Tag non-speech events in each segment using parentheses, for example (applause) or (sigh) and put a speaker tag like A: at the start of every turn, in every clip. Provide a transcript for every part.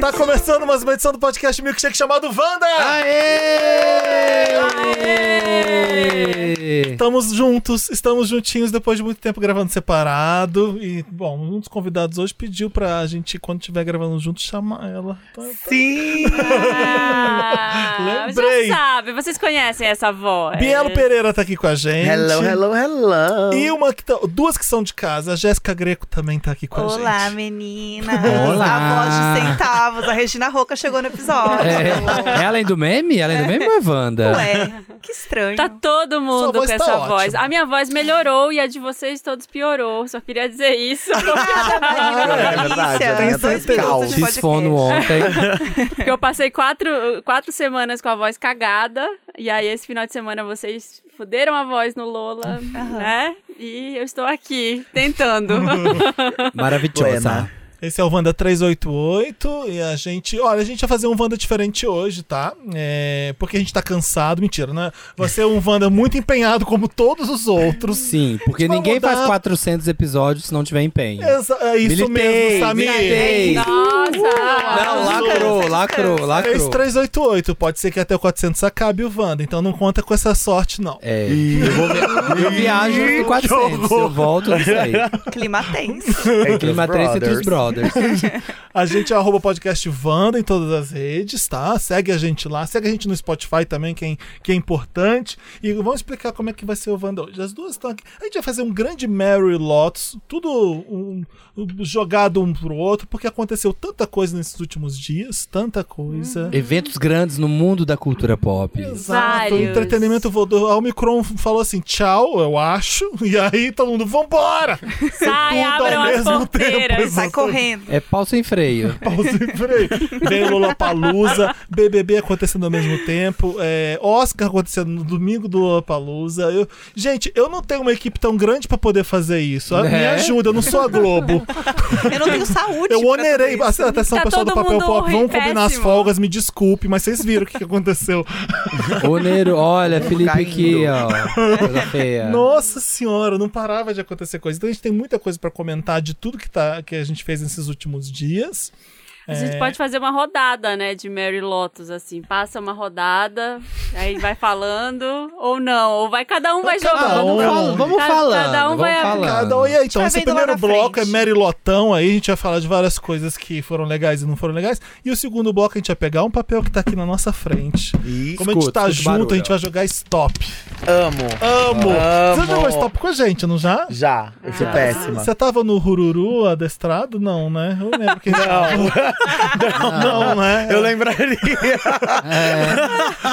A: Tá começando mais uma edição do podcast Milkshake chamado Wanda!
B: Aê!
A: Estamos juntos, estamos juntinhos depois de muito tempo gravando separado. E, bom, um dos convidados hoje pediu pra gente, quando estiver gravando junto, chamar ela. Tá-
B: Sim!
C: Ah,
A: Lembrei.
C: Já sabe, vocês conhecem essa voz.
A: Bielo Pereira tá aqui com a gente.
B: Hello, hello, hello!
A: E uma que tá, duas que são de casa, a Jéssica Greco também tá aqui com a
D: Olá,
A: gente.
D: meninas!
B: Olá.
D: A voz de centavos, a Regina Roca chegou no episódio.
B: É, é além do meme? É além do meme ou é Wanda?
D: Ué, que estranho.
C: Tá todo
A: Sua
C: mundo com
A: voz tá
C: essa
A: ótima.
C: voz. A minha voz melhorou e a de vocês todos piorou. Só queria dizer
A: (laughs)
C: isso.
B: É verdade,
D: Delícia,
B: eu tenho
D: dois
B: certeza.
D: minutos de
B: Fiz fono
D: podcast.
B: ontem.
C: Porque eu passei quatro, quatro semanas com a voz cagada. E aí, esse final de semana, vocês fuderam a voz no Lola, né? E eu estou aqui, tentando.
B: Maravilhosa. né?
E: Plena.
A: Esse é o Wanda 388 e a gente. Olha, a gente vai fazer um Wanda diferente hoje, tá? É, porque a gente tá cansado, mentira, né? Vai ser um Wanda muito empenhado, como todos os outros.
B: Sim, porque
D: Tipo,
A: Vamos
B: ninguém faz
A: dar-
B: 400 episódios se não tiver empenho.
A: Exa- é isso
B: Militei,
A: mesmo, Samir.
B: militei.
C: Nossa!
B: Não, lacrou, lacrou,
A: Fez
B: lacrou.
A: 388, pode ser que até o 400 acabe o Wanda, então não conta com essa sorte, não.
B: É. Eu, vou vi... eu viajo no 400, eu volto, não sei.
D: Clima tenso.
B: Clima 3 entre os brothers. (laughs)
A: A gente é o arroba podcast Wanda em todas as redes, tá? Segue a gente lá, segue a gente no Spotify também, que é, que é importante. E vamos explicar como é que vai ser o Wanda hoje. As duas estão aqui. A gente vai fazer um grande Mary Lots, tudo um- um- jogado um pro outro, porque aconteceu tanta coisa nesses últimos dias, tanta coisa.
B: Eventos grandes no mundo da cultura pop.
A: Exato,
C: Vários.
A: um entretenimento voador. A Omicron falou assim, tchau, eu acho. (laughs) E aí todo mundo, vambora! (laughs)
C: Sai,
A: é ao
C: abram as
A: mesmo tempo,
C: porteiras.
A: exato.
D: Sai correndo.
B: É pau sem freio.
A: Pausa e freio. Vem Lula Palusa, BBB acontecendo ao mesmo tempo, é, Oscar acontecendo no domingo do Lula Palusa. Eu, gente, eu não tenho uma equipe tão grande pra poder fazer isso.
C: É.
B: Né?
A: Me ajuda, eu não sou a
C: (laughs)
A: Globo.
D: Eu não tenho saúde.
A: Eu
D: pra
A: onerei.
D: tudo isso.
A: Atenção,
C: Tá
A: pessoal do
C: todo
A: Papel
C: mundo
A: Pop, vamos
C: horrível,
A: combinar as
C: péssimo.
A: folgas, me desculpe, mas vocês viram o que, que aconteceu.
B: Ô, Nero, olha, Felipe
E: caindo.
B: aqui, ó. Coisa
E: (laughs)
B: feia.
A: Nossa senhora, não parava de acontecer coisa. Então a gente tem muita coisa pra comentar de tudo que, tá, que a gente fez nesses últimos dias.
C: A
B: É.
C: gente pode fazer uma rodada, né, de Mary Lotus, assim. Passa uma rodada, aí vai falando, ou não. Ou vai, cada um vai
A: Cada
C: jogando.
A: um.
B: fala- vamos
C: Cada-
B: falando.
C: cada um
B: vamos
C: vai-
B: falando.
A: Cada um. E aí, então,
D: vai
A: esse
D: vendo lá
A: primeiro
D: na
A: bloco é
D: frente.
A: Mary Lotão, aí a gente vai falar de várias coisas que foram legais e não foram legais. E o segundo bloco a gente vai pegar um papel que tá aqui na nossa frente.
E: E
A: Como a gente
B: Escuta,
A: tá
B: escuta o
A: junto,
B: barulho,
A: a gente
B: ó.
A: vai jogar stop.
E: amo.
A: Amo!
E: Amo.
A: Você já jogou stop com a gente, não já?
E: Já, eu fui
C: Ah.
E: péssima.
A: Você tava no Hururu adestrado? Não, né? Eu lembro que não. não, né?
E: Eu lembraria.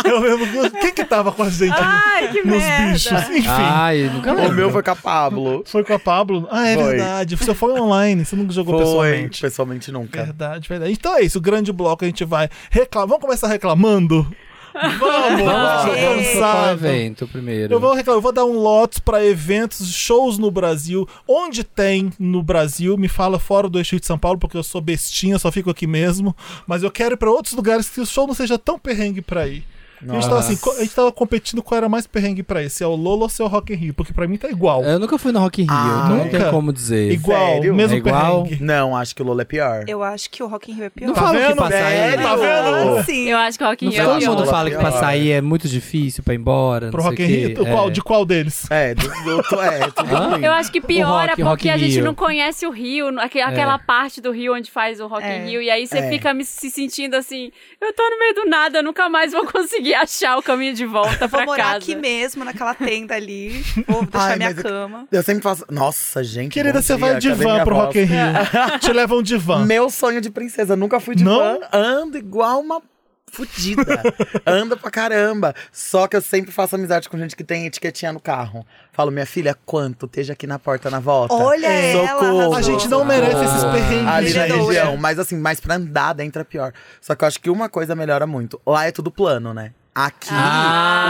A: Eu lembro. Quem que tava com a gente
D: Ah,
C: Ai, que
A: nos
C: merda.
A: bichos? Enfim.
B: Ai, nunca
E: o
B: lembro.
E: meu foi com a Pablo.
A: Foi com a Pablo? Ah, é
E: Foi.
A: verdade. Você foi online, você nunca jogou
E: Foi,
A: pessoalmente.
E: pessoalmente, nunca.
A: Verdade, verdade. Então é isso, o grande bloco a gente vai reclamar. Vamos começar reclamando? Vamos!
B: Vamos, vamos
A: Tô
B: tocar o
A: cansado.
B: evento primeiro.
A: Eu vou reclamar, eu vou dar um lote pra eventos, shows no Brasil. Onde tem no Brasil, me fala fora do eixo de São Paulo, porque eu sou bestinha, só fico aqui mesmo. Mas eu quero ir pra outros lugares que o show não seja tão perrengue pra ir. E A gente, tava assim, co- a gente tava competindo qual era mais perrengue pra ir, se é o Lolo ou se é o Rock in Rio, porque pra mim tá igual.
B: Eu nunca fui no Rock in Rio,
E: Ah,
B: então não
A: nunca?
B: tem como dizer.
A: igual,
E: sério?
A: mesmo
B: É igual?
A: perrengue.
E: Não, acho que o Lola é pior.
D: Eu acho que o Rock in Rio é pior.
B: Não
E: tá
B: fala que
A: vendo,
B: passar aí.
E: velho?
A: Tá
D: Ah,
A: vendo?
D: sim.
C: Eu acho que o Rock in
B: Não
C: Rio
B: todo
C: é
B: mundo
C: pior.
B: fala que passar aí é muito difícil pra ir embora.
A: Pro
B: não
A: Rock
B: sei
A: in
B: o quê.
A: Rio? Qual-
B: É.
A: De qual deles?
E: É, do, do- é, tudo
B: Hã?
E: ruim.
C: Eu acho que piora
B: Rock,
C: porque
B: Rock
C: a
B: in
C: gente
B: Rio.
C: não conhece o Rio, aque- aquela parte do Rio onde faz o Rock in
D: É.
C: Rio, e aí você
E: É.
C: fica me- se sentindo assim, eu tô no meio do nada, eu nunca mais vou (laughs) conseguir achar o caminho de volta
D: Vou
C: pra
D: morar
C: casa.
D: aqui mesmo, naquela tenda ali. Vou deixar
E: Ai,
D: minha
E: mas eu-
D: cama.
E: Eu sempre faço. Nossa, gente.
A: Querida,
E: bom
A: você
E: dia,
A: vai de
E: cadê
A: van
E: minha
A: pro
E: voz?
A: Rock in Rio. (laughs) Te levam de van.
E: Meu sonho de princesa, nunca fui de
A: Não?
E: van. Ando igual uma fudida. (laughs) Anda pra caramba. Só que eu sempre faço amizade com gente que tem etiquetinha no carro. Falo, minha filha, quanto? Esteja aqui na porta na volta.
D: Olha ela,
E: Socorro.
D: arrasou.
A: A gente não merece esses
E: Ali
A: perrengues.
E: na
D: Gente,
E: região,
D: doida.
E: mas assim, mais pra andar dentro é pior. Só que eu acho que uma coisa melhora muito. Lá é tudo plano, né? Aqui,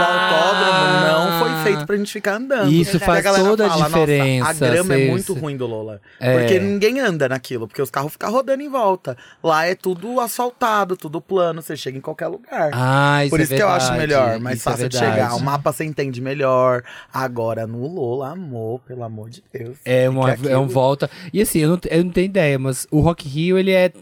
B: Ah!
E: o autódromo não foi feito pra gente ficar andando.
B: Isso
E: Porque
B: faz
E: galera
B: toda a
E: fala, "Nossa,
B: diferença,
E: A grama
B: cê-
E: é muito
B: cê-
E: ruim do Lola.
B: É.
E: Porque ninguém anda naquilo, porque os carros ficam rodando em volta. Lá é tudo asfaltado, tudo plano, você chega em qualquer lugar.
B: Ah, isso
E: Por isso
B: é
E: que eu acho
B: verdade,
E: melhor, mais
B: isso é
E: fácil de
B: verdade.
E: chegar. O mapa você entende melhor. Agora no Lola, amor, pelo amor de Deus.
B: É, uma,
E: Fica
B: é um
E: aquilo.
B: volta. E assim, eu não, eu não tenho ideia, mas o Rock in Rio, ele é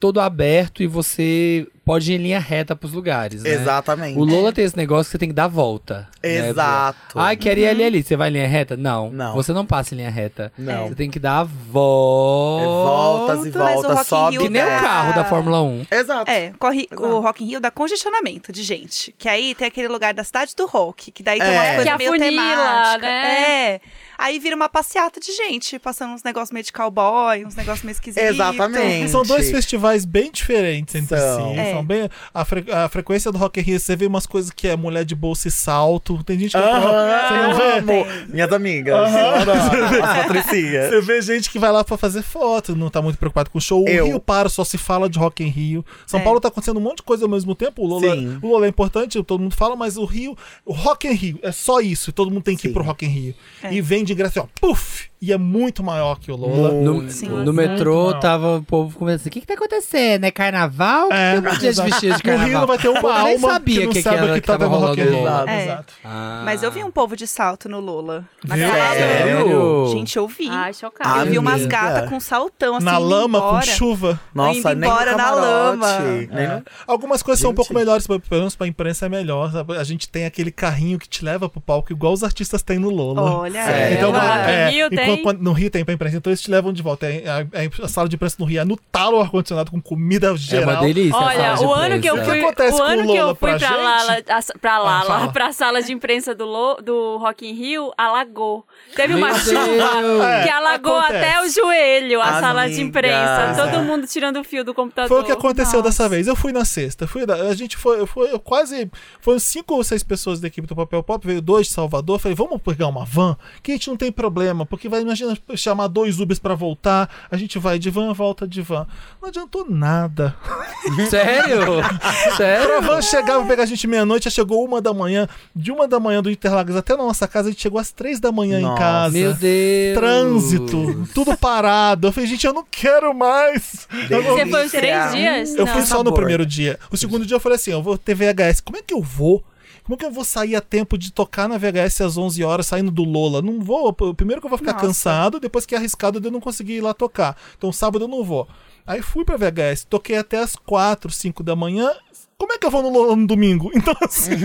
B: todo aberto e você pode ir em linha reta pros lugares, né?
E: Exatamente.
B: O Lola tem esse negócio que você tem que dar volta. né?
E: É. Exato.
B: Ai, quero ir ali,
A: Uhum.
B: ali. Você vai em linha reta? Não.
E: Não.
B: Você não passa em linha reta.
E: Não.
B: Você tem que dar a volta.
E: É voltas e
D: Mas o Rock in
E: voltas, sobe.
D: Rio
E: e
B: Que nem o
E: desce.
B: carro da Fórmula 1.
E: né? Exato.
D: É, corre, o Rock in Rio dá congestionamento de gente. Que aí tem aquele lugar da cidade do rock, que daí tem
E: É.
D: uma
C: Que
D: coisa meio
C: afunila,
D: temática.
C: né?
D: É. Aí vira uma passeata de gente, passando uns negócios meio de cowboy, uns negócios meio esquisitos.
E: Exatamente.
A: São dois festivais bem diferentes entre
E: São.
A: si.
D: É.
A: São bem, a, fre- a frequência do Rock in Rio, você vê umas coisas que é mulher de bolsa e salto. Tem gente que vai pro Rock-
E: Aham,
A: Você não
E: eu
A: vê?
E: amo. Minhas amigas. Adoro. As Patricia.
A: Você vê gente que vai lá pra fazer foto, não tá muito preocupado com o show.
E: Eu.
A: O Rio para, só se fala de Rock em Rio. São
D: É.
A: Paulo tá acontecendo um monte de coisa ao mesmo tempo. O Lola,
E: Sim.
A: o Lola é importante, todo mundo fala, mas o Rio, o Rock em Rio, é só isso. Todo mundo tem que ir
E: Sim.
A: pro Rock em Rio.
D: É.
A: E vem de ingresso, ó, puf! E é muito maior que o Lola.
B: No,
D: Sim.
B: no metrô
A: Muito
B: tava o povo conversando. O que, que tá acontecendo? É carnaval?
A: É,
B: Tem um monte de gente
A: exato.
B: vestida de
A: No
B: carnaval.
A: Rio não vai ter uma
B: Eu nem
A: alma
B: sabia
A: que não
B: que
A: sabe
B: era
A: o que
B: que
A: tá
B: tava
A: tendo Rock in
B: rolando
A: Rio.
B: no
A: Exato,
B: Lola.
D: É.
A: exato.
B: Ah.
D: Mas eu vi um povo de salto no Lola. Na
A: Viu?
D: calçada.
E: Sério?
D: Gente, eu vi.
C: Ai,
E: Ah,
D: eu
C: chocado.
D: vi umas
E: amiga.
D: gatas com saltão, assim,
A: Na
D: indo
A: lama, com
D: embora.
A: chuva.
E: Nossa,
D: Indo
E: nem no
D: embora na
E: camarote,
D: lama.
E: nem no-
A: É. Algumas coisas são um
E: Gente.
A: pouco melhores, pelo menos pra imprensa é melhor. sabe? A gente tem aquele carrinho que te leva pro palco, igual os artistas têm no Lola.
D: Olha,
E: Sério?
A: Então,
C: Ela-
A: na- é,
C: no Rio
A: enquanto-
C: tem?
A: quando- no Rio tem pra imprensa, então eles te levam de volta. É, é, é, a sala de imprensa no Rio é no talo o ar-condicionado com comida
B: É
A: geral.
B: uma delícia. a
C: Olha,
B: sala de
C: o ano que eu
A: O
B: imprensa.
A: que
C: fui,
A: acontece
C: o
A: com
C: ano
A: o
C: que eu
A: Lola
C: fui
A: pra
C: pra,
A: gente?
C: Lala, a- pra Lala,
A: fala.
C: pra sala de imprensa do, Lo- do Rock in Rio, alagou. Teve uma
B: Meu
C: chuva
A: Deus.
C: que alagou
A: É, Acontece.
C: até o joelho a
E: Amiga.
C: sala de imprensa. Todo
E: É.
C: mundo tirando o fio do computador.
A: Foi o que aconteceu
D: Nossa.
A: dessa vez. Eu fui na sexta. Fui na- a gente foi, eu fui- eu quase. Foram cinco ou seis pessoas da equipe do Papel Pop, veio dois de Salvador. Falei, vamos pegar uma van, que a gente não tem problema, porque vai, imagina, chamar dois Ubers pra voltar, a gente vai de van, volta de van. Não adiantou nada.
B: (laughs) Sério?
A: A
B: Sério?
A: van chegava pra pegar a gente meia-noite, já chegou uma da manhã, de uma da manhã do Interlagos até na nossa casa, a gente chegou às três da manhã em
E: Nossa.
A: casa.
B: Meu Deus.
A: Trânsito, tudo parado. Eu falei, gente, eu não quero mais. Eu não-
C: Você foi os três
E: Delícia.
C: dias?
A: eu fui
C: Não.
A: só no
E: Sabor.
A: primeiro dia. O segundo dia eu falei assim: eu vou ter VHS. Como é que eu vou? Como é que eu vou sair a tempo de tocar na VHS às 11 horas saindo do Lola? Não vou. p- Primeiro que eu vou ficar
D: Nossa.
A: cansado, depois que é arriscado de eu não conseguir ir lá tocar. Então sábado eu não vou. Aí fui pra VHS, toquei até as 4, 5 da manhã. Como é que eu vou no Lola no domingo? (laughs) Então assim.
D: (laughs)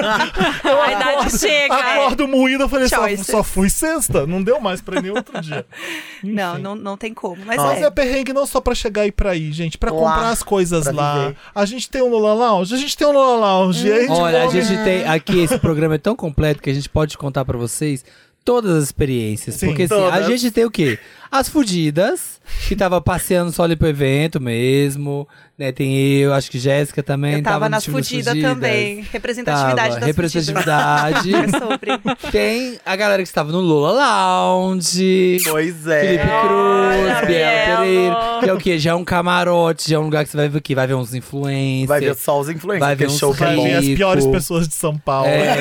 C: A idade chega.
A: Acordo moído, eu falei, assim, só,
D: Choices.
A: só fui sexta, não deu mais pra mim outro dia.
D: Não,
A: Enfim.
D: não, não tem como. Mas
A: Mas
D: é.
A: é perrengue não só pra chegar e pra ir, gente, pra
E: Lá,
A: comprar as coisas
E: pra
A: lá.
E: viver.
A: A gente tem um Lola Lounge, a gente tem um Lola Lounge. e aí a gente
B: Olha, a
A: come-
B: gente tem. Aqui, esse programa é tão completo que a gente pode contar pra vocês todas as experiências.
A: Sim,
B: porque assim, a
E: todas.
B: gente tem o quê? As fudidas, que tava passeando só ali pro evento mesmo. Né? Tem eu, acho que Jéssica também.
D: Eu tava
B: no
D: nas
B: time das
D: fudidas também. Representatividade
B: Tava,
A: (laughs)
D: das
B: representatividade.
D: fudidas. É sobre.
B: Tem a galera que estava no Lola Lounge.
E: Pois é.
B: Felipe
C: Olha,
B: Cruz, Biela
C: Bielo.
B: Pereira. Que é o quê? Já é um camarote, já é um lugar que você vai ver o quê? Vai ver uns influencers.
E: Vai ver só os influencers.
B: Vai ver
E: porque
B: uns
E: show que é
A: Vai
E: bom.
A: ver as
B: Rico.
A: piores pessoas de São Paulo.
B: É.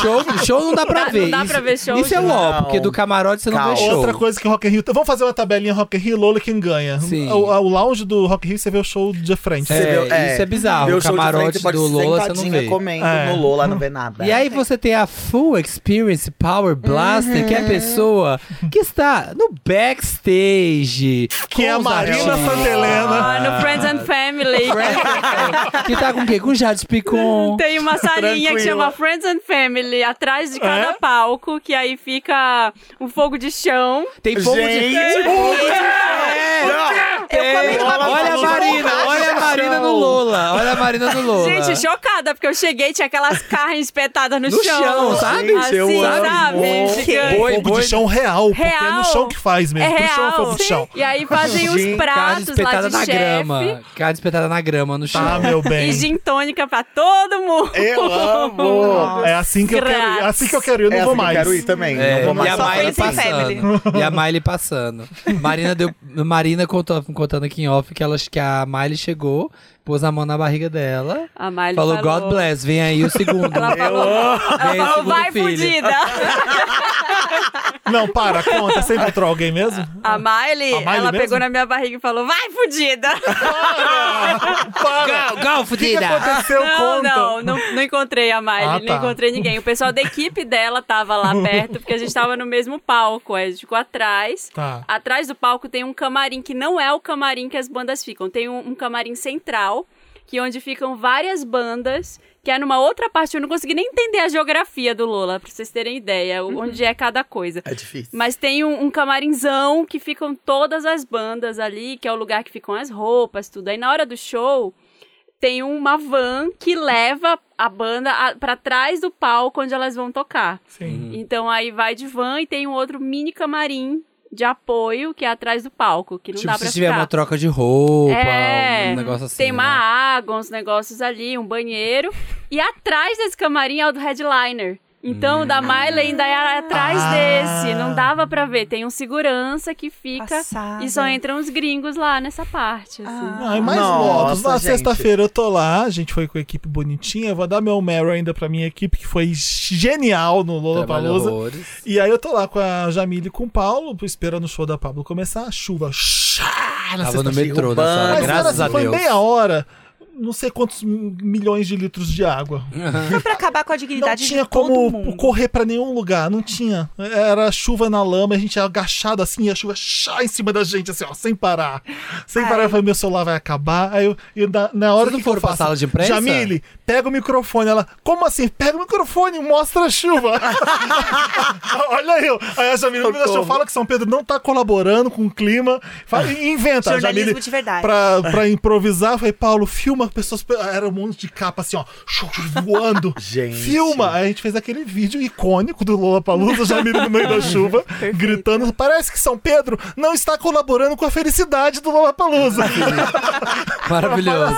B: show, show não dá pra
C: Não
B: ver.
C: dá
B: isso,
C: pra ver show,
B: Isso é
C: gente.
B: ó,
E: Não.
B: porque do camarote você não
E: Calma.
B: vê show.
A: (laughs) Outra coisa que Rock in Rio... Vamos fazer uma tabelinha Rock in Rio, Lola quem ganha.
B: Sim.
A: O, o lounge do Rock in Rio, você vê o show de frente.
B: É,
E: Você vê-
B: isso é bizarro,
E: Vê
B: o
E: show de frente,
B: camarote
E: pode
B: do Lola, você não
E: sentadinha
B: vê.
E: comendo
A: É.
E: no Lola, não vê nada.
B: E aí você tem a Full Experience Power Blaster, que é a
C: Uhum.
B: pessoa que está no backstage.
A: Que é a
B: com os
A: Marina
B: artistas.
A: Santelena.
C: Ah, no Friends and Family.
B: Que tá com o quê? Com Jade Picon.
C: Tem uma salinha
E: Tranquila.
C: que chama Friends and Family, atrás de cada
A: É?
C: palco, que aí fica um fogo de chão.
B: Tem fogo de...
E: Gente, fogo de chão!
B: Tem.
D: comi uma
B: Olha a
E: pizza de
B: Marina,
E: chocolate,
B: olha a Marina no
E: chão.
B: Lola. Olha a Marina no Lola.
C: Gente, chocada, porque eu cheguei tinha aquelas carnes espetadas no,
B: No chão, sabe?
C: Assim,
E: Eu amo.
C: sabe? Gigante.
B: Boi,
A: fogo
B: boi-
A: de chão real, porque é no
C: Real.
A: chão que faz
C: É
A: mesmo. Pro chão é
C: real.
A: fogo de chão.
C: E aí fazem
B: Gente,
C: os
B: carne
C: pratos lá
B: espetada
C: de
B: na
C: chefe.
B: grama. Carne espetada na grama, no chão.
A: Tá, meu bem.
C: E gin tônica pra todo mundo.
E: Eu
A: (laughs)
E: amo!
A: É assim que eu quero ir. É assim que eu quero ir, eu não
E: Essa
A: vou
E: que eu
A: mais.
E: quero ir também.
B: É,
E: não vou
B: e
E: mais.
B: a
D: Só
B: Miley
D: Friends and
B: passando. E a Miley passando. Marina deu. Marina contou, contando aqui em off que, ela, que a Miley chegou. pôs a mão na barriga dela.
C: (laughs) A Miley
B: Falou, God bless, vem aí o segundo.
C: Ela falou, ela
B: Vem o
C: falou
B: segundo
C: vai
B: filho. (laughs)
C: fudida.
A: Não, para, conta. Sempre troll alguém mesmo?
C: A Miley,
A: A Miley
C: ela
A: mesmo?
C: pegou na minha barriga e falou, vai
B: (laughs)
C: fudida.
A: Para!
B: Go, go,
A: O que, que
B: fudida!
A: aconteceu?
C: Não,
A: conta.
C: não, não, não encontrei a Miley,
A: Ah, tá.
C: não encontrei ninguém. O pessoal da equipe dela
B: (laughs)
C: tava lá perto, porque a gente tava no mesmo palco, aí a gente ficou atrás.
A: Tá.
C: Atrás do palco tem um camarim que não é o camarim que as bandas ficam, tem um, um camarim central, que é onde ficam várias bandas, que é numa outra parte, eu não consegui nem entender a geografia do Lola, pra vocês terem ideia, onde é cada coisa.
E: É difícil.
C: Mas tem um, um camarinzão que ficam todas as bandas ali, que é o lugar que ficam as roupas, tudo. Aí na hora do show, tem uma van que leva a banda a- pra trás do palco onde elas vão tocar.
B: Uhum.
A: Sim.
C: Então aí vai de van e tem um outro mini camarim de apoio que é atrás do palco, que não
B: Tipo,
C: dá pra
B: se tiver
C: ficar.
B: uma troca de roupa,
C: É,
B: um negócio assim.
C: tem uma
B: né?
C: água, uns negócios ali, um banheiro. E atrás desse camarim é o do headliner. Então, o
B: Hum.
C: da Miley ainda era atrás
A: Ah.
C: desse. Não dava pra ver. Tem um segurança que fica
D: Passada.
C: e só entram os gringos lá nessa parte. assim.
D: Ah.
A: Ai, mais
E: Nossa,
A: votos. Na
E: gente.
A: sexta-feira eu tô lá, a gente foi com a equipe bonitinha. Eu vou dar meu Meryl ainda pra minha equipe, que foi genial no Lola
B: Trabalhou
A: Palusa.
B: horrores.
A: E aí eu tô lá com a Jamile e com o Paulo, esperando o show da Pablo começar, a chuva. chá,
B: Tava no
A: na sexta-feira.
B: metrô
E: urbana.
B: nessa hora,
A: Mas era
B: graças
A: assim,
B: a
A: foi
B: Deus. (laughs)
A: meia hora, não sei quantos mi- milhões de litros de água.
D: Só pra acabar com a
A: Não
D: dignidade
A: tinha
D: de todo
A: como
D: mundo.
A: correr pra nenhum lugar, não tinha. Era chuva na lama, a gente agachado assim, e a chuva chá em cima da gente, assim, ó, sem parar. Sem
D: Ai.
A: parar, eu falei, meu celular vai acabar. Aí eu, e na, na hora
B: Vocês não
A: que eu
B: foram pra
A: faço,
B: sala de imprensa?
A: Jamile, pega o microfone. Ela, como assim? Pega o microfone e mostra
B: (laughs)
A: a chuva. Olha eu. Aí a Jamile não me deixou,
E: Socorro.
A: fala que São Pedro não tá colaborando com o clima. Fala, e inventa. A
D: Jornalismo
A: Jamile,
D: de verdade.
A: Pra, pra improvisar, eu falei, Paulo, filma pessoas. Era um monte de capa assim, ó,
B: (laughs)
A: voando.
E: Gente.
A: Filma! Aí a gente fez aquele vídeo icônico do Lola Palusa, Jamile no
B: (laughs)
A: meio da chuva, gritando. Parece que São Pedro não está colaborando com a felicidade do Lola Palusa.
B: Maravilhoso.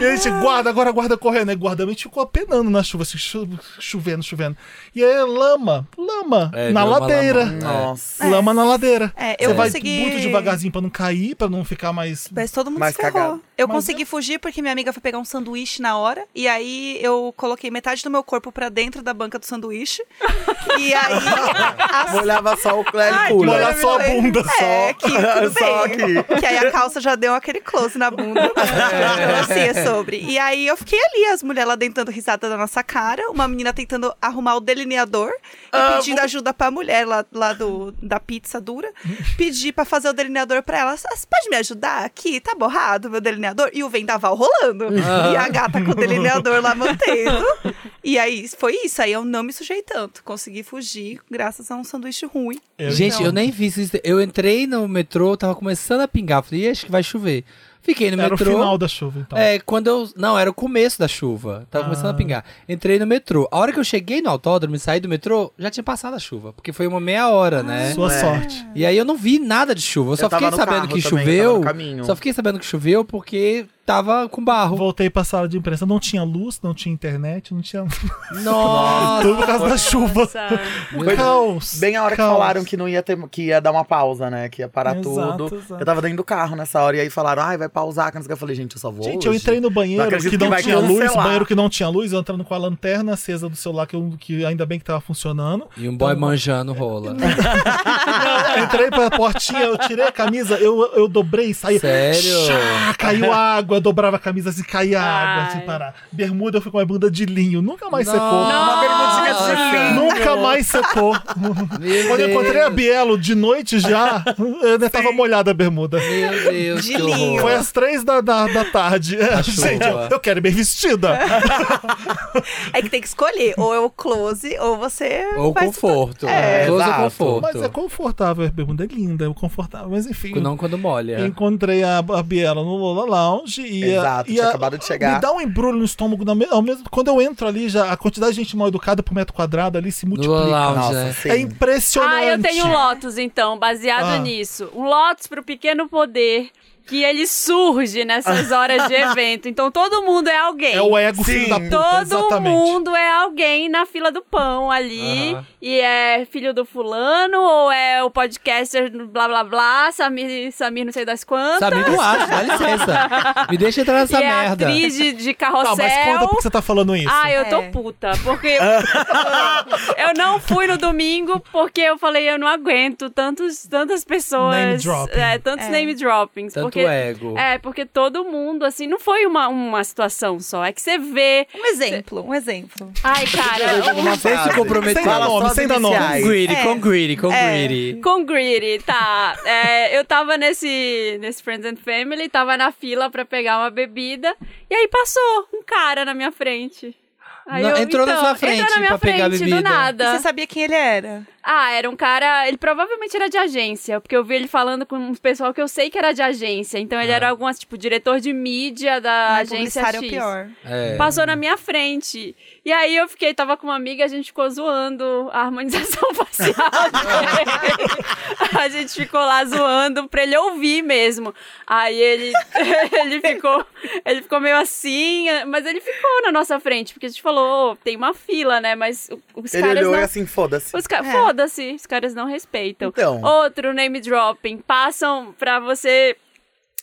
A: E a gente guarda, agora guarda correndo. Aí guarda, a gente ficou penando na chuva, assim, chu- chovendo, chovendo. E aí lama, lama,
B: É,
A: na
B: deu uma
A: ladeira.
B: lama.
E: Nossa.
A: Lama na ladeira.
D: É,
A: Você
D: eu
A: vai
D: consegui-
A: muito devagarzinho pra não cair, pra não ficar mais.
D: Mas todo mundo
E: Mais
D: se ferrou.
E: cagado.
D: Eu
A: Mas é.
D: consegui fugir porque minha amiga foi pegar um sanduíche na hora. E aí eu coloquei metade do meu corpo pra dentro da banca do sanduíche.
A: (laughs)
D: e aí. a-
E: Molhava só o Clério
D: que
E: Pula.
A: Olha só a
D: maravilhoso.
A: bunda,
D: É,
A: só.
D: que tudo
E: Só
D: bem.
E: aqui.
D: Que aí a calça já deu aquele close
A: (laughs)
D: na bunda. Então, assim, é sobre. E aí eu fiquei ali, as mulheres lá dentando risada da nossa cara. Uma menina tentando arrumar o delineador. E pedindo ajuda pra mulher lá, lá do, da pizza dura. Pedi pra fazer o delineador pra ela. "Ah, Você pode me ajudar aqui? Tá borrado meu delineador? E o vendaval rolando. E a gata com o delineador lá mantendo. E aí foi isso. Aí eu não me sujei tanto. Consegui fugir graças a um sanduíche ruim.
B: Gente,
D: Então-
B: eu nem vi isso. Eu entrei no metrô, tava começando a pingar. Falei, "Ih, acho que vai chover. Fiquei no
A: Era o
B: metrô.
A: final da chuva, então.
B: É, quando eu. Não, era o começo da chuva. Tava começando a pingar. Entrei no metrô. A hora que eu cheguei no autódromo e saí do metrô, já tinha passado a chuva. Porque foi uma meia hora, né?
A: Sua
E: É.
A: sorte.
B: E aí eu não vi nada de chuva. Eu só
E: tava
B: fiquei
E: no
B: sabendo
E: carro
B: que
E: também, tava
B: choveu.
E: no caminho.
B: Só fiquei sabendo que choveu porque tava com barro.
A: Voltei pra sala de imprensa. Não tinha luz, não tinha internet, não tinha.
B: Nossa!
A: (laughs) Tudo por causa da chuva.
C: Nossa.
A: Um
E: Coisa-
A: caos.
E: Bem a hora
A: caos.
E: que falaram que não ia ter, que ia dar uma pausa, né? Que ia parar
A: Exato,
E: tudo.
A: exato.
E: Eu tava dentro do carro nessa hora e aí falaram, ai, vai pausar, que não sei o que. Eu falei, gente, eu só vou.
A: Gente,
E: hoje.
A: eu entrei no
E: Não
A: banheiro
E: acredito
A: que
E: que
A: não
E: vai
A: tinha luz,
E: cancelar.
A: banheiro que não tinha luz, eu entrando com a lanterna acesa do celular, que, eu- que ainda bem que tava
E: (laughs)
A: funcionando.
B: E um boy manjando rola.
A: Eu entrei pra portinha, eu tirei a camisa, eu, eu dobrei e saí.
B: Sério?
A: Chá, caiu água, eu dobrava a camisa e caía a água
C: Ai.
A: sem parar. Bermuda eu fui com uma bunda de linho, nunca mais secou.
E: Uma bermudinha de linho.
A: Nunca mais secou.
B: Meu
A: Quando eu encontrei a
B: Deus.
A: Bielo de noite já, ainda tava molhada a bermuda.
B: Meu Deus,
D: De
B: que horror.
D: linho.
A: Foi às três da, da, da tarde.
E: Tá
A: É,
B: chuva.
A: Gente, eu, eu quero ir bem vestida.
D: É que tem que escolher. Ou é o close, ou você.
B: Ou
D: faz-
B: conforto.
E: É,
B: Close ou
E: exato.
B: conforto.
A: Mas é confortável, a bermuda é linda, é confortável. Mas enfim,
B: Não quando molha.
A: encontrei a, a Biela no Lola Lounge e. a-
E: Exato,
A: e
E: tinha
A: a-
E: acabado de chegar.
A: Me dá um embrulho no estômago. Na, me- ao mesmo, quando eu entro ali, já a quantidade de gente mal educada por metro quadrado ali se
B: No Lola
A: multiplica.
B: Lounge.
E: Nossa,
B: é.
E: sim.
A: É impressionante.
C: Ah, eu tenho um Lotus, então, baseado
A: Ah.
C: nisso. Um Lotus pro pequeno poder que ele
A: (laughs)
C: surge nessas horas de evento. Então todo mundo é alguém.
A: É o ego filho
E: Sim.
A: da puta,
C: Todo
A: exatamente.
C: mundo é alguém na fila do pão ali.
B: Aham.
C: E é filho do fulano, ou é o podcaster blá blá blá, Samir, Samir não sei das quantas.
B: Samir Duarte, dá licença. Me deixa entrar
C: e
B: nessa
C: é
B: merda.
C: atriz de, de carrossel.
A: Tá, mas conta por que você tá falando isso.
C: Ah, eu tô
D: É.
C: puta, porque
B: (laughs)
C: eu não fui no domingo porque eu falei, eu não aguento tantos, tantas pessoas,
A: Name dropping.
C: é, tantos
D: É.
C: name droppings,
B: Tanto
C: porque
B: ego.
C: é, porque todo mundo, assim, não foi uma, uma situação só. É que você vê.
D: Um exemplo, um exemplo.
C: Ai, cara.
B: (laughs)
E: Uma
B: Você se
E: frase.
B: comprometeu.
A: Sem dar nome, sem dar nome.
B: Com greedy,
D: É.
B: com greedy, com
D: É.
B: greedy.
C: Com Greedy, tá. É, eu tava nesse, nesse Friends and Family, tava na fila pra pegar uma bebida. E aí passou um cara na minha frente. Aí
B: Não, entrou na
C: então,
B: sua
C: entrou
B: frente
C: na minha
B: pra pegar a
C: frente,
B: bebida.
C: Do nada.
D: E você sabia quem ele era?
C: Ah, era um cara. Ele provavelmente era de agência, porque eu vi ele falando com um pessoal que eu sei que era de agência. Então ele era algumas, tipo, diretor de mídia da
D: Ai,
C: agência X.
D: publicitário é o pior.
B: É.
C: Passou na minha frente. E aí eu fiquei, tava com uma amiga, a gente ficou zoando a harmonização (laughs) facial. dele. a gente ficou lá zoando pra ele ouvir mesmo. Aí ele, (laughs) ele ficou, ele ficou meio assim, mas ele ficou na nossa frente, porque a gente falou, "Ô, tem uma fila, né? Mas o- os
E: Ele
C: caras
E: olhou
C: não
E: e assim, foda-se.
C: os caras,
D: É.
C: foda-se, os caras não respeitam.
E: Então.
C: Outro name dropping, passam pra você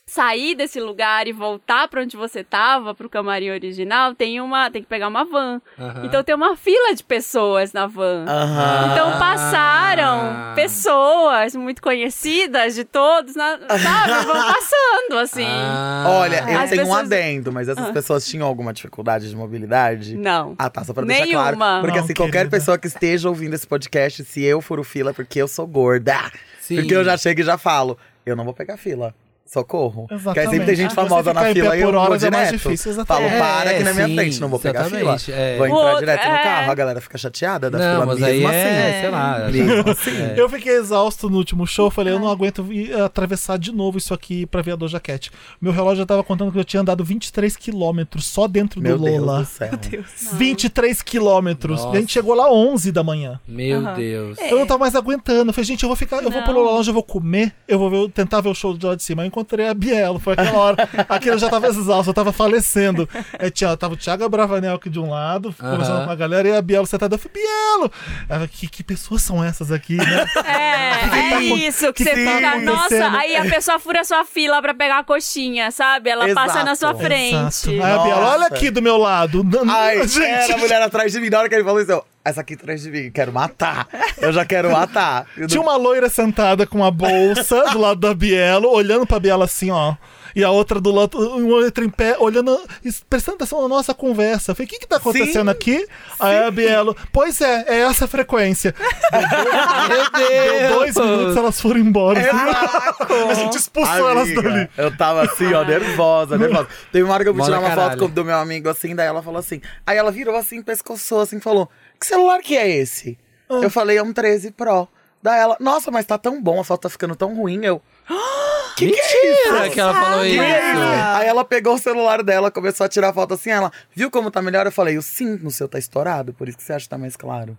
C: sair desse lugar e voltar pra onde você tava, pro camarim original, tem uma, tem que pegar uma van.
B: Aham.
C: Então tem uma fila de pessoas na van.
E: Aham.
C: Então passaram pessoas muito conhecidas de todos, na, sabe? Vão passando assim.
B: Ah.
E: Olha, eu
C: As
E: tenho um
C: pessoas- Ah.
E: adendo, mas essas pessoas tinham alguma dificuldade de mobilidade?
C: Não.
E: Ah, tá, só pra deixar
C: Nenhuma.
E: claro. Porque
A: Não,
E: assim, qualquer
A: querida.
E: pessoa que esteja ouvindo esse podcast, se eu for o fila, porque eu sou gorda.
B: Sim.
E: Porque eu já chego e já falo, eu não vou pegar fila. Socorro. Porque aí sempre tem
A: Exatamente.
E: gente
A: Ah,
E: famosa
A: Você
E: na
A: ficar em
E: fila
A: pé
E: e eu
A: por
E: vou
A: horas é mais
E: direto. um
A: difícil,
E: falo,
A: exatamente.
E: para aqui na minha
B: É, sim,
E: frente, não vou pegar fila.
B: exatamente, é.
C: O
E: Vou entrar
C: outro-
E: direto no
C: é.
E: carro, a galera fica chateada da
B: Não,
E: fila
B: mas
E: mesmo
B: aí
E: assim.
B: é,
D: assim.
B: sei lá.
E: Mesmo assim.
B: (laughs) é.
A: Eu fiquei exausto no último show, eu falei, eu não aguento ir- eh, atravessar de novo isso aqui pra Viador Jaquete. Meu relógio já tava contando que eu tinha andado 23 quilômetros só dentro
E: Meu
A: do
E: Deus
A: Lola.
E: do céu.
D: Deus.
A: 23 quilômetros. E A gente
B: Nossa. É.
A: chegou lá 11 da manhã.
B: Meu
D: Aham. É.
B: Deus.
A: Eu não tava mais aguentando. Eu falei, gente, eu vou ficar, eu vou
C: Não.
A: pro Lola Lounge, eu vou comer, eu vou ver, eu tentar ver o show de lá de cima. Eu encontrei a Bielo, foi aquela
B: (laughs)
A: hora. Aquilo eu já tava exausto, eu tava falecendo. É, tinha, tava o Thiago Bravanel aqui de um lado, conversando
B: Aham.
A: com a galera, e a Bielo sentada. Eu falei, Bielo! Ela, que, que pessoas são essas aqui, né?
C: É, é isso
A: que
C: que você
A: tá
C: fica. Nossa,
A: acontecendo?
C: aí a pessoa fura sua fila pra pegar a coxinha, sabe? Ela passa na sua
E: Exato.
C: frente.
A: É Aí a Bielo, olha
E: Nossa.
A: aqui do meu lado. Não, não,
E: Ai,
A: gente.
E: era a mulher atrás de mim. Na hora que ele falou isso, eu, essa aqui atrás de mim, quero matar. Eu já quero matar. Eu
A: Tinha
E: não-
A: uma loira sentada com uma bolsa do lado da Bielo, olhando pra Biela assim, ó. E a outra do lado, uma outra em pé, olhando, es- prestando atenção na nossa conversa. Eu falei, o que que tá acontecendo
E: Sim,
A: aqui? Aí a Bielo, pois é, é essa a frequência. Deu dois minutos, elas foram embora. a gente expulsou elas
E: Amiga,
A: dali.
E: Eu tava assim, ó, nervosa, nervosa. Teve uma hora que eu fui
B: Mola
E: tirar uma
B: caralho.
E: foto com- do meu amigo assim, daí ela falou assim. Aí ela virou assim, pescoçou assim, falou: Que celular que é esse? Eu falei: É um 13 Pro. Daí ela, nossa, mas tá tão bom, a foto tá ficando tão ruim. Eu, é
B: Mentira que ela falou
E: que
B: isso.
E: Aí ela pegou o celular dela, começou a tirar foto assim. Ela, viu como tá melhor? Eu falei: O sim no seu tá estourado, por isso que você acha que tá mais claro.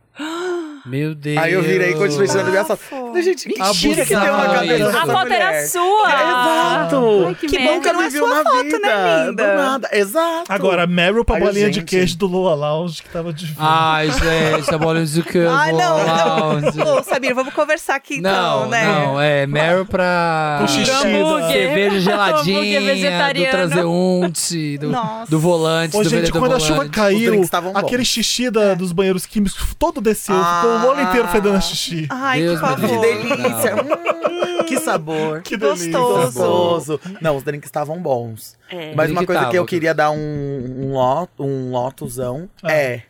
B: Meu Deus.
E: Aí eu virei e continuei tirando minha foto. Falei, gente, que mentira que deu na
B: Abusado.
E: cabeça
C: A
E: dessa
C: foto era
E: mulher. É,
C: sua!
A: Ah.
E: Exato!
C: Ai, que
D: Que
C: merda.
D: bom que
E: Nunca
D: não é
E: me viu
D: sua
E: na
D: foto,
E: vida.
D: né, linda?
E: Do nada. Exato.
A: Agora, Meryl pra
E: Ai,
A: bolinha de
E: gente. Ah,
A: queijo do Lula Lounge, que tava de
B: Ai, gente, a bolinha de que eu
D: Ah,
B: vou
D: não,
B: lá.
D: não. Ô, Sabir, vamos conversar aqui então,
B: Não,
D: né?
B: não, é Meryl pra. né?
A: Com xixi.
C: Hambúrguer.
B: (laughs) Cerveja
C: Hambúrguer
B: geladinha, do
C: vegetariano.
B: transeunte, do,
D: Nossa.
B: do volante,
A: Ô,
B: do
A: gente,
B: vendedor
A: quando a
B: volante.
A: chuva caiu,
E: drinks estavam bons.
A: aquele xixi da-
E: É.
A: dos banheiros químicos todo desceu. Ficou o rolo inteiro fedendo a xixi.
D: Ai,
B: Deus
D: por
B: me
E: Que
D: favor.
B: livre.
D: (laughs)
E: delícia. Hum, que sabor.
A: Que delícia.
D: Gostoso.
E: Gostoso. Não, os drinks estavam bons.
C: É.
E: Mas
B: Drink
E: uma coisa
B: tava,
E: que eu
B: ok.
E: queria dar um, um, lo- um lotozão
A: Ah.
E: é...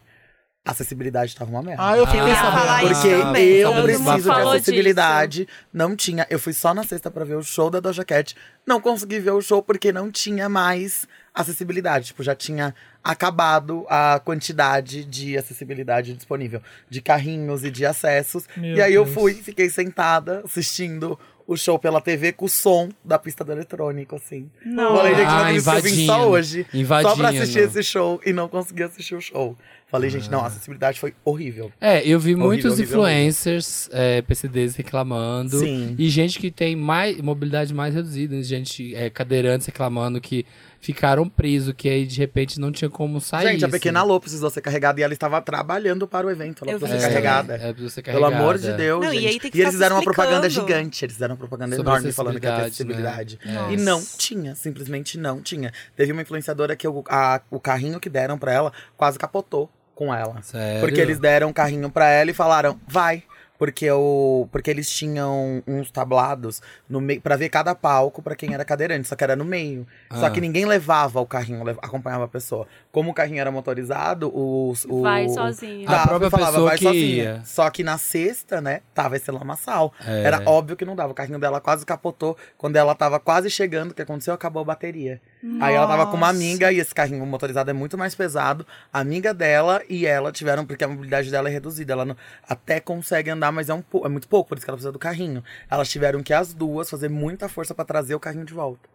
E: A acessibilidade tava uma merda.
A: Ah, eu fiquei
B: Ah,
A: sabendo.
D: falar isso
E: Porque
D: também.
E: eu
C: Todo mundo
E: preciso de
C: falou
E: acessibilidade. Não tinha. Eu fui só na sexta pra ver o show da Doja Cat. Não consegui ver o show porque não tinha mais acessibilidade. Tipo, já tinha acabado a quantidade de acessibilidade disponível. De carrinhos e de acessos.
A: Meu
E: e aí
A: Deus.
E: eu fui, fiquei sentada assistindo o show pela TV com o som da pista do eletrônico, assim. Não. Falei, gente, não
B: Ah,
E: acredito que eu vim só
B: invadindo,
E: hoje. Só pra assistir
B: invadindo.
E: esse show e não consegui assistir o show. Falei, gente,
B: Ah.
E: não, a acessibilidade foi horrível.
B: É, eu vi
E: Horrível,
B: muitos
E: horrível, horrível.
B: influencers, é, PCDs reclamando.
E: Sim.
B: E gente que tem mais mobilidade mais reduzida, gente é, cadeirantes reclamando que ficaram presos, que aí de repente não tinha como sair.
E: gente, a pequena
B: assim.
E: Lô precisou ser carregada e ela estava trabalhando para o evento. Ela
D: Eu
E: precisou
D: vi.
E: ser carregada.
B: É, é, precisa ser
E: né? Pelo
B: carregada.
E: amor de Deus,
D: Não, e
E: gente.
D: aí tem que
E: eles
D: ficar
E: fizeram uma
D: explicando.
E: propaganda gigante. Eles fizeram uma propaganda
B: Sobre
E: enorme falando que é
B: acessibilidade,
E: acessibilidade.
B: né?
E: E
B: É.
E: não tinha, simplesmente não tinha. Teve uma influenciadora que o, a- o carrinho que deram pra ela quase capotou com ela.
B: Sério?
E: Porque eles deram o carrinho pra ela e falaram, vai. Porque, o, porque eles tinham uns tablados no meio para ver cada palco pra quem era cadeirante, só que era no meio. Só
B: Ah.
E: que ninguém levava o carrinho, lev- acompanhava a pessoa. Como o carrinho era motorizado, os, o, Tá,
C: Vai
E: o-
C: sozinho.
B: Ah,
E: a própria pessoa que
B: ia.
E: Só que na sexta, né, tava esse lamaçal.
B: É.
E: Era óbvio que não dava. O carrinho dela quase capotou. Quando ela tava quase chegando, o que aconteceu? Acabou a bateria. Aí ela tava com uma
D: Nossa.
E: amiga, e esse carrinho motorizado é muito mais pesado. A amiga dela e ela tiveram, porque a mobilidade dela é reduzida. Ela não- até consegue andar, mas é, um, pou- é muito pouco, por isso que ela precisa do carrinho. Elas tiveram que, as duas, fazer muita força pra trazer o carrinho de volta.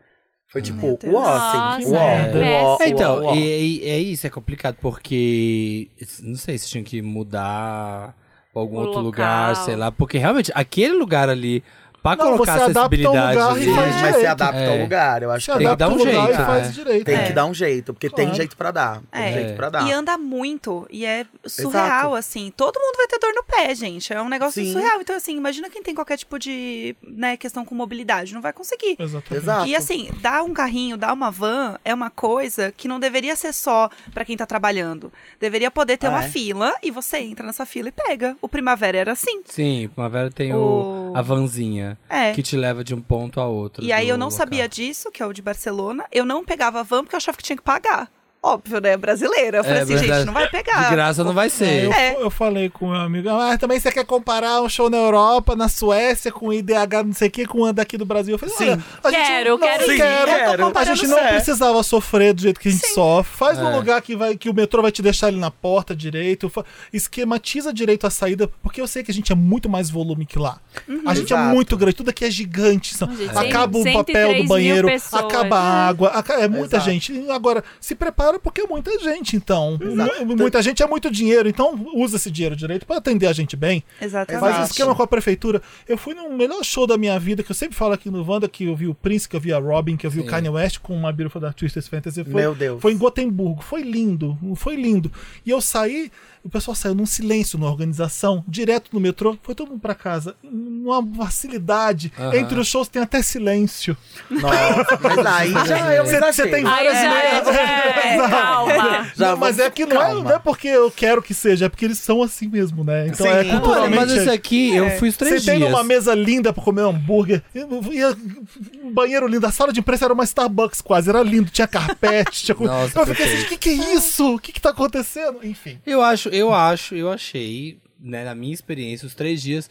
E: Foi tipo,
D: Deus.
E: o assim.
C: Nossa,
E: O
A: que
E: ó,
B: É,
C: péssimo.
B: Então,
E: uó, uó.
B: E, e- é isso, é complicado, porque. Não sei se tinham que mudar pra algum
C: O
B: outro
C: local.
B: lugar, sei lá. Porque realmente, aquele lugar ali, pra
A: Não,
B: colocar
A: você adapta o
B: acessibilidade.
A: lugar e
B: ali-
A: faz
E: Sim, mas se
A: direito.
E: adapta ao
B: É.
E: lugar. Eu acho
A: Você
E: que
B: tem que
A: adapta
B: dar um
A: o lugar
B: jeito,
A: e faz
B: é.
A: direito.
E: Tem
A: É.
E: que dar um jeito, porque tem
A: Claro.
E: jeito pra dar. Tem
D: É.
E: jeito pra dar.
D: E anda muito. E é surreal, assim. Todo mundo vai ter dor no pé, gente. É um negócio
E: Sim.
D: surreal. Então, assim, imagina quem tem qualquer tipo de né, questão com mobilidade. Não vai conseguir.
A: Exatamente.
E: um Exato.
D: E assim, dar um carrinho, dar uma van é uma coisa que não deveria ser só pra quem tá trabalhando. Deveria poder ter
E: Ah,
D: uma
E: é?
D: fila e você entra nessa fila e pega. O Primavera era assim.
B: Sim, Primavera tem o...
D: O-
B: a vanzinha
D: É.
B: que te leva de um ponto a outro.
D: E aí
B: do
D: eu não
B: local.
D: sabia disso, que é o de Barcelona. Eu não pegava a van porque eu achava que tinha que pagar. Óbvio, né? Brasileira. Eu falei
B: É,
D: assim,
B: verdade.
D: gente, não vai pegar.
B: De graça não vai ser.
A: Eu,
D: É.
A: eu falei com meu amigo, ah, também você quer comparar um show na Europa, na Suécia, com IDH não sei o que, com o daqui do Brasil. Eu falei,
E: Sim.
A: olha, a gente
C: Quero,
A: não,
C: quero
E: sim,
A: quero.
E: quero.
C: tá
A: A gente não
E: É.
A: precisava sofrer do jeito que a gente sofre. Faz
B: É.
A: um lugar que, vai, que o metrô vai te deixar ali na porta direito, fa- esquematiza direito a saída, porque eu sei que a gente é muito mais volume que lá. A gente é
E: Exato.
A: muito grande, tudo aqui é gigante. são-
C: Uhum. Gente, cem-
A: acaba o
C: 103
A: papel do
C: mil
A: banheiro,
C: pessoas. Uhum.
A: acaba a água, aca- é muita
E: Exato.
A: gente. Agora, se prepara porque é muita gente, então.
E: Exato.
A: Mu- Muita gente é muito dinheiro, então usa esse dinheiro direito para atender a gente bem.
D: Exatamente.
A: Faz um
E: Exato.
A: esquema com a prefeitura. Eu fui no melhor show da minha vida, que eu sempre falo aqui no Wanda, que eu vi o Prince, que eu vi a Robin, que eu vi o Kanye West com uma Beautiful da Twisted Fantasy. Foi,
E: Meu Deus.
A: Foi em Gotemburgo. Foi lindo. Foi lindo. E eu saí, o pessoal saiu num silêncio na organização, direto no metrô. Foi todo mundo pra casa. Uma facilidade.
B: Aham.
A: Entre os shows tem até silêncio.
E: Nossa, mas aí já eu
A: Você- você tem
E: exagero.
C: Aí já é, é, calma.
E: Já
A: Não, mas
E: você-
A: é que não é,
E: calma.
A: não é porque eu quero que seja, é porque eles são assim mesmo, né? Então é
E: Sim.
B: Olha,
A: culturalmente. é,
B: mas isso aqui, eu fui os três
A: Você tem
B: dias.
A: numa mesa linda pra comer um hambúrguer. e- e- Um banheiro lindo. A sala de imprensa era uma Starbucks quase. Era lindo.
B: (laughs)
A: Tinha carpete. tinha co-
B: Nossa,
A: eu fiquei assim, o
B: perfeito.
A: que, que é isso? O que, que tá acontecendo? Enfim.
B: Eu acho, eu acho, eu achei, né, na minha experiência, os três dias,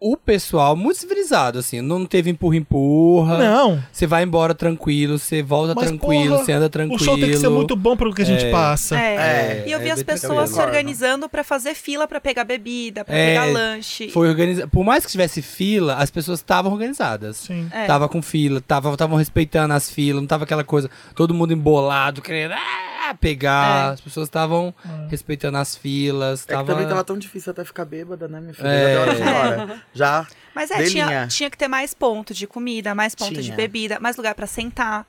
B: o pessoal muito civilizado, assim, não teve empurra-empurra.
A: Não.
B: Você vai embora tranquilo, você volta
A: Mas,
B: tranquilo,
A: porra,
B: você anda
A: O
B: tranquilo.
A: show tem que ser muito bom pro que a gente passa.
D: É.
B: É,
D: e eu vi
B: é
D: as
B: bem
D: pessoas
B: tranquilo.
D: se organizando pra fazer fila pra pegar bebida, pra
B: É,
D: pegar lanche.
B: Foi organizado. Por mais que tivesse fila, as pessoas estavam organizadas.
A: Sim.
D: É.
B: Tava com fila, tava estavam respeitando as filas, não tava aquela coisa, todo mundo embolado, querendo ah, pegar.
D: É.
B: As pessoas estavam
A: É.
B: respeitando as filas,
E: É que
B: tava.
E: também tava tão difícil até ficar bêbada, né, minha filha?
B: É.
E: Já deu hora de ir embora. Já.
D: Mas é, tinha,
E: Delinha.
D: tinha que ter mais ponto de comida, mais ponto de
E: Tinha.
D: bebida, mais lugar pra sentar.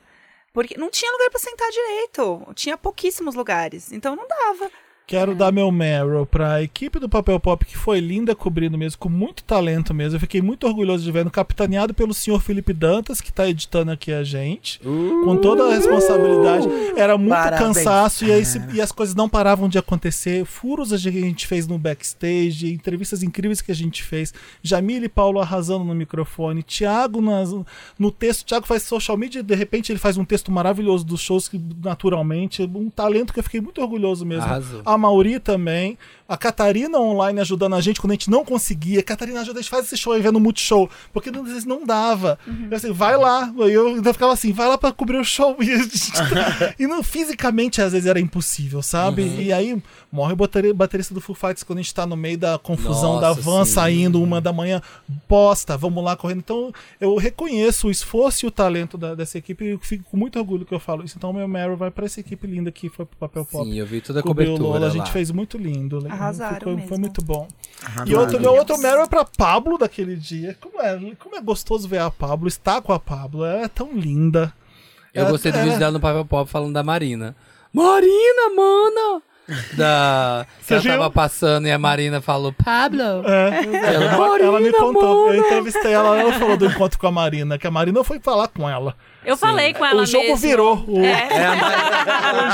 D: Porque não tinha lugar pra sentar direito. Tinha pouquíssimos lugares. Então não dava.
A: Quero dar meu Meryl pra equipe do Papel Pop, que foi linda cobrindo mesmo, com muito talento mesmo. Eu fiquei muito orgulhoso de vendo, capitaneado pelo senhor Felipe Dantas, que tá editando aqui a gente, com toda a responsabilidade. Era muito
E: Parabéns,
A: cansaço e, aí se-
E: cara.
A: e as coisas não paravam de acontecer. Furos a gente- que a gente fez no backstage, entrevistas incríveis que a gente fez. Jamile e Paulo arrasando no microfone, Thiago nas- no texto. Thiago faz social media, de repente ele faz um texto maravilhoso dos shows, que, naturalmente. Um talento que eu fiquei muito orgulhoso mesmo mesmo.
B: Arrasou.
A: A Mauri também. A Catarina online ajudando a gente quando a gente não conseguia. Catarina ajuda, a gente faz esse show aí vendo o Multishow. Porque às vezes não dava. Eu assim, vai lá. Eu ainda ficava assim, vai lá pra cobrir o show. (laughs) E, a
B: (laughs)
A: gente- e não, fisicamente às vezes era impossível, sabe?
B: Uhum.
A: E aí morre o bateri- baterista do Foo Fighters quando a gente tá no meio da confusão da
B: Nossa,
A: van
B: sim.
A: saindo, uma da manhã, posta, vamos lá correndo. Então eu reconheço o esforço e o talento da- dessa equipe e eu fico com muito orgulho que eu falo isso. Então meu Meryl vai pra essa equipe linda que foi pro Papel Pop.
B: Sim, eu vi toda a
A: Cobriu o
B: cobertura.
A: Lola a gente
B: lá.
A: fez muito lindo. né?
D: Arrasaram
A: Ficou- Foi
D: mesmo.
A: muito bom.
E: Arrasado.
A: E outro, meu
E: Meu
A: outro Meryl é pra Pablo daquele dia. Como é, como é gostoso ver a Pablo, estar com a Pablo. Ela é tão linda.
B: Eu
A: Ela-
B: gostei do
A: ela-
B: vídeo dela no Papel Pop falando da Marina. Marina,
A: (laughs)
B: mano! Da.
A: Você
B: Ela
A: viu?
B: tava passando e a Marina falou, Pablo!
A: É, ela, ela me
B: Marina,
A: contou. Eu
B: mano.
A: entrevistei ela, ela falou do encontro com a Marina, que a Marina foi falar com ela.
C: Eu falei com ela
A: o jogo
C: mesmo.
A: virou. O,
C: É.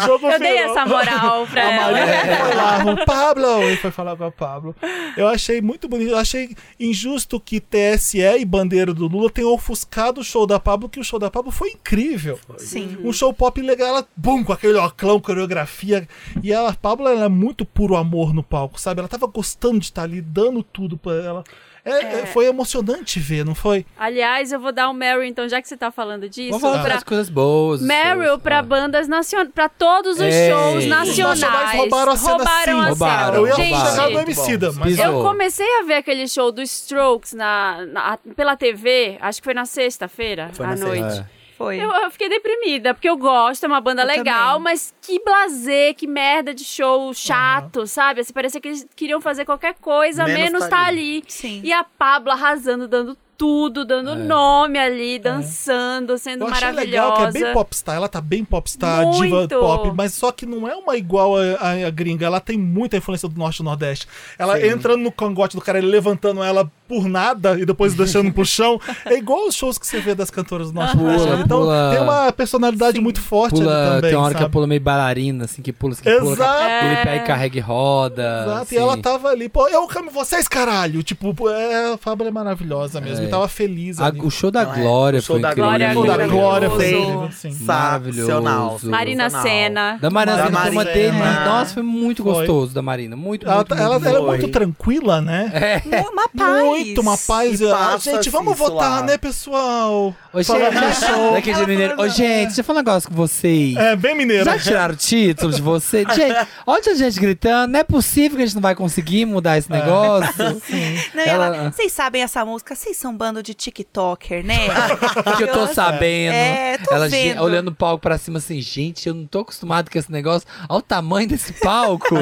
A: o jogo
C: Eu dei
A: virou.
C: essa moral pra
A: A é.
C: ela.
A: Marina foi lá, o Pablo, e foi falar com a Pablo. Eu achei muito bonito, eu achei injusto que TSE e Bandeiro do Lula tenham ofuscado o show da Pablo, que o show da Pablo foi incrível.
D: Sim.
A: Um show pop legal, ela, bum, com aquele oclão, coreografia. E ela, a Pablo, ela é muito puro amor no palco, sabe? Ela tava gostando de estar ali, dando tudo pra ela. É, é, Foi emocionante ver, não foi?
C: Aliás, eu vou dar um Meryl, então, já que você tá falando disso,
B: Vamos falar
C: pra
B: das coisas boas. as
C: Meryl
B: coisas-
C: pra
B: Ah.
C: bandas nacionais, pra todos os
B: Ei.
C: shows
B: Os
C: nacionais.
A: nacionais roubaram a cena,
C: Roubaram
A: sim.
C: a
B: Roubaram,
A: eu ia
C: Gente,
B: roubaram.
A: chegar no Emicida, mas...
B: Pisou.
C: Eu comecei a ver aquele show dos Strokes na, na- pela TV, acho que foi na sexta-feira
E: Foi
C: à
E: na sexta.
C: noite.
B: É.
D: Foi.
C: Eu, eu fiquei deprimida, porque eu gosto, é uma banda
D: Eu
C: legal,
D: também.
C: mas que blazer, que merda de show chato, sabe? Assim, parecia que eles queriam fazer qualquer coisa,
E: Menos
C: menos
E: tá
C: tá ali.
D: Sim.
C: E a Pablo arrasando, dando tudo, dando nome ali, dançando, sendo
A: É. Eu achei
C: maravilhosa.
A: legal que é bem popstar, ela tá bem popstar, diva
C: Muito.
A: pop, mas só que não é uma igual a, a- a gringa, ela tem muita influência do norte e nordeste. Ela entrando no cangote do cara, ele levantando ela por nada e depois deixando pro
C: (laughs)
A: chão, é igual os shows que você vê das cantoras do norte e
B: Pula,
A: nordeste. Então
B: pula.
A: tem uma personalidade muito forte ali
B: Pula,
A: também,
B: tem uma hora que é ela
A: sabe?
B: pula meio bailarina, assim, que pula, assim, que pula.
A: Exato.
B: que Ele
C: É.
B: pega e carrega e roda.
A: Exato,
B: assim.
A: e ela tá tava ali, pô, eu amo vocês, caralho! Tipo, pô, é, a Fábio é maravilhosa mesmo,
B: É.
A: e tava feliz
B: A-
A: ali.
B: o show da
E: Não, é.
B: Glória
E: O show
B: foi
E: da
B: incrível.
C: Glória
A: O show da
C: maravilhoso.
A: Glória foi incrível, sim.
E: Maravilhoso.
C: Marina
E: Sensacional.
C: Senna.
B: Da Marina,
A: Da
B: assim, foi uma
E: Marina.
B: delícia. Nossa, foi muito
A: Foi.
B: gostoso da Marina. Muito,
A: Ela,
B: muito,
A: tá- ela-
B: muito,
A: ela é
B: muito. É.
A: muito tranquila, né?
D: (laughs) Uma- Uma paz.
A: Muito, uma paz.
E: E
A: Ah,
E: passa
A: gente, vamos
E: isso
A: votar,
E: lá.
A: né, pessoal?
B: Ô,
A: Fala
B: gente,
A: de show.
B: daqui de mineiro. Ô, gente, deixa eu falar um negócio com vocês.
A: É, bem mineiro.
B: Já tiraram o título de vocês? Gente, olha a gente gritando. Não é possível que a gente não vai conseguir mudar esse negócio.
D: Não, e ela,
B: Ela-
D: Vocês sabem essa música? Vocês são um bando de TikToker, né?
B: (laughs) que eu tô sabendo.
D: É, tô
B: Ela ge-
D: vendo.
B: olhando o palco pra cima assim, gente, eu não tô acostumado com esse negócio. Olha o tamanho desse palco.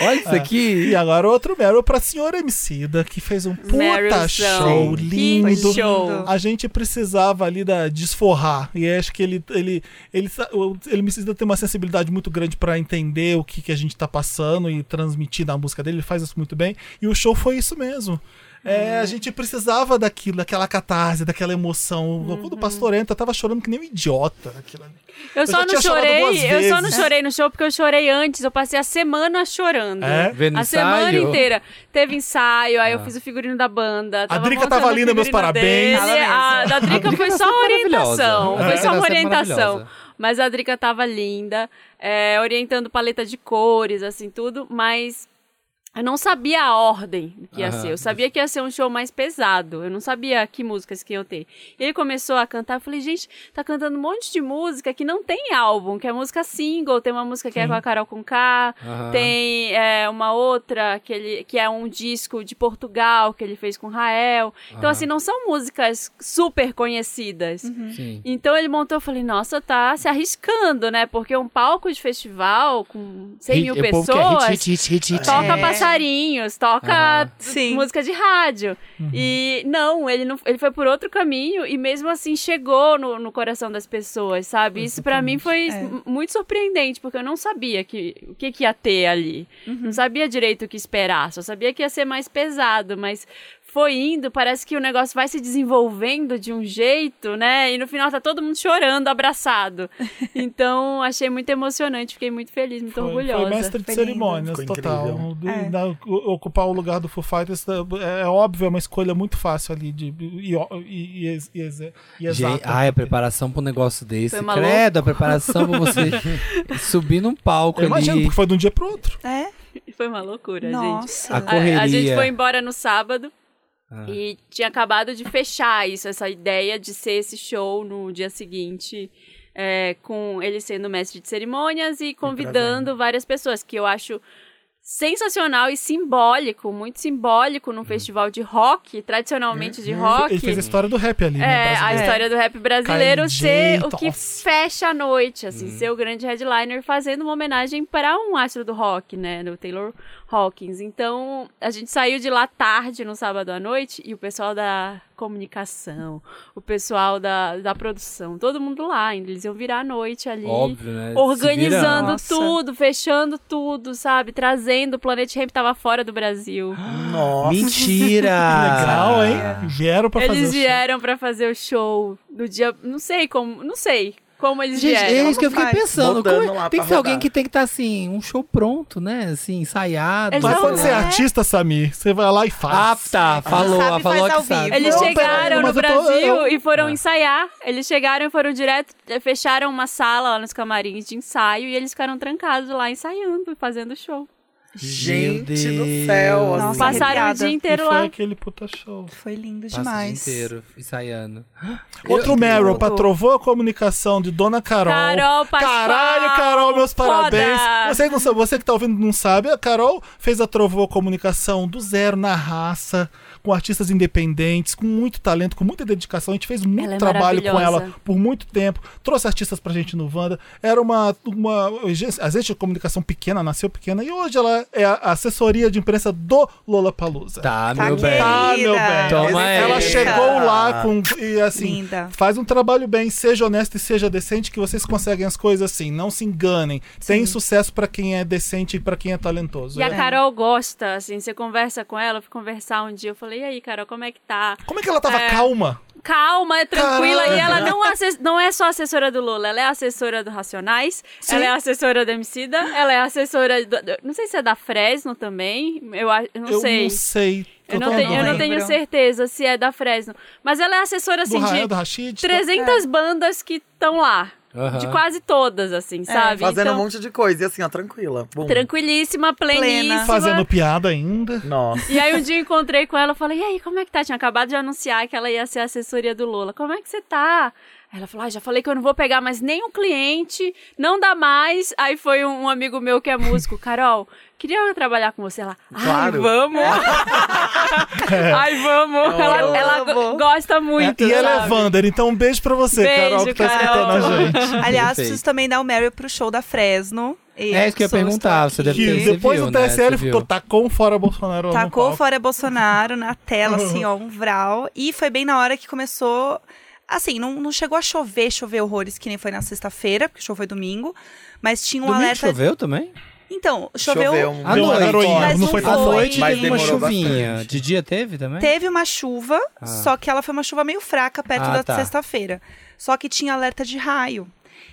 B: olha isso aqui.
A: E agora é outro Meryl pra senhora Emicida, que fez um puta
C: Meryl-zão.
A: show
C: Que
A: lindo.
C: show.
A: A gente precisava ali da desforrar. E acho que ele ele ele sa- o- ele precisa ter uma sensibilidade muito grande pra entender o que, que a gente tá passando e transmitir na música dele, ele faz isso muito bem. E o show foi isso mesmo. É, a
C: Uhum.
A: gente precisava daquilo, daquela catarse, daquela emoção.
C: Uhum.
A: Quando o pastor entra, eu tava chorando que nem um idiota. Aquilo ali.
C: Eu
A: já
C: só
A: tinha
C: não
A: chorado duas
C: chorei, eu só não
A: vezes.
C: chorei no show porque eu chorei antes, eu passei a semana chorando.
A: É?
B: Vendo
C: a semana
B: ensaio? Ah.
C: inteira. Teve ensaio, aí eu fiz o figurino da banda. tava
A: Drica
C: montando
A: tava linda,
C: o
A: meus
C: figurino
A: parabéns.
C: dele, A, da Drica foi só
B: sempre
C: orientação.
B: tá maravilhosa. A
C: Foi
B: Drica
C: só uma
B: sempre
C: orientação.
B: É, maravilhosa.
C: Mas a Drica tava linda, é, orientando paleta de cores, assim, tudo, mas. Eu não sabia a ordem do que ia
B: Aham.
C: ser. Eu sabia que ia ser um show mais pesado. Eu não sabia que músicas que iam ter. E ele começou a cantar. Eu falei, gente, tá cantando um monte de música que não tem álbum, que é música single. Tem uma música que é com a Carol Conká.
B: Aham.
C: Tem é, uma outra que, ele, que é um disco de Portugal que ele fez com Rael. Então,
B: Aham.
C: assim, não são músicas super conhecidas.
B: Sim.
C: Então ele montou, eu falei, nossa, tá se arriscando, né? Porque um palco de festival com 100 mil
B: Hit- é o povo quer
C: pessoas
B: hit, hit, hit, hit, hit.
C: toca
D: É.
C: passarinhos, toca
B: Aham.
C: t-
D: Sim.
C: música de rádio.
A: Uhum.
C: E não ele, não, ele foi por outro caminho e mesmo assim chegou no, no coração das pessoas, sabe? Isso pra mim foi
D: É.
C: m- muito surpreendente, porque eu não sabia que, o que, que ia ter ali.
D: Uhum.
C: Não sabia direito o que esperar, só sabia que ia ser mais pesado, mas foi indo, parece que o negócio vai se desenvolvendo de um jeito, né? E no final tá todo mundo chorando,
A: (laughs)
C: abraçado. Então, achei muito emocionante, fiquei muito feliz, muito
A: Foi-
C: orgulhosa.
A: Foi mestre de
D: Foi lindo.
A: cerimônias,
E: Ficou
A: total.
E: incrível.
A: Do-
D: É.
A: da- o- ocupar o lugar do Foo Fighters é, é óbvio, é uma escolha muito fácil ali de, e, e, e, ex- e, ex- e
B: Gente,
A: exata.
B: ai, a preparação pra um negócio desse.
C: Foi
B: Credo,
C: maluco.
B: a preparação pra
C: (laughs)
B: você subir num palco
A: Eu imagino,
B: ali.
A: porque foi de um dia pro outro.
D: É?
C: Foi uma loucura, gente.
D: Nossa.
B: A
C: A- A, gente
B: correria.
C: foi embora no sábado
B: Ah.
C: e tinha acabado de fechar isso, essa ideia de ser esse show no dia seguinte, é, com ele sendo mestre de cerimônias e convidando várias pessoas, que eu acho sensacional e simbólico, muito simbólico
B: Uhum.
C: num festival de rock, tradicionalmente de rock.
A: Ele fez a história do rap ali, né?
C: É, a
A: basicamente.
C: história do rap brasileiro
A: Kylie
C: ser
A: J,
C: o que
A: nossa.
C: fecha a noite, assim,
B: Uhum.
C: ser o grande headliner, fazendo uma homenagem para um astro do rock, né, do Taylor Hawkins. Então, a gente saiu de lá tarde, no sábado à noite, e o pessoal da comunicação, o pessoal da, da produção, todo mundo lá, ainda eles iam virar a noite ali
B: Óbvio, né? Se
C: organizando
D: Nossa.
C: tudo, fechando tudo, sabe? Trazendo. O Planet Ramp tava fora do Brasil.
B: virando.
E: Nossa.
B: Mentira!
A: Legal, hein? Vieram pra fazer
C: eles
A: o show.
C: vieram pra fazer o show no dia. Não sei como. Não sei como eles
B: Gente,
C: vieram.
B: é isso que eu fiquei
D: Faz.
B: pensando.
E: Botando
B: Como é-
E: lá
B: Tem
E: pra
B: que ser alguém
E: rodar.
B: que tem que estar assim, um show pronto, né? Assim, ensaiado.
C: Eles
A: Mas
C: Não,
A: quando você é
C: né?
A: artista, Samir, você vai lá e
B: Ah,
A: faz.
B: tá. Falou,
D: Sabe,
B: falou
D: faz
B: que
D: ao
B: sabe.
D: vivo.
C: Eles
A: Não,
C: chegaram
A: peraí,
C: no
A: mas eu tô-
C: Brasil
A: eu-
C: e foram
B: Ah.
C: ensaiar. Eles chegaram e foram direto, eh, fecharam uma sala lá nos camarins de ensaio e eles ficaram trancados lá ensaiando, fazendo show.
E: Gente
B: Meu
E: do céu.
B: Deus.
E: assim.
D: Nossa.
C: Passaram o
D: arrepiada.
C: dia
A: E
C: inteiro
A: foi
C: lá.
A: aquele puta show.
D: Foi lindo
B: Passa o dia
D: demais.
B: inteiro ensaiando.
A: Outro Meryl, pra trovou a comunicação de Dona Carol.
C: Carol Pascoal,
A: Caralho, Carol, meus
C: foda.
A: parabéns. Você, não sabe, você que tá ouvindo não sabe, a Carol fez a Trovou a Comunicação do zero na raça, com artistas independentes, com muito talento, com muita dedicação. A gente fez muito
C: Ela é
A: trabalho com
C: maravilhosa.
A: ela por muito tempo, trouxe artistas pra gente no Wanda. Era uma, uma agência de comunicação pequena, nasceu pequena, e hoje ela é a assessoria de imprensa do Lola Palusa.
B: Tá,
D: Tá
B: meu
D: aqui.
B: bem.
A: Tá, meu bem.
B: Toma
A: ela
B: essa.
A: chegou lá com. E assim,
D: Linda.
A: faz um trabalho bem, seja honesto e seja decente, que vocês conseguem as coisas assim. Não se enganem. Tem sucesso pra quem é decente e pra quem é talentoso.
C: E a
A: É.
C: Carol gosta, assim, você conversa com ela, eu fui conversar um dia, eu falei, e aí, Carol, como é que tá?
A: Como é que ela tava
C: É.
A: calma?
C: Calma, é tranquila,
A: Caraca.
C: e ela não, asse- não é só assessora do Lula, ela é assessora do Racionais,
A: Sim.
C: ela é assessora da Emicida, ela é assessora, do- do- não sei se é da Fresno também, eu, a- eu não
A: eu
C: sei.
A: não sei.
C: Eu não,
A: tô
C: tenho,
A: com
C: eu não
A: dúvida.
C: tenho
D: lembro.
C: certeza se é da Fresno, mas ela é assessora, assim,
A: Do Rael, do
C: de
A: Rashid?
C: 300 bandas que estão lá,
B: Aham.
C: de quase todas, assim, sabe?
E: Fazendo
C: Então,
E: um monte de coisa. E assim, ó, tranquila. Bum.
C: Tranquilíssima, pleníssima.
A: Fazendo piada ainda.
E: Nossa.
C: E aí um dia eu encontrei com ela, eu falei, e aí, como é que tá? Tinha acabado de anunciar que ela ia ser a assessoria do Lula. Como é que você tá? Aí Ela falou, ah, já falei que eu não vou pegar mais nenhum cliente, não dá mais. Aí foi um, um amigo meu que é músico, Carol, queria eu trabalhar com você lá.
E: Claro.
C: Ai, vamos! (laughs) Ai, vamos! Ela, ela go-
D: Amo.
C: gosta muito,
A: É. e ela é
C: sabe?
A: Wander, então um beijo pra você,
C: Beijo,
A: Carol, que tá
C: Carol.
A: escutando a gente.
D: Aliás,
B: Perfeito.
D: preciso também dar o Mary pro show da Fresno. E
B: É isso que eu ia
D: sou-
B: perguntar,
D: estou
B: você
D: aqui.
B: deve
A: Que
B: ter- Você
A: depois
B: viu,
A: o
B: né?
A: TSL
B: Você
A: ficou
B: viu.
A: tacou um fora Bolsonaro. no
D: Tacou
A: palco.
D: fora Bolsonaro na tela, assim, ó, um vral. E foi bem na hora que começou. Assim, não, não chegou a chover, chover horrores, que nem foi na sexta-feira, porque o show foi domingo. Mas tinha um
B: Domingo
D: alerta.
B: choveu também?
D: Então, choveu.
E: um-
B: À
A: Deu uma
B: noite.
A: heroína,
D: Mas
A: não
D: não
A: foi
B: À
D: foi.
A: tão
B: noite
E: Mas
B: teve uma
E: demorou
B: chuvinha.
E: bastante.
B: De dia teve também?
D: Teve uma chuva,
B: Ah.
D: só que ela foi uma chuva meio fraca perto
B: Ah,
D: da
B: tá.
D: sexta-feira. Só que tinha alerta de raio.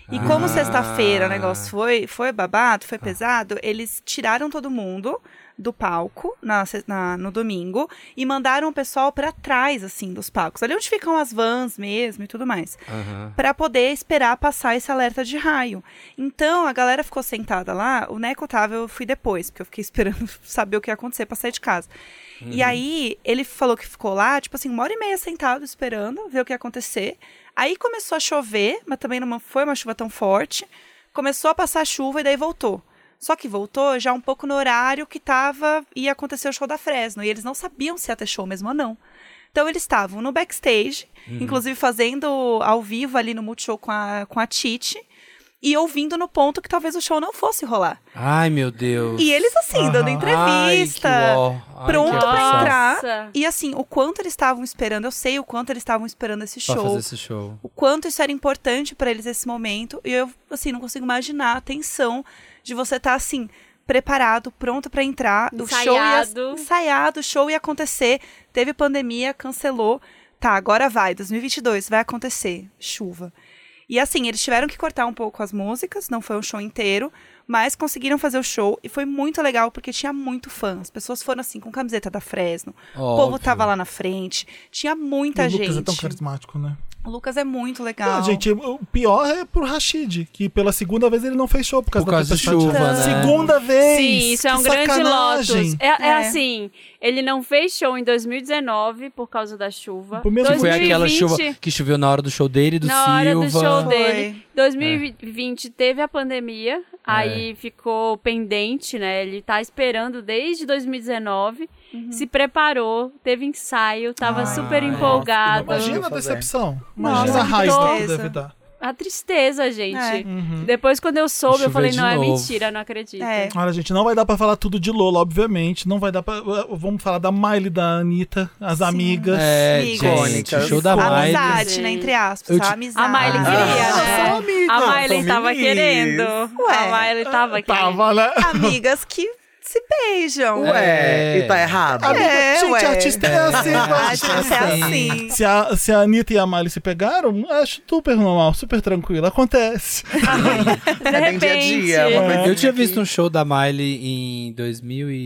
D: E
B: Ah. Tá.
D: como sexta-feira o negócio foi, foi babado, foi pesado, eles tiraram todo mundo do palco na se- na- no domingo e mandaram o pessoal pra trás, assim, dos palcos. Ali onde ficam as vans mesmo e tudo mais.
B: Aham.
D: Pra poder esperar passar esse alerta de raio. Então a galera ficou sentada lá, o Neco tava, eu fui depois, porque eu fiquei (laughs) esperando saber o que ia acontecer pra sair de casa. E aí ele falou que ficou lá, tipo assim, uma hora e meia sentado esperando ver o que ia acontecer. Aí começou a chover, mas também não foi uma chuva tão forte. Começou a passar chuva e daí voltou. Só que voltou já um pouco no horário que tava ia acontecer o show da Fresno e eles não sabiam se ia ter show mesmo ou não. Então eles estavam no backstage,
B: Uhum.
D: inclusive fazendo ao vivo ali no Multishow com a, com a Titi e ouvindo no ponto que talvez o show não fosse rolar.
B: Ai, meu Deus.
D: E eles assim,
A: Aham.
D: dando entrevista,
B: Ai, que ó. Ai,
D: pronto
B: que
D: pra
B: aflição.
D: entrar.
C: Nossa.
D: E assim, o quanto eles estavam esperando, eu sei o quanto eles estavam esperando esse
B: Pra
D: show,
B: fazer esse show.
D: o quanto isso era importante pra eles esse momento, e eu assim não consigo imaginar a tensão de você estar assim preparado, pronto pra entrar, o show ia,
C: Ensaiado.
D: ensaiado, o show ia acontecer, teve pandemia, cancelou. Tá, agora vai, 2022 vai acontecer, chuva. E assim, eles tiveram que cortar um pouco as músicas, não foi um show inteiro, mas conseguiram fazer o show e foi muito legal porque tinha muito fã. As pessoas foram assim com camiseta da Fresno, o povo
B: Óbvio.
D: tava lá na frente, tinha muita
A: o Lucas
D: gente.
A: é tão carismático, né?
D: O Lucas é muito legal.
A: Não, gente, o pior é pro Rashid, que pela segunda vez ele não fez show por causa,
B: Por causa
A: da
B: de chuva,
A: tempestade.
B: né?
A: Segunda vez!
C: Sim, isso é
A: que
C: um grande
A: sacanagem.
C: lotus. É, é
D: É.
C: assim, ele não fez show em 2019 por causa da chuva.
A: Por mesmo-
B: Que foi aquela
C: 2020
B: chuva que choveu na hora do show dele, do
C: na hora do
B: Silva. É.
C: show
D: Foi.
C: dele. 2020 teve a pandemia, aí ficou pendente, né? Ele tá esperando desde 2019,
D: Uhum.
C: se preparou, teve ensaio, tava
B: Ah,
E: Ai,
C: super
B: é.
E: nossa,
C: empolgado.
E: Imagina
A: Imagina a
E: fazer.
A: decepção.
C: Nossa,
A: Imagina a
D: que
A: raiz que
D: tristeza.
A: deve dar.
C: A tristeza, gente.
D: É.
B: Uhum.
C: Depois, quando eu soube, eu
B: Choveu
C: falei,
B: de
C: não, é
B: novo.
C: mentira, não acredito.
D: É.
A: Olha, gente, não vai dar pra falar tudo de Lola, obviamente. Não vai dar pra. uh, Vamos falar da Miley, da Anitta, as amigas.
B: É, gente,
E: Icônicas.
B: o show da Miley.
D: Amizade, né?
C: Sim.
D: Entre aspas.
B: Eu te-
D: A amizade.
C: A Miley
B: Ah.
C: queria,
B: Ah,
E: (laughs)
C: né?
E: são amigas,
C: a Miley
E: são
C: tava
E: meninas.
C: querendo.
D: Ué.
C: a Miley tava querendo.
A: Tava, né?
D: Amigas que se beijam.
E: Ué,
B: É.
E: e tá errado?
A: Amiga,
D: É,
A: gente,
D: ué.
A: artista é assim,
D: Ah,
A: mas-
D: gente, é
B: assim.
D: assim.
A: Se a, se a Anitta e a Miley se pegaram, acho super normal, super tranquilo. Acontece.
D: assim.
E: é bem dia a dia. é uma coisinha
B: Eu tinha
E: que-
B: visto um show da Miley em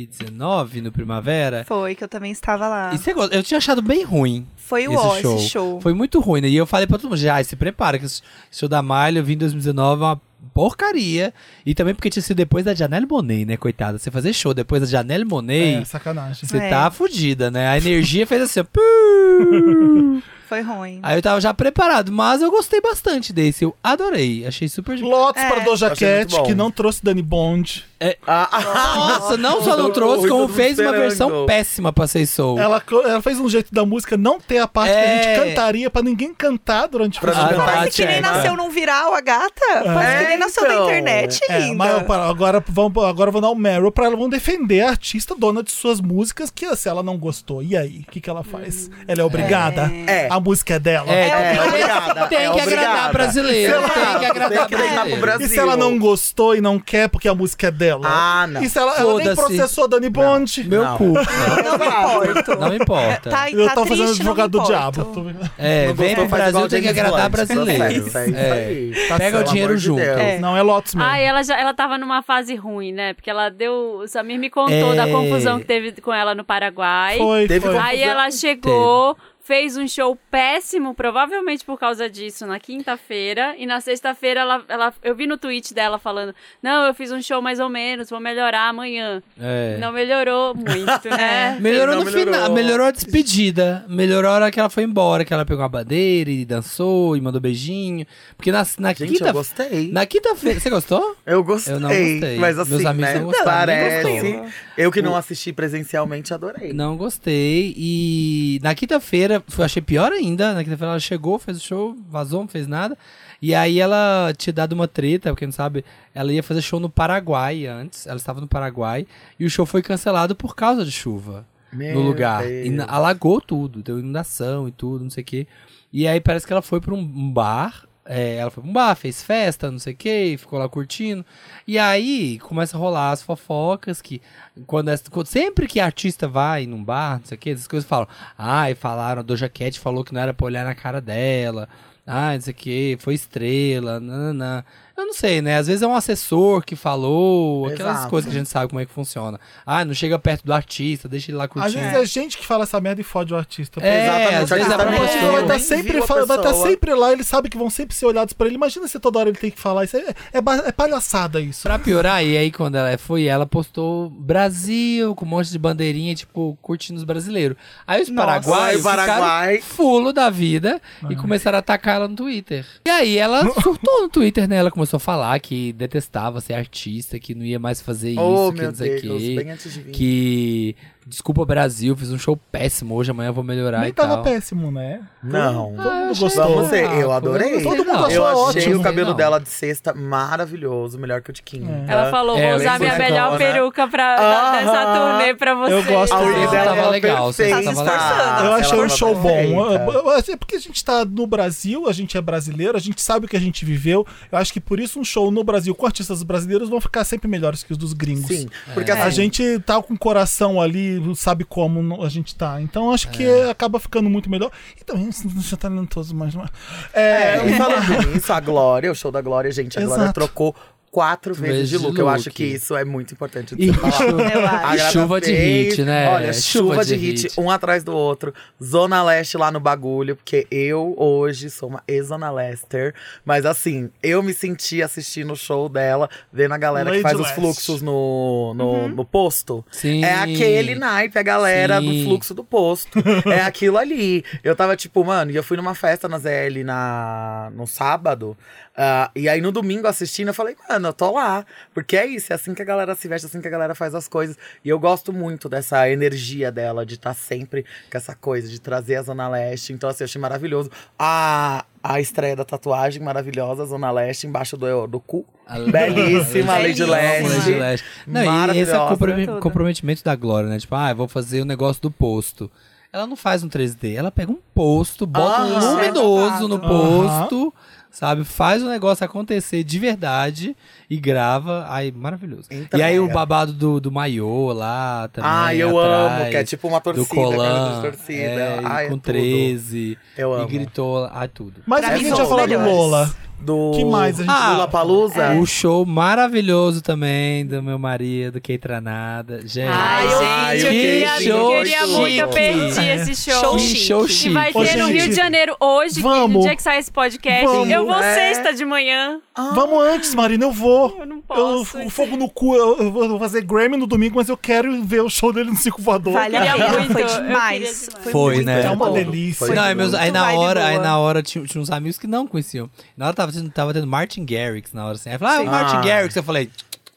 B: 2019, no Primavera.
D: Foi, que eu também estava lá.
B: E você gosta- eu tinha achado bem ruim.
D: Foi o
B: esse
D: ó,
B: show.
D: esse show.
B: Foi muito ruim, né? E eu falei pra todo mundo, já, se prepara, que esse show da Miley, eu vim em 2019, é uma porcaria. E também porque tinha sido depois da Janelle Monet, né, coitada? Você fazer show depois da Janelle Monet,
A: É, sacanagem.
B: você
D: É.
B: tá fudida, né? A energia fez assim, ó, piu.
D: Foi ruim.
B: Aí eu tava já preparado, mas eu gostei bastante desse, eu adorei, achei super...
A: Lotes
C: É.
A: para Doja
E: Achei muito
A: Cat,
E: bom.
A: que não trouxe Dani Bond.
E: Ah, ah,
B: Nossa, não só não
E: Todo
B: trouxe,
E: mundo
B: como fez uma
E: esperando.
B: versão péssima pra Say Soul.
A: Ela, co- ela fez um jeito da música não ter a parte que a
B: Tipo, É.
A: gente cantaria pra ninguém cantar durante o
E: ah, Pra
B: Ah,
A: festival.
E: não cantar.
D: Parece que nem
B: Tcheca.
D: nasceu num viral a gata. Parece que nem nasceu na
E: então.
D: internet,
A: É, mas eu
D: linda.
A: paro, agora vamos agora vou dar o Meryl pra ela vão defender a artista dona de suas músicas que se ela não gostou e aí o que que ela faz ela é obrigada
E: É.
A: a música é dela
B: É,
D: É
E: é
B: tem-
E: obrigada.
B: tem
E: é
B: que
E: obrigada.
B: agradar brasileiro, tem que agradar
E: Tem que deixar pro
B: brasileiro.
E: Brasil.
A: E se ela não gostou e não quer porque a música é dela?
E: Ah, não.
A: E se ela, ela nem
B: Foda-se.
A: processou Dani Bond?
B: Meu
E: Não.
B: cu.
D: Não me importo.
B: Não importa.
D: Tá,
A: Eu
D: tá
A: tava fazendo
D: triste, não me
A: advogado do
D: importo.
A: diabo. Tô-
B: É, vem pro Brasil, tem que agradar
E: Tá
B: brasileiro. É. Pega o dinheiro junto.
D: É.
A: Não é Lotus mesmo.
C: Ah, ela, já, ela tava numa fase ruim, né? Porque ela deu. O Samir me contou
B: É.
C: da confusão que teve com ela no Paraguai.
A: Foi,
E: Teve
A: foi.
E: confusão.
C: Aí ela chegou, fez um show péssimo, provavelmente por causa disso, na quinta-feira. E na sexta-feira ela, ela- eu vi no tweet dela falando: Não, eu fiz um show mais ou menos, vou melhorar amanhã.
B: É.
C: Não melhorou muito, né?
B: Melhorou
E: Não
B: no final,
E: melhorou.
B: melhorou a despedida. Melhorou a hora que ela foi embora, que ela pegou a bandeira e dançou e mandou beijinho. Porque na, na
E: Gente,
B: quinta.
E: eu gostei.
B: Na quinta-feira. Você gostou?
E: Eu gostei.
B: Eu não gostei.
E: Mas assim,
B: Meus amigos
E: né,
B: não gostaram,
E: parece.
B: ninguém gostou.
E: Eu que não assisti presencialmente, adorei.
B: Não gostei. E na quinta-feira, eu achei pior ainda. Na quinta-feira ela chegou, fez o show, vazou, não fez nada. E aí ela tinha dado uma treta, quem não sabe, ela ia fazer show no Paraguai antes. Ela estava no Paraguai. E o show foi cancelado por causa de chuva
E: Meu
B: no lugar.
E: Deus.
B: E na- alagou tudo, deu inundação e tudo, não sei o quê. E aí parece que ela foi pra um um bar. é, ela foi pra um bar, fez festa, não sei o quê, ficou lá curtindo. E aí começa a rolar as fofocas que. Quando, essa- quando- sempre que artista vai num bar, não sei o quê, essas coisas falam. Ai, falaram, a Doja Cat falou que não era pra olhar na cara dela. Ai, não sei o quê, foi estrela, nananã. Eu não sei, né? Às vezes é um assessor que falou, aquelas
E: Exato.
B: coisas que a gente sabe como é que funciona. Ah, não chega perto do artista, deixa ele lá
A: Às
B: curtindo.
A: vezes é gente que fala essa merda e fode o artista.
B: É,
E: Exatamente,
B: às vezes
E: a
B: é pra
E: pessoa
B: mostrar.
A: vai
E: nem
A: estar
E: viu
A: sempre,
E: a
A: fala- vai tá
E: pessoa.
A: sempre lá, ele sabe que vão sempre ser olhados pra ele. Imagina se toda hora ele tem que falar isso. É, é ba- é palhaçada isso.
B: Pra piorar, e aí quando ela foi, ela postou Brasil com um monte de bandeirinha, tipo, curtindo os brasileiros. Aí os
D: Nossa.
E: Ai,
B: paraguaios
E: Paraguai.
B: ficaram fulo da vida e começaram a atacar ela no Twitter. E aí ela surtou no Twitter, né? Ela começou a falar que detestava ser artista, que não ia mais fazer isso,
E: Oh,
B: que
E: meu
B: não sei o
E: Deus, bem assim.
B: quê.
E: antes de vir.
B: Que desculpa Brasil, fiz um show péssimo hoje, amanhã eu vou melhorar
A: Nem
B: e tal.
A: tava péssimo, né?
E: Não.
A: Todo mundo
B: achei
A: gostou.
E: Vamos ver, eu
B: Ah, foi-
E: adorei.
A: Todo mundo
B: não.
A: achou
E: Eu achei
A: ótimo.
E: o cabelo
B: Não.
E: dela de sexta maravilhoso, melhor que o de quinta.
C: Ela falou,
B: É,
C: vou
B: ela
C: usar
B: é
C: minha
B: bonitona.
C: melhor peruca pra, da- dessa
E: né? Aham.
C: turnê pra você.
A: Eu gosto
E: A
B: Sim,
E: unha
B: você
E: dela
B: tava
E: era
B: legal, você
E: perfeita.
B: tava legal.
D: Tá se
A: Eu
E: Ela
A: achei
E: tava
A: o show bom. Eu-
E: perfeita.
A: eu- eu- É porque a gente tá no Brasil, a gente é brasileiro, a gente sabe o que a gente viveu. Eu acho que por isso um show no Brasil com artistas brasileiros vão ficar sempre melhores que os dos gringos.
E: Sim, porque
A: A
E: assim,
A: gente tá com o coração ali, sabe como não- a gente tá. Então acho que acaba ficando muito melhor. E também isso não é talentoso mais. não é? É, (laughs)
E: É, e falando nisso, a Glória, o show da Glória, gente, a Glória
A: Exato.
E: trocou quatro vezes de look. Eu acho
B: look.
E: que isso é muito importante de
B: E
E: ser falado.
B: chuva-
D: Eu
E: A
D: acho.
E: Grada
B: chuva de
E: fez,
B: hit, né?
E: "Ah, Olha, chuva, de, hit,
B: hit.
E: um atrás do outro. Zona Leste lá no bagulho, porque eu hoje sou uma ex-Zona Lester. Mas assim, eu me senti assistindo o show dela, vendo a galera
A: Lady
E: que faz os
A: Leste.
E: fluxos no, no, no posto.
B: Sim.
E: É aquele naipe, a galera
B: Sim.
E: do fluxo
B: (laughs)
E: do posto. é aquilo ali. Eu tava tipo, mano, e eu fui numa festa na ZL na, no sábado. ah, e aí no domingo assistindo, eu falei, mano, eu tô lá. Porque é isso, é assim que a galera se veste, é assim que a galera faz as coisas. E eu gosto muito dessa energia dela, de estar sempre com essa coisa, de trazer a Zona Leste. Então, assim, eu achei maravilhoso. A, a estreia da tatuagem maravilhosa, Zona Leste, embaixo do, do cu.
B: A-
E: Belíssima,
D: Lady
B: Belíssima,
D: Leste.
B: Lady Leste. Não, e esse é
E: Maravilhosa.
B: comprome-
D: Tudo.
B: comprometimento da Glória, né? Tipo, ah, eu vou fazer o negócio do posto. Ela não faz um 3D, ela pega um posto, bota
E: Aham.
B: um luminoso no
D: Aham.
B: posto, sabe? Faz o negócio acontecer de verdade e grava. Ai, maravilhoso.
E: Então,
B: e aí o
E: é.
B: babado do, do maiô lá também.
E: Ah, eu
B: atrás,
E: amo, que é tipo uma torcida,
B: do
E: camisa
B: Colan,
E: de torcida.
B: é,
E: Ai, é
B: com
E: tudo.
B: 13,
E: Eu
B: e
E: amo.
B: gritou, ai, tudo.
A: Mas
D: Pra
A: o que a
D: mim
A: gente
D: são
A: ia
D: os
A: falar do
D: melhores.
A: Lola?
E: Do... é um
A: que mais a gente-
B: Ah,
E: Lula Palusa?
B: O show maravilhoso também do meu marido, que Tranada. Gente,
C: Ai,
E: eu Ai,
C: gente, eu
E: que
C: queria,
E: show
C: queria muito, eu
E: chique.
C: perdi esse show.
B: que show
C: Que
B: chique.
C: vai
A: Ô,
C: ter no
A: gente,
C: Rio de Janeiro hoje, que
A: vamos.
C: no dia que sai esse podcast.
A: Vamos.
C: eu vou
E: É.
C: sexta de manhã.
A: Vamos antes, Marina, eu vou.
C: Eu não
A: Eu,
C: posso.
A: o fogo no cu, eu, eu vou fazer Grammy no domingo, mas eu quero ver o show dele no Circo Voador.
D: Vale a
C: Eu queria
D: pena,
C: muito,
D: foi
C: eu queria
D: demais.
C: demais.
B: Foi,
D: muito
B: né?
A: É uma
D: bom.
A: delícia.
E: Foi
B: Não, aí,
E: muito
B: meus, aí na
D: vibe
B: hora, aí
D: boa.
B: na hora tinha, tinha uns amigos que não conheciam. Na hora tava tendo, tava tendo Martin Garrix na hora assim. Aí falava, ah, o Martin
E: Ah.
B: Garrix. Eu falei,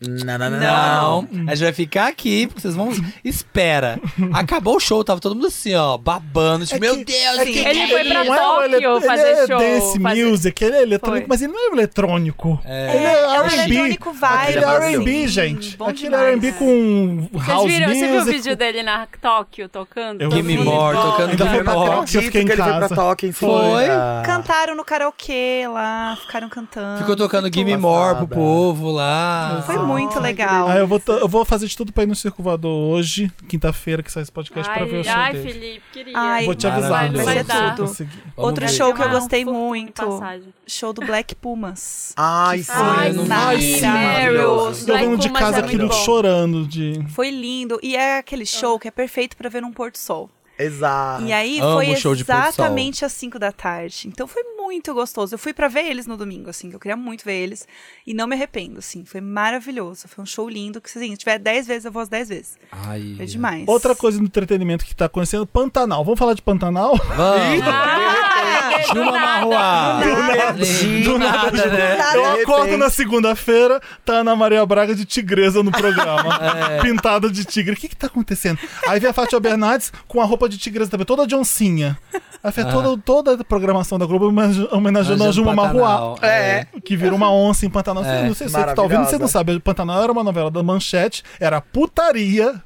E: Não, não, não.
B: não, a gente vai ficar aqui, porque vocês vão. Espera. Acabou o show, tava todo mundo assim, ó, babando. Tipo,
A: É
B: meu
A: que-
B: Deus,
D: é
B: que,
D: que-
C: Ele foi
A: Não
C: pra
A: é o ele-
C: Tóquio fazer
A: ele é
C: show.
A: Dance
C: fazer-
A: music, ele é eletrônico,
C: Foi.
A: mas ele não é eletrônico.
B: É.
A: Ele
D: É um
A: é R&B.
D: eletrônico
C: Ah,
D: vibe.
A: Aquele
E: Ele é
A: R&B,
D: assim,
A: gente. é
D: bom
A: Aquele
D: demais.
A: R&B com house
C: Vocês viram? Você viu o
A: music.
C: vídeo dele na Tóquio tocando?
A: Eu
C: Todo
A: vi.
B: Gimme
C: mundo-
B: More, tocando
A: Ainda
B: Gimme
A: foi pra
E: Eu
B: More.
A: Tóquio,
E: não
A: eu
E: acredito que
A: fiquei em
E: ele foi pra
A: casa.
E: Tóquio em Florida.
D: Cantaram no karaokê lá, ficaram cantando.
B: Ficou tocando Gimme
E: passada.
B: More pro povo lá.
D: Foi muito legal.
A: Ah, eu vou, ta- eu vou fazer de tudo pra ir no Circo Voador hoje, quinta-feira, que sai esse podcast, pra ver o
C: Ai,
A: show
C: ai
A: dele.
C: Felipe, queria.
D: Ai,
A: Vou te
B: vai-
A: avisar.
B: vai
A: Lula,
B: ser
A: se eu
C: tudo.
A: conseguir.
B: Vamos
D: Outro
B: ver.
C: Tem
D: show que eu
C: uma
D: gostei
C: fortuna em
D: muito.
C: um passagem.
D: Show do Black Pumas.
E: Ai, sim.
C: Ai,
B: não
E: Ai,
B: vi.
E: sim.
C: maravilhoso.
A: Tô
C: Black
A: vendo de
C: Pumas
A: casa
C: é
A: aqui
C: muito bom.
A: chorando de...
D: Foi lindo. E é aquele show que é perfeito pra ver um pôr do sol.
E: Exato.
D: E é aí
B: amo
D: foi
B: show de pôr do sol.
D: exatamente às 5 da tarde. Então foi muito gostoso. Eu fui pra ver eles no domingo, assim, que eu queria muito ver eles. E não me arrependo, assim. Foi maravilhoso. Foi um show lindo. Que assim, se tiver 10 vezes, eu vou às 10 vezes.
B: Ai.
D: Foi demais.
A: Outra coisa do entretenimento que tá acontecendo, Pantanal. Vamos falar de Pantanal?
D: Ah,
B: Vamos.
C: Ai, do
B: Juma
C: Ah, nada.
B: Marruá.
A: Do nada.
B: Do nada, né?
A: Eu
E: De repente.
A: acordo na segunda-feira, tá a Ana Maria Braga de tigresa no
B: (laughs)
A: programa.
B: É.
A: Pintada de tigre. O que que tá acontecendo? Aí vem a Fátima Bernardes com a roupa de tigresa também, toda de oncinha. Aí
B: Ah.
A: fez toda, toda a programação da Globo homenage- homenageando a Juma Marruá.
B: Pantanal, é.
A: Que virou uma onça em Pantanal. Você- Não sei se você que tá ouvindo, você não
E: Maravilhosa.
A: sabe. Pantanal era uma novela da Manchete, era putaria.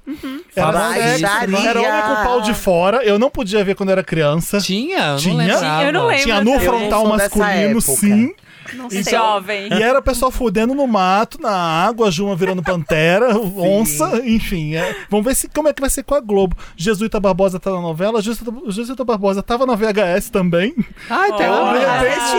A: Era,
B: Famosa.
A: sexo, era homem com o pau de fora. Eu não podia ver quando era criança.
B: Tinha? Eu não
A: Tinha?
B: lembrava.
C: Eu não lembro.
A: Tinha no
C: Eu
A: frontal
E: sou dessa
A: masculino,
E: época.
A: sim.
D: Não sei.
C: Então- Jovem.
A: E era o pessoal fudendo no mato, na água, a Juma virando pantera, onça, enfim. é. Vamos ver se, como é que vai ser com a Globo. Jesuíta Barbosa tá na novela, Jesuíta, Jesuíta Barbosa tava na VHS também.
B: Ai, tá
A: Então, de
B: lembrando.
A: repente,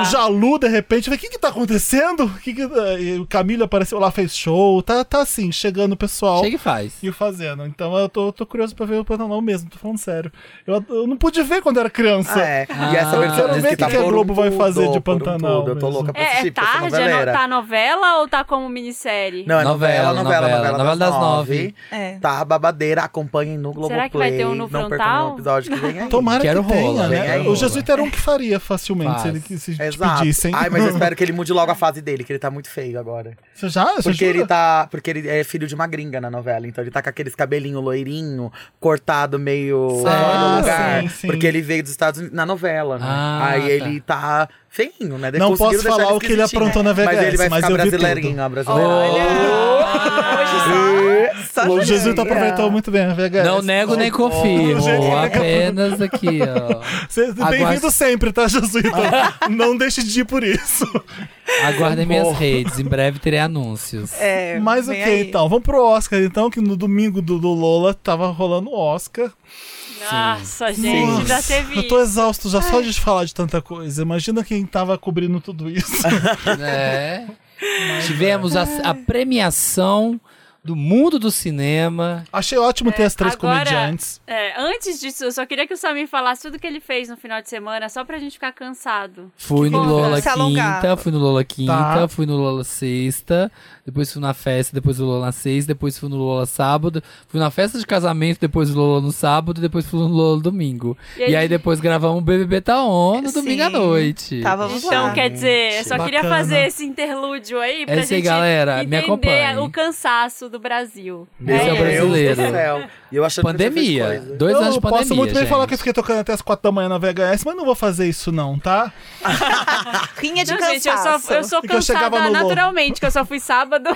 A: o Jalu, de repente, o que que tá acontecendo? O Que que- e o Camilo apareceu lá, fez show, tá, tá assim, chegando o pessoal.
B: Chega e faz.
A: E o fazendo. Então eu tô, tô curioso pra ver o Pantanal mesmo, tô falando sério. Eu, eu não pude ver quando era criança.
E: Ah, é. e essa
B: Eu
E: versão
B: quero
E: diz
A: ver
E: que
A: o
E: tá
A: que a
E: por um
A: Globo vai
E: tudo,
A: fazer de
E: por
A: Pantanal
E: um tudo. Eu tô
A: mesmo.
E: louca pra
C: É,
E: assistir,
C: é
E: porque eu sou
C: tarde? É no-
E: noveleira.
C: tá novela ou tá como minissérie?
E: Não, é
B: Novela,
E: novela, novela, novela,
B: novela, novela das
E: das
B: nove.
E: nove.
D: É.
E: Tá babadeira, acompanhem no Globoplay.
C: Será que vai ter um no
E: Não percam
C: frontal?
E: nenhum episódio que vem aí.
A: Tomara
B: Quero
A: que tenha,
B: rola,
A: né?
E: vem aí,
A: o
E: rola.
A: Jesuíta era um que faria facilmente
B: Faz.
A: se ele que- se te
E: Exato.
A: pedissem.
E: Ai,
A: (laughs)
E: mas eu espero que ele mude logo a fase dele, que ele tá muito feio agora.
A: Você já? Você
E: Porque ele
A: jura?
E: tá. Porque ele é filho de uma gringa na novela. Então ele tá com aqueles cabelinho loirinho, cortado meio
B: Sim.
E: fora
B: Ah,
E: do lugar.
A: sim, sim.
E: Porque ele veio dos Estados Unidos na novela, né?
B: Ah,
E: Aí
B: tá.
E: ele tá feinho, né? Daí
A: Não
E: conseguiram
A: posso
E: deixar
A: falar o que ele
E: esquisitinho,
A: aprontou
E: né?
A: na VHS,
E: Mas ele vai
A: mas
E: ficar
A: eu vi
E: brasileirinho, ó, brasileirão.
C: Ah,
D: Só
E: Bom,
A: O
D: jurando.
A: Jesuíta
E: Jura?
A: Tá aproveitou muito bem a VHS.
B: Não nego nem confio. Apenas aqui, ó.
A: Você- Bem-vindo
B: Aguarde-
A: sempre, tá, Jesuíta? não deixe de ir por isso.
B: Aguardem minhas redes. Em breve terei anúncios.
D: É,
A: Mas o
D: vem
A: que
D: aí.
A: então? Vamos pro Oscar, então, que no domingo do, do Lola tava rolando o Oscar.
C: Nossa, gente, já
A: Nossa,
C: teve.
A: Eu tô exausto já só de falar de tanta coisa. Imagina quem tava cobrindo tudo isso.
B: É. Tivemos a, a premiação do mundo do cinema.
A: (laughs) Achei ótimo ter as três
C: Agora,
A: comediantes.
C: é, antes disso, eu só queria que o Samir falasse tudo que ele fez no final de semana, só pra gente ficar cansado.
B: Fui no
C: bom,
B: Lola
D: vamos se alongar.
B: quinta, fui no Lola quinta,
A: Tá.
B: fui no Lola sexta, depois fui na festa, depois no Lola na sexta, depois fui no Lola sábado, fui na festa de casamento, depois no Lola no sábado, depois fui no Lola domingo.
C: E
B: E
C: aí-
B: aí, depois gravamos o BBB Tá On no
D: Sim,
B: domingo à noite.
D: Távamos
C: Então,
D: lá.
C: quer dizer, eu só queria
A: Bacana.
C: fazer esse interlúdio aí pra
B: É isso aí,
C: gente
B: galera, me
C: entender
B: acompanhem.
C: o cansaço do Brasil.
B: Esse é o
E: Meu Deus
B: brasileiro.
E: do céu. E eu achando que eu já fiz
B: Pandemia.
E: coisa.
B: Dois
A: eu
B: anos de pandemia.
A: posso muito bem
B: gente.
A: falar que eu fiquei tocando até as quatro da manhã na VHS, mas não vou fazer isso não, tá?
D: Rinha É de
C: Não,
D: cansaço.
C: gente, eu sou, eu sou
A: E que eu chegava
C: cansada
A: no Lola.
C: naturalmente, que eu só fui sábado.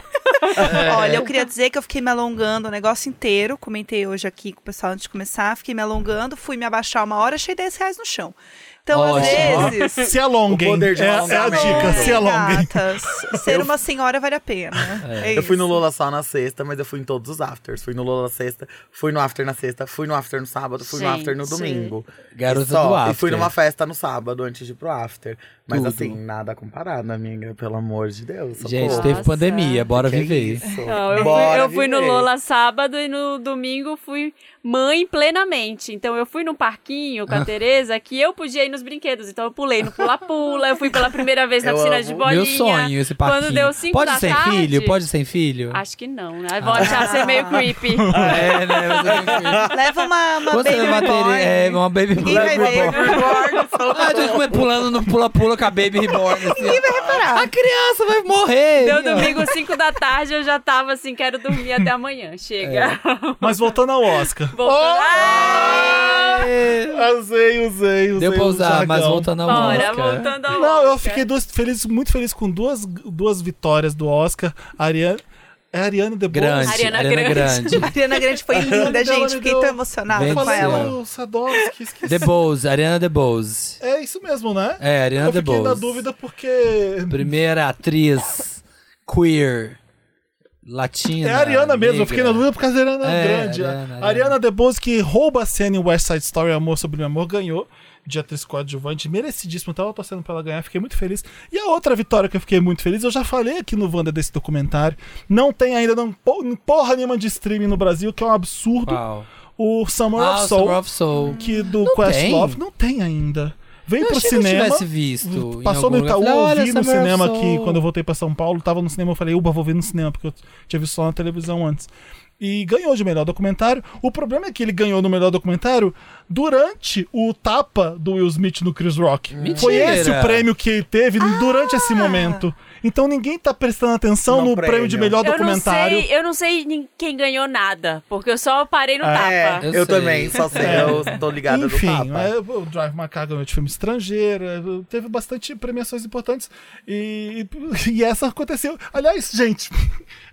D: Olha, eu queria dizer que eu fiquei me alongando o negócio inteiro. Comentei hoje aqui com o pessoal antes de começar. Fiquei me alongando, fui me abaixar uma hora, achei 10 reais no chão. Então,
B: Ótimo.
D: às vezes.
A: Se alonguem.
E: O poder de
A: é, é a
E: alongamento.
A: dica, se
D: É,
A: alonguem.
D: gatas, ser uma senhora vale a pena. É
E: Eu fui no
D: isso.
E: Lola só na sexta, mas eu fui em todos os afters. Fui no Lola sexta, fui no after na sexta, fui no after no sábado, fui no
C: Gente.
E: after no domingo.
B: Garota
E: E só.
B: do after.
E: E fui numa festa no sábado antes de ir pro after. Mas
B: Tudo.
E: assim, nada comparado, amiga. Pelo amor de Deus.
A: assim,
B: Gente,
E: socorro.
B: teve
C: Nossa.
B: pandemia, bora
E: Que
B: viver.
E: isso?
C: Não, eu, fui,
E: Bora
C: eu fui no
E: viver. (laughs)
C: Lola sábado e no domingo fui mãe plenamente. Então eu fui num parquinho com a Tereza que eu podia ir nos brinquedos. Então eu pulei no pula-pula, eu fui pela primeira vez na
E: Eu
C: piscina
E: amo.
C: de
E: Meu
C: bolinha.
B: Meu sonho, esse parquinho.
C: Quando deu cinco
B: pode
C: da
B: sem
C: tarde-
B: filho? Pode sem filho?
C: Acho que não, né? Vão achar ser meio creepy.
B: É, né? Você tem filho.
D: Leva uma, uma
B: Quando
D: baby
B: você levar
D: reborn.
B: tere- é, uma baby
D: Ninguém vai
B: reborn.
D: ver.
B: Ah, eu tô comendo- pulando no pula-pula com a baby reborn. assim, ó.
D: reparar.
B: A criança vai morrer.
C: Deu
B: hein, ó.
C: domingo, 5 da tarde, eu já tava assim, quero dormir até amanhã. (laughs) Chega.
A: Mas voltando ao Oscar.
C: Voltando. Ah!
B: É.
A: Usei, usei, usei.
B: Deu pra
A: o
B: usar, mas
A: jargão.
B: voltando ao
C: Bora,
B: Oscar.
C: voltando ao
A: Não, eu
C: Oscar.
A: fiquei duas, feliz, muito feliz com duas, duas vitórias do Oscar. A Ariana, é a Ariana DeBose.
B: Grande,
C: Ariana
B: Ariana, Grande.
D: A Ariana Grande foi linda,
A: Ela me
D: gente. Fiquei
A: deu-
D: tão emocionada
A: Eu
B: Venceu.
D: com
A: falei
D: ela.
A: o Sadowski, esqueci.
B: The Bose, Ariana DeBose.
A: É isso mesmo, né?
B: É, Ariana
A: Eu fiquei
B: DeBose.
A: na dúvida porque...
B: Primeira atriz queer latina.
A: É a Ariana mesmo, eu fiquei na
B: negra.
A: dúvida por causa da Ariana
B: É,
A: Grande.
B: Ariana,
A: a
B: Ariana.
A: Ariana DeBose, que rouba a cena em West Side Story, Amor Sobre Meu Amor, ganhou de atriz coadjuvante, merecidíssimo. Eu tava torcendo pra ela ganhar, fiquei muito feliz. E a outra vitória que eu fiquei muito feliz, eu já falei aqui no Wanda desse documentário, não tem ainda não, po- porra nenhuma de streaming no Brasil, que é um absurdo.
B: Qual?
A: O Summer
B: Ah,
A: of
B: o
A: Soul,
B: Summer of Soul.
A: que do
B: Não
A: Quest
B: tem.
A: Love, não tem ainda. Veio
B: Eu
A: pro
B: achei que eu
A: cinema.
B: tivesse visto em
A: Passou
B: algum
A: no
B: lugar.
A: Itaú,
B: Falei,
A: eu
B: "Olha,
A: vi no
B: Summer of
A: cinema
B: Soul."
A: aqui quando eu voltei pra São Paulo, tava no cinema, eu falei, uba, vou ver no cinema, porque eu tinha visto só na televisão antes. E ganhou de melhor documentário. O problema é que ele ganhou no melhor documentário durante o tapa do Will Smith no Chris Rock.
B: Mentira. Ah!
A: Foi esse o prêmio que ele teve durante esse momento. Então ninguém tá prestando atenção
E: No
A: no, prêmio. de
E: prêmio.
A: melhor
C: Eu não
A: documentário.
C: sei, eu não sei nem quem ganhou nada, porque eu só parei no tapa.
E: É, eu,
B: Eu sei.
E: também, só sei.
A: É.
E: Eu tô ligada
A: Enfim,
E: no tapa.
A: é, o Drive Macar ganhou de filme estrangeiro, é, teve bastante premiações importantes e, e essa aconteceu. Aliás, gente,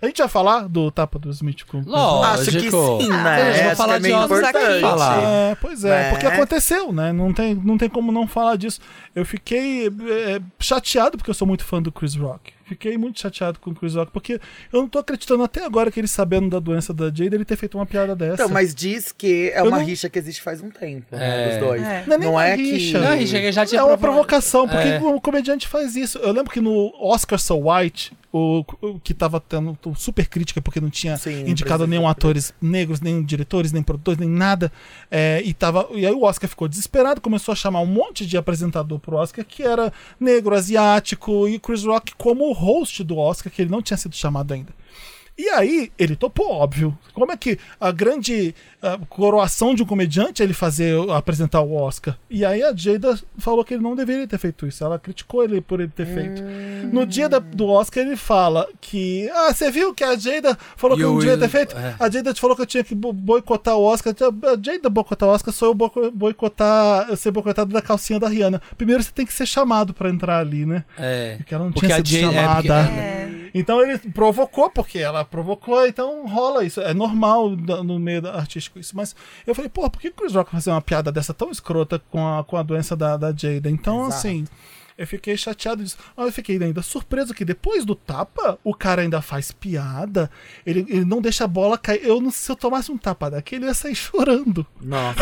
A: a gente vai falar do tapa do Smith com
B: Lógico.
E: Acho que
B: Lógico.
E: sim,
B: Ah,
E: né?
B: vamos
E: Acho que
B: falar
E: é
B: de
E: meio
D: ovos aqui.
E: importante.
B: Falar.
A: É, pois é,
E: Né?
A: porque aconteceu, né? Não tem, não tem como não falar disso. Eu fiquei é, chateado porque eu sou muito fã do Chris Rock. Fiquei muito chateado com o Chris Rock, porque eu não tô acreditando até agora que ele sabendo da doença da Jada, ele ter feito uma piada dessa.
E: Então, mas diz que é uma
A: não-
E: rixa que existe faz um tempo,
B: É.
E: né, dos dois.
D: É.
A: Não é nem uma
E: que...
A: rixa.
B: Não, e chega- já tinha
A: é uma
B: provo-
A: provocação, porque
B: É.
A: o comediante faz isso. Eu lembro que no Oscar So White, o, o que tava tendo super crítica porque não tinha
E: Sim,
A: indicado
E: precisa
A: nenhum
E: ser
A: atores negros, nem diretores, nem produtores, nem nada. É, e, tava, e aí o Oscar ficou desesperado, começou a chamar um monte de apresentador pro Oscar que era negro, asiático, e Chris Rock como o host do Oscar, que ele não tinha sido chamado ainda. E aí, ele topou, óbvio. Como é que a grande ah, coroação de um comediante é ele fazer apresentar o Oscar? E aí a Jada falou que ele não deveria ter feito isso. Ela criticou ele por ele ter feito. No dia da- do Oscar, ele fala que. Ah, você viu que a Jada falou que eu
B: You
A: não devia ter
B: will-
A: feito?
B: é.
A: A Jada te falou que eu tinha que bo- boicotar o Oscar. Então, A Jada boicotar o Oscar, sou eu boico- boicotar, eu ser boicotado da calcinha da Rihanna. Primeiro você tem que ser chamado pra entrar ali, né?
B: É.
A: Porque ela não
B: Porque
A: tinha
B: a
A: sido
B: Jane- é, porque-
A: chamada.
D: É.
A: Então ele provocou, porque ela provocou, então rola isso. É normal da- no meio da- artístico isso. Mas eu falei, pô, por que o Chris Rock vai fazer uma piada dessa tão escrota com a, com a doença da, da Jada? Então,
E: Exato.
A: assim. Eu fiquei chateado disso. Mas eu fiquei ainda surpreso que depois do tapa, o cara ainda faz piada. Ele, ele não deixa a bola cair. Eu não se eu tomasse um tapa daquele, eu ia sair (laughs) chorando.
E: Nossa.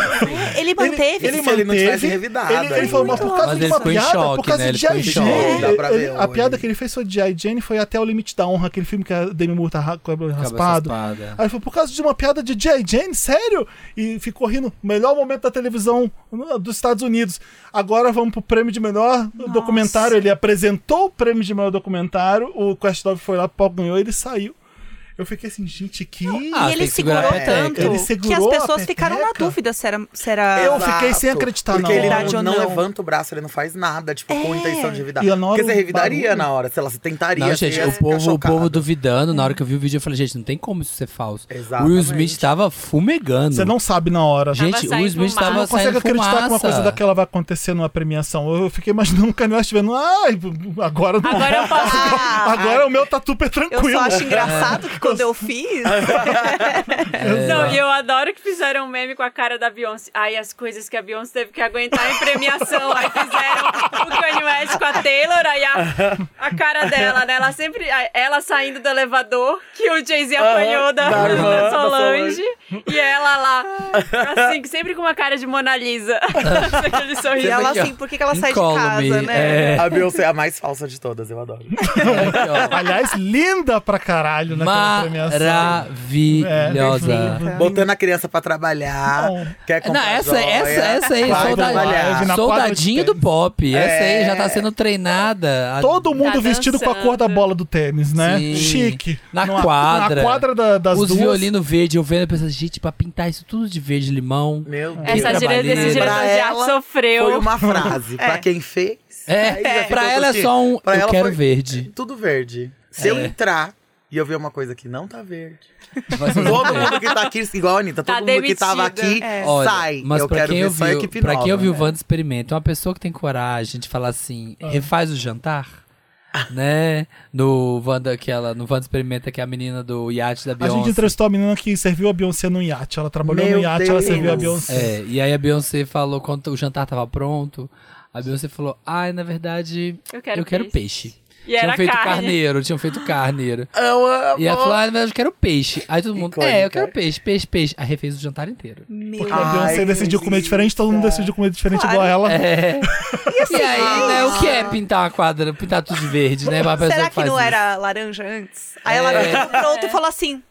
D: Ele manteve.
E: ele- se não tivesse revidado
A: Ele, ele
E: ainda.
A: falou, então, mas por causa
B: Mas
A: de
B: ele
A: uma
B: ficou em
A: piada, por
B: choque, né?
A: causa
B: Ele
A: de G.I.
B: ficou em
A: Jane.
E: choque. Dá pra
A: ele-
E: ver
A: A
E: hoje.
A: piada que ele fez foi de G.I. Jane, foi até o limite da honra, aquele filme que a Demi Moore tá ra- com o cabelo raspado.
B: raspada.
A: Aí foi por causa de uma piada de G.I. Jane, sério? E ficou rindo. Melhor momento da televisão uh, dos Estados Unidos. Agora vamos pro prêmio de melhor documentário. Ele apresentou o prêmio de melhor documentário, o Quest Love foi lá, Paul ganhou, ele saiu. Eu fiquei assim, gente, que.
B: Ah,
D: e
B: tem
D: ele
B: que segurar
D: segurou
B: a peteca.
D: tanto
A: Ele
D: que as
A: segurou a
D: pessoas ficaram na
A: peteca.
D: dúvida se era. Se era...
A: Eu fiquei sem acreditar na
E: Porque ele
A: hora.
E: não-
D: Verdade ou
E: não,
D: não.
E: levanta o braço, ele não faz nada, tipo, com
D: É.
E: intenção de revidar.
A: E a Nora,
E: Porque você
A: o
E: revidaria
A: barulho.
E: na hora, sei lá, você tentaria.
B: Não,
E: você
B: gente,
E: ia
B: o
E: ficar
B: povo, o
E: chocado.
B: povo duvidando, na hora que eu vi o vídeo, eu falei, gente, não tem como isso ser falso. O Will Smith
E: Exatamente.
B: tava fumegando.
A: Você não sabe na hora.
B: Gente, o
C: Tava
B: Will
C: saindo
B: Smith
A: Eu
B: tava
A: não consigo
B: saindo
A: acreditar
B: fumaça.
A: que uma coisa daquela vai acontecer numa premiação. Eu fiquei imaginando um o Kanye estivendo. Ai, agora não.
C: Agora eu posso.
D: Ah,
A: Agora o meu tá super
D: Eu
A: tranquilo.
D: só acho engraçado que quando eu fiz.
C: Não, e eu adoro que fizeram um meme com a cara da Beyoncé. Ai, as coisas que a Beyoncé teve que aguentar em premiação. Aí fizeram o Kanye West com a Taylor, aí a, a cara dela, né? Ela sempre. Ela saindo do elevador, que o Jay-Z apanhou da,
E: da irmã,
C: da
E: da Solange.
C: Solange. E ela lá, assim, sempre com uma cara de Mona Lisa. Aquele
D: e
C: sorriso.
D: ela
B: aqui, ó.
D: assim, por que que ela sai de
B: Incólume,
D: casa, né?
B: é.
E: (laughs) A Beyoncé é a mais falsa de todas, eu adoro.
A: Aliás, linda pra caralho naquela premiação.
B: Maravilhosa.
E: Botando a criança pra trabalhar,
A: É. Não.
E: quer
B: Não,
E: comprar
B: essa,
E: joia,
B: essa, essa aí,
E: vai
A: solda-
E: trabalhar.
A: Live na
B: soldadinho
A: quadra
B: do
A: de
B: pop. Essa aí já tá
E: É.
B: sendo treinada. A-
A: Todo mundo
C: Tá
A: vestido com a cor da
C: dançando.
A: bola do tênis, né?
B: Sim.
A: Chique.
B: Na
A: Numa-
B: quadra.
A: Na quadra da- das
B: Os
A: duas.
B: violinos verde, eu vendo e pensando, gente, pra pintar isso tudo de verde limão.
E: Meu Deus.
C: Essa
B: Que
C: diretora,
B: trabalheira.
C: esse diretor
E: Pra
C: de
E: ela,
C: arte sofreu.
E: Foi uma
A: (laughs)
E: frase. Pra
A: É.
E: quem fez. aí já
B: É,
E: ficou
B: pra ela é
E: assim.
B: só um.
E: Pra
B: eu
E: ela
B: quero
E: foi
B: verde.
E: É
B: É.
E: Tudo verde. Se eu entrar e eu ver uma coisa que não tá verde.
B: (laughs) Vai ser
E: Todo
B: verde.
E: mundo que tá aqui, igual a Anitta, todo
C: Tá
E: mundo que tava
C: demitida.
E: aqui
D: É.
B: Olha,
E: sai.
B: mas
E: eu
B: pra,
E: quero
B: quem
E: ver só a
B: ouviu,
E: equipe
B: pra quem
E: nova. né?
B: ouviu o Wanda Experimenta, uma pessoa que tem coragem de falar assim,
A: Ah.
B: refaz o jantar, né? No Wanda, que ela, no Wanda Experimenta, que é a menina do iate da
A: A
B: Beyoncé.
A: gente entrevistou a menina que serviu a Beyoncé no iate. Ela trabalhou
E: Meu
A: no iate, ela
E: Deus.
A: serviu a Beyoncé.
B: É, e aí a Beyoncé falou, quando o jantar tava pronto, a Beyoncé falou, ai, na verdade,
C: Eu quero
B: peixe.
C: E
B: tinham
C: era
B: feito
C: carne.
B: carneiro, tinham feito carneiro.
E: Eu amo.
B: E ela falou, ah, na verdade, eu quero peixe. Aí todo mundo, é, eu
E: Icônica.
B: quero peixe, peixe, peixe. Aí refez o jantar inteiro.
D: Meu
A: Porque
D: Deus.
A: a Beyoncé
E: Ai,
A: decidiu
E: que
A: comer diferente, todo mundo decidiu comer diferente
D: Claro.
A: igual ela.
B: É. E, aí, né, o que é pintar a quadra, pintar tudo de verde,
D: (laughs)
B: né? Pra pessoa
D: Será que
B: faz
D: não
B: isso.
D: era laranja antes? Aí ela ficou pronta e falou assim.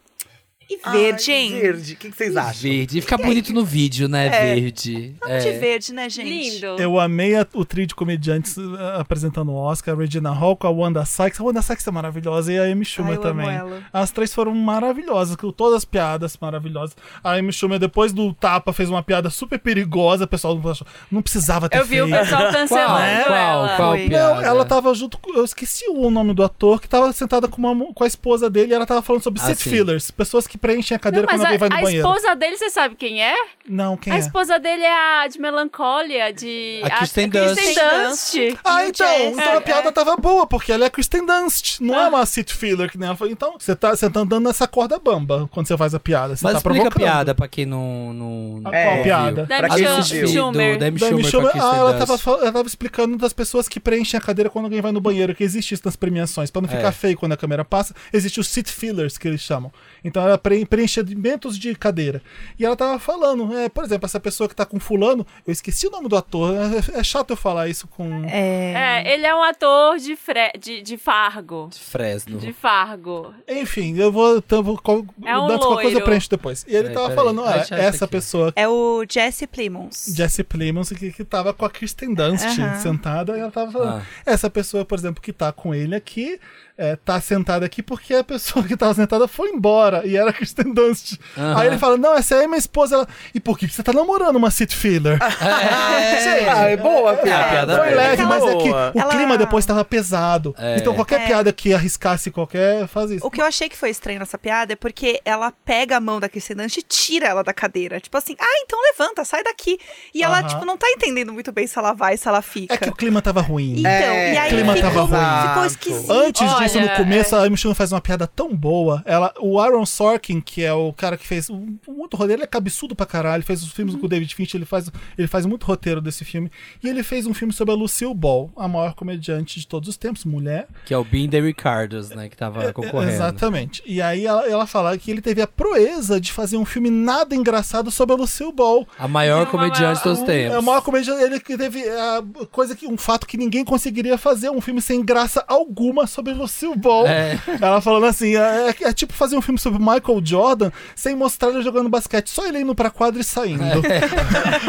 D: E verde, hein?
E: Verde. O que, que vocês acham?
B: Verde. Fica bonito no vídeo, né?
D: É.
B: Verde.
D: Vamos de
B: É.
D: verde, né, gente?
C: Lindo.
A: Eu amei a- o trio de comediantes uh, apresentando o Oscar, a Regina Hall com a Wanda Sykes. A Wanda Sykes é maravilhosa e a Amy Schumer
D: Ai, eu amo
A: também.
D: ela.
A: As três foram maravilhosas, com todas as piadas maravilhosas. A Amy Schumer, depois do tapa, fez uma piada super perigosa. O pessoal achou, não precisava ter
C: Eu vi o
A: feito.
C: pessoal
B: Qual?
C: cancelando ela.
B: Qual? Qual
D: Foi.
B: piada?
A: Não, ela tá tava junto com. Eu esqueci o nome do ator, que tava sentada com, uma mu- com a esposa dele e ela tava falando sobre
B: Ah,
A: seat
B: sim.
A: fillers pessoas que preenchem a
C: Não,
A: cadeira
C: mas
A: quando
C: a,
A: alguém vai no
C: a
A: banheiro.
C: esposa dele, você sabe quem é?
A: Não, quem
C: a
A: é?
C: esposa dele é a de Melancólia, de.
B: A Kirsten
C: Kirsten
D: Dunst.
C: Dunst.
A: Ah,
D: Não
A: então,
D: tinha essa.
A: então
D: É, Ah.
A: a piada tava boa, porque ela é Kristen Dunst, não é uma seat filler que nem ela falou. Então, você tá, você tá andando nessa corda bamba quando você faz a piada. Você
B: Mas
A: tá
B: explica a
A: provocando.
B: piada pra quem não. não não
A: A- qual
B: viu.
A: piada?
C: Da
E: Pra
B: A
E: quem
C: Michelle
E: assistiu.
B: gente do
C: Schumer.
B: Demi
A: Daí
B: Schumer
A: me
B: com a
A: chama- ah,
B: Kirsten
A: ela tava,
B: Dunst.
A: fal- ela tava explicando das pessoas que preenchem a cadeira quando alguém vai no banheiro, que existe isso nas premiações, pra não ficar
B: É.
A: feio quando a câmera passa. Existe os seat fillers que eles chamam. Então ela preen preenchimentos de cadeira. E ela tava falando, é, por exemplo, essa pessoa que tá com fulano, eu esqueci o nome do ator, é, é chato eu falar isso com.
D: É.
C: É, ele é um ator de, Fre de, de Fargo.
B: Fresno.
C: De Fargo.
A: Enfim, eu vou. Então, vou qual-
C: É um
A: antes, qualquer coisa eu
C: loiro.
A: preencho depois. E ele
B: Peraí,
A: tava
B: É, peraí.
A: falando,
B: Ai,
A: ah,
B: deixa eu achar
A: essa
B: aqui.
A: pessoa,
D: É o Jesse Plemons.
A: Jessie Plemons, que, que tava com a Kirsten Dunst
D: Aham.
A: sentada, e ela tava falando.
B: Ah.
A: Essa pessoa, por exemplo, que tá com ele aqui, é, tá sentada aqui porque a pessoa que tava sentada foi embora, e era a Kirsten Dunst.
B: Aham.
A: Aí ele fala, não, essa aí é minha esposa. Ela, e por que você tá namorando uma seat
B: (laughs)
A: filler?
E: Ah, é boa a piada.
B: piada
A: Foi
B: É,
A: leve, mas é que
E: Boa.
A: o
D: Ela-
A: clima depois tava pesado.
B: É.
A: Então qualquer
D: É.
A: piada que arriscasse qualquer, faz isso.
D: O que eu achei que foi estranho nessa piada é porque ela pega a mão da Kirsten Dunst e tira ela da cadeira. Tipo assim, ah, então levanta, sai daqui. E ela,
A: Aham.
D: tipo, não tá entendendo muito bem se ela vai, se ela fica.
A: É que o clima tava ruim. né?
D: Então,
E: É,
D: e aí
A: o clima
D: ficou,
A: tava ruim.
D: ficou
E: Exato.
D: esquisito.
A: Antes disso, no
C: Olha,
A: começo, a Amy Schumer faz uma piada tão boa. Ela, o Aaron Sork Friedkin, que é o cara que fez um- muito roteiro, ele é cabeçudo pra caralho, fez os filmes com o David Finch, ele faz, ele faz muito roteiro desse filme. E ele fez um filme sobre a Lucille Ball, a maior comediante de todos os tempos, mulher.
B: Que é o Bean de Ricardos, né? Que
A: É,
B: tava concorrendo.
A: Exatamente. E aí ela, ela fala que ele teve a proeza de fazer um filme nada engraçado sobre a Lucille Ball.
B: A maior
C: Não,
B: comediante de todos os tempos.
A: É o maior comediante, ele que teve a coisa que, um fato que ninguém conseguiria fazer, um filme sem graça alguma sobre Lucille Ball.
B: É.
A: Ela falando assim, é, é- é tipo fazer um filme sobre Michael Jordan sem mostrar ele jogando basquete, só ele indo pra quadra e saindo.
B: É.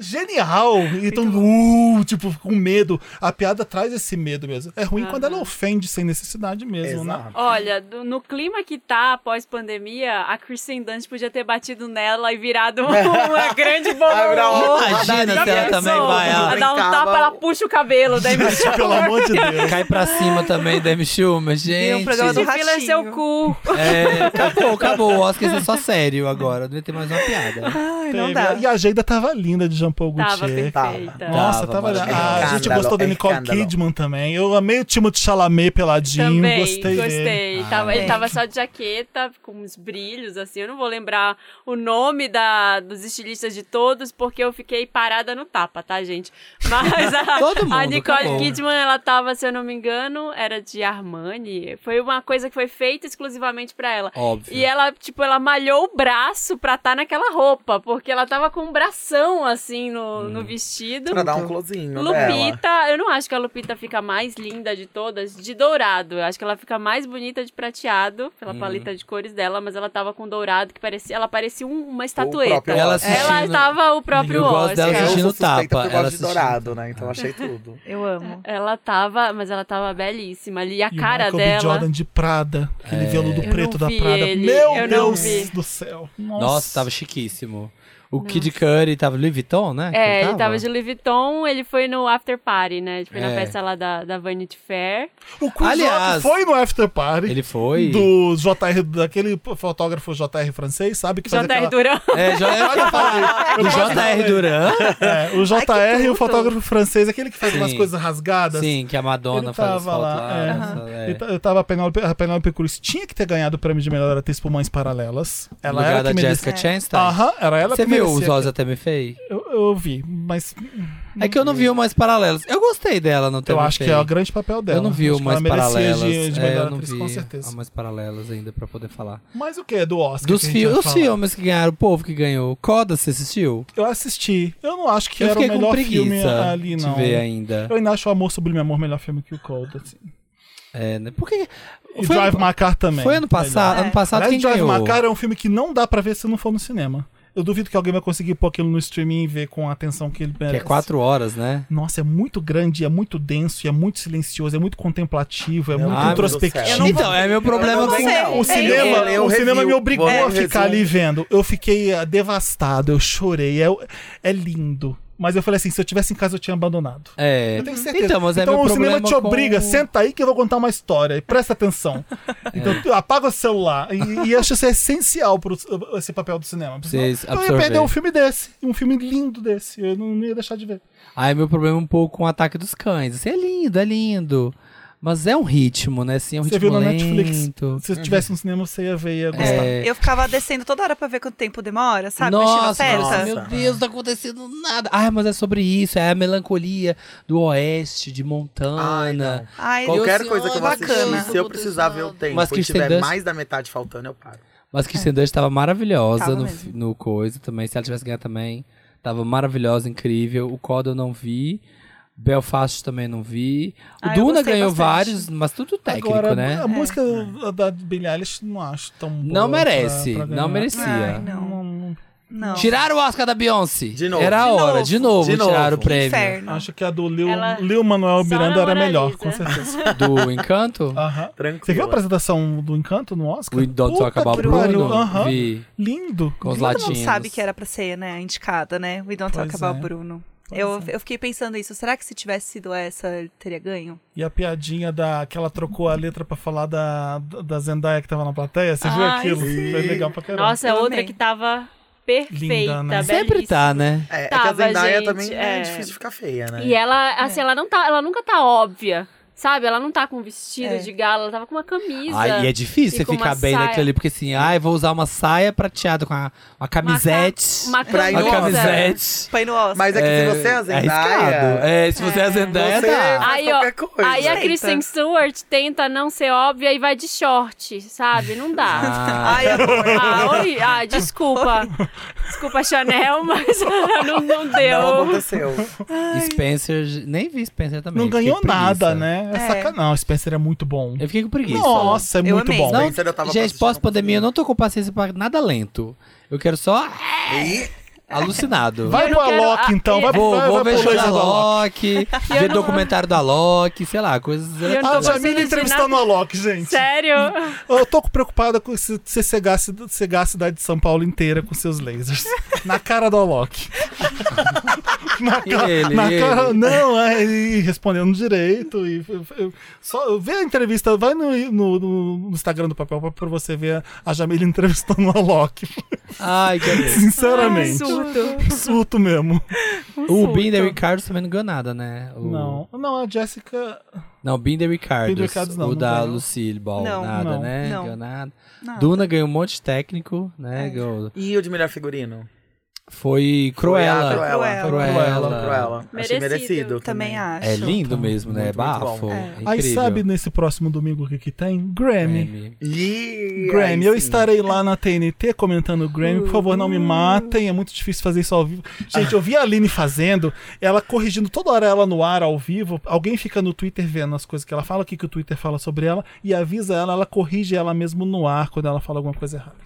A: Genial! Então, uh, tipo, com medo. A piada traz esse medo mesmo. É ruim quando ela ofende sem necessidade mesmo, né?
E: Exato.
C: Olha, do- no clima que tá após pandemia, a Kristen Dunst podia ter batido nela e virado (laughs) uma grande
E: Vai virar uma
C: bomba.
B: Imagina se ela também vai.
C: Ela
B: Ela
C: dá um
E: brincava.
C: tapa, ela puxa o cabelo da Amy Schumer.
A: Pelo amor
D: (laughs)
A: de Deus.
B: cai pra cima também da Amy Schumer, gente.
D: um programa do
C: Fila é seu
D: Ratinho.
C: cu.
B: É, acabou, acabou. O Oscar é só sério agora. Não ia ter mais uma piada. né?
D: Ai,
A: Teve.
D: não dá.
A: E a Geida tava linda de Jean-Paul
C: Tava
A: Gaultier.
C: perfeita.
A: Nossa,
B: Tava
A: tava.
B: maravilhosa.
A: Ah, a gente
E: Escândalo,
A: gostou
B: é
A: da Nicole
E: escândalo.
A: Kidman também. Eu amei o Timothée Chalamet peladinho.
C: Também,
A: gostei. Dele.
B: Ah,
C: Tava- ele
D: gente.
C: tava só de jaqueta, com uns brilhos, assim. Eu não vou lembrar o nome da, dos estilistas de todos, porque eu fiquei parada no tapa, tá, gente? Mas
B: (laughs)
C: a,
B: Todo
C: a
B: mundo,
C: Nicole
B: acabou.
C: Kidman, ela tava, se eu não me engano, era de Armani. Foi uma coisa que foi feita exclusivamente pra ela.
B: Óbvio.
C: E ela, tipo, ela malhou o braço pra tá naquela roupa, porque ela tava com um bração, assim, no,
B: Hum.
C: no vestido.
E: Pra dar um closinho dela.
C: Lupita, eu não acho que a Lupita fica mais linda de todas de dourado. Eu acho que ela fica mais bonita de prateado, pela paleta de cores dela, mas ela tava com dourado, que parecia, ela parecia um- uma estatueta.
E: próprio
B: Ela
E: Oscar.
B: assistindo-
C: Ela tava o próprio
B: Eu gosto
C: Oscar.
B: dela
E: Eu
B: assistindo
E: sou suspeita
B: tapa,
E: porque eu
B: ela
E: gosto de
B: assistindo-
E: dourado, né? Então achei tudo.
D: Eu amo.
C: Ela tava, mas ela tava belíssima ali. A
A: E o
C: cara
A: Michael B.
C: dela.
A: Jordan de Prada. Aquele
B: É.
A: veludo
C: Eu
A: preto
C: não
A: da
C: vi
A: Prada.
C: ele,
A: Meu
C: eu não
A: Deus
C: vi.
A: do céu. Nossa,
B: Nossa, tava chiquíssimo. O Kid Curry tava Louis Vuitton, né? Que
C: É, ele tava de Louis Vuitton, ele foi no after party, né? Ele foi na
B: É.
C: festa lá da, da Vanity Fair.
A: O Chris
B: Aliás,
A: Rock foi no after party.
B: Ele foi.
A: Do JR, daquele fotógrafo JR francês, sabe? Que faz
C: JR
A: aquela-
C: Durão.
B: É, já eu ia falar. Do J.R. Duran.
A: É, o JR,
D: Ai, que
A: o
D: tudo.
A: fotógrafo francês, aquele que faz umas
B: Sim.
A: coisas rasgadas.
B: Sim, que a Madonna
A: Ele
B: faz as
A: tava
B: fotos
A: lá,
B: lá.
A: é.
B: essa, é.
A: Eu ta- Eu tava a Penélope, a Penélope Cruz tinha que ter ganhado o prêmio de melhor atriz por Mães Paralelas. Ela
B: Obrigada,
A: era que
B: Jessica
A: merecia.
B: Chastain. tá?
A: Aham, era ela
B: Você
A: que
B: viu
A: merecia.
B: os olhos até me fei?
A: Eu, eu vi, mas
B: É que eu não vi o mais paralelos. Eu gostei dela no
A: Uhum. eu
B: TV
A: acho que é o grande papel dela.
B: Eu não vi
A: Acho
B: o
A: que
B: mais
A: ela merecia
B: paralelas.
A: De, de melhor
B: é, eu não
A: atriz,
B: vi
A: com
B: a
A: certeza.
B: mais paralelas ainda pra poder falar.
A: Mas o que é do Oscar?
B: Dos
A: que a gente
B: fi
A: vai
B: os
A: falar?
B: filmes que ganharam, o povo que ganhou. Coda, você assistiu?
A: Eu assisti. Eu não acho que
B: eu
A: era o
B: fiquei com
A: melhor filme
B: preguiça
A: ali,
B: de
A: não.
B: ver ainda.
A: Eu ainda acho o Amor Sublime Amor melhor filme que o Cold. Assim.
B: É, né? Por que...
A: E
B: Foi
A: Drive
B: ano-
A: My Car também.
B: Foi ano passado?
A: Melhor.
B: Ano passado
A: Aliás,
B: quem
A: Drive
B: ganhou?
A: My Car é um filme que não dá pra ver se não for no cinema. Eu duvido que alguém vai conseguir pôr aquilo no streaming e ver com a atenção que ele
B: Que
A: merece.
B: é quatro horas, né?
A: Nossa, é muito grande, é muito denso, e é muito silencioso, é muito contemplativo, é muito
B: meu Deus do
E: céu. Eu
A: introspectivo.
E: não
B: Então, é né? meu problema
E: Eu não
B: com...
E: sei.
A: O
D: É,
A: cinema,
E: eu- eu
A: o cinema
E: review,
A: me obrigou
E: vamos
A: a
E: ver,
A: ficar
E: resumo.
A: ali vendo. Eu fiquei ah, devastado, eu chorei. É, é lindo. Mas eu falei assim: se eu tivesse em casa, eu tinha abandonado.
B: É.
A: Eu tenho certeza.
B: Então, mas é
A: então
B: meu
A: o cinema
B: problema
A: te obriga,
B: com-
A: senta aí que eu vou contar uma história. e
B: (laughs)
A: Presta atenção. Então,
B: É.
A: tu apaga o celular. E, e acho isso essencial para esse papel do cinema.
B: Vocês
A: Então, eu ia
B: absorver.
A: perder um filme desse, um filme lindo desse. Eu não ia deixar de ver.
B: Aí meu problema é um pouco com o ataque dos cães. Assim, é lindo, é lindo. Mas é um ritmo, né? Assim, é um
A: Você viu
B: ritmo
A: na Netflix.
B: lento. Uhum.
A: Se tivesse um cinema, você ia ver e ia gostar.
B: É.
D: Eu ficava descendo toda hora pra ver quanto tempo demora, sabe? Mexendo a
B: Nossa,
D: seta.
B: nossa, meu Deus, não tá acontecendo nada. Ai, mas é sobre isso, é a melancolia do oeste, de
E: Ai,
B: Montana.
E: não.
D: Ai,
B: Qual-
E: Qualquer
B: Deus,
E: coisa
C: é
E: que eu vou
D: senhora, bacana.
E: assistir, se eu precisar ver o tempo
B: Mas
E: e
B: Kristen
E: tiver
B: Dunst-
E: mais da metade faltando, eu paro.
B: Mas Kristen Dunst tava maravilhosa
D: É. Tava
B: no,
D: mesmo.
B: no coisa também. Se ela tivesse ganhado também, tava maravilhosa, incrível. O Coda eu não vi. Belfast também não vi. O
D: Ah, eu
B: Duna
D: gostei
B: ganhou
D: bastante.
B: vários, mas tudo técnico,
A: Agora,
B: né?
A: a música da Billie Eilish não acho tão boa
B: Não
A: pra-
B: merece,
A: pra ganhar.
B: não merecia.
D: Ai, não. Não.
B: Tiraram o Oscar da Beyoncé.
E: De novo.
B: Era a
E: De
B: hora,
D: novo.
B: de novo,
E: De novo.
B: tiraram o
D: Que
B: prêmio.
D: inferno.
A: Acho que a do Lil,
C: Ela-
A: Lil Manuel
C: Só na
A: Miranda era
C: Mona
A: melhor,
C: Lisa.
A: com
B: (laughs)
A: certeza.
B: Do
A: (laughs)
B: Encanto?
A: Aham. Você viu a
E: Tranquilo.
A: apresentação do Encanto no Oscar?
B: O Don't Talk
A: Puta
B: About
A: que pariu.
B: Bruno.
A: Aham.
B: Vi.
A: Lindo.
B: Com os
A: Lindo.
D: Todo mundo
B: latinos.
D: sabe que era pra ser, né, indicada, né? We Don't Talk
A: Pois
D: About
A: é.
D: Bruno. Eu,
B: é.
D: eu fiquei pensando isso. Será que se tivesse sido essa, ele teria ganho?
A: E a piadinha da, que ela trocou a letra pra falar da, da Zendaya que tava na plateia, você viu
C: Ai,
A: aquilo?
E: sim.
A: Foi legal pra caramba.
C: Nossa, é
D: Eu
C: outra
D: amei.
C: que tava perfeita,
A: Linda, né?
B: Sempre tá, né?
E: É, é que a
C: Tava,
E: Zendaya
C: gente,
E: também é...
C: é.
E: difícil de ficar feia, né?
B: É.
C: E ela, assim, ela não tá, ela nunca tá óbvia. Sabe? Ela não tá com um vestido
D: É.
C: de gala, ela tava com uma camisa.
B: Aí é difícil
C: Fica
B: você ficar
C: uma
B: bem
C: saia.
B: naquilo ali, porque assim, ai, vou usar uma saia prateada com uma, uma camisete.
C: Uma,
E: Pra
C: ca...
E: ir
C: uma
E: no
C: camisa.
B: camisete.
D: Põe no Oscar.
E: Mas é que se você é a
B: arriscado.
E: Zendaya,
B: É, se você é, a Zendaya,
E: você (laughs)
B: dá.
E: faz
C: Aí, ó,
E: qualquer coisa.
C: Aí a
B: é.
D: Eita.
C: Kristen Stewart tenta não ser óbvia e vai de short, sabe? Não dá.
B: (laughs) Ah,
D: Ai, amor.
C: Ah, oi, ah, desculpa. Desculpa, Chanel, mas (laughs) não, não deu. (laughs)
E: Não aconteceu.
B: Spencer, nem vi Spencer também.
A: Não
B: fiquei
A: ganhou
B: com preguiça.
A: nada, né? É
D: É.
A: sacanagem. Não, Spencer é muito bom.
B: Eu fiquei com preguiça.
A: Nossa, é
D: Eu
A: muito
D: amei.
A: bom.
B: Não,
E: Spencer, eu tava
B: gente,
E: assistindo,
B: pós-pandemia, eu não tô com paciência pra nada lento. Eu quero só
E: E
B: alucinado.
A: Vai
C: Eu
A: pro
C: não quero-
A: Alok,
C: ah,
A: então.
C: eu-
A: Vai,
B: Vou,
A: vai,
B: vou
A: vai
B: ver
A: pro
B: show da
A: laser do Alok. (laughs)
B: Alok, ver documentário da Alok, sei lá, coisas.
C: eu não
A: Ah, o
C: gosto
A: Jamil
C: de
A: entrevistando o Alok, gente.
C: Sério?
A: Eu tô preocupada com se se cegar, a cida- cegar a cidade de São Paulo inteira com seus
C: (laughs)
A: lasers. Na cara do Alok. na
B: E
A: ca-
B: ele,
A: na
B: e
A: cara.
B: ele?
A: Não, é, e respondendo direito. E, f- f- só vê a entrevista, vai no, no- no Instagram do Papel Pop pra você ver a Jamila entrevistando o Alok. (laughs)
B: Ai, que beleza.
C: Ai,
A: Sinceramente.
C: surto.
A: Surto mesmo.
B: O Binder Ricardo também não ganhou nada, né? O-
A: Um Não, não, a Jessica.
B: Não, Binder Ricardo.
A: Binder Ricardos não,
B: o
A: não
B: da
A: ganhou.
B: Lucille Ball.
D: Não,
B: nada,
A: não,
B: né?
D: não.
B: Ganhou nada.
D: Nada.
B: Duna ganhou um monte de técnico, né? Ganhou-
E: e o de melhor figurino?
B: Foi
E: Foi
B: Cruella.
E: a Cruella.
D: Cruella.
B: Cruella.
E: Cruella.
C: Merecido.
E: Achei merecido.
D: Também
E: acho.
D: acho.
B: É lindo mesmo, né?
E: muito, muito
B: Bafo.
E: bom.
D: É.
B: Incrível.
A: Aí sabe nesse próximo domingo o que, que tem? Grammy.
B: Grammy.
E: E
A: Grammy,
E: aí
A: eu
E: sim.
A: estarei lá na TNT comentando o Grammy. Por favor, não me matem. É muito difícil fazer isso ao vivo. Gente, eu vi a Aline fazendo, ela corrigindo toda hora ela no ar, ao vivo. Alguém fica no Twitter vendo as coisas que ela fala, o que, que o Twitter fala sobre ela, e avisa ela, ela corrige ela mesmo no ar quando ela fala alguma coisa errada.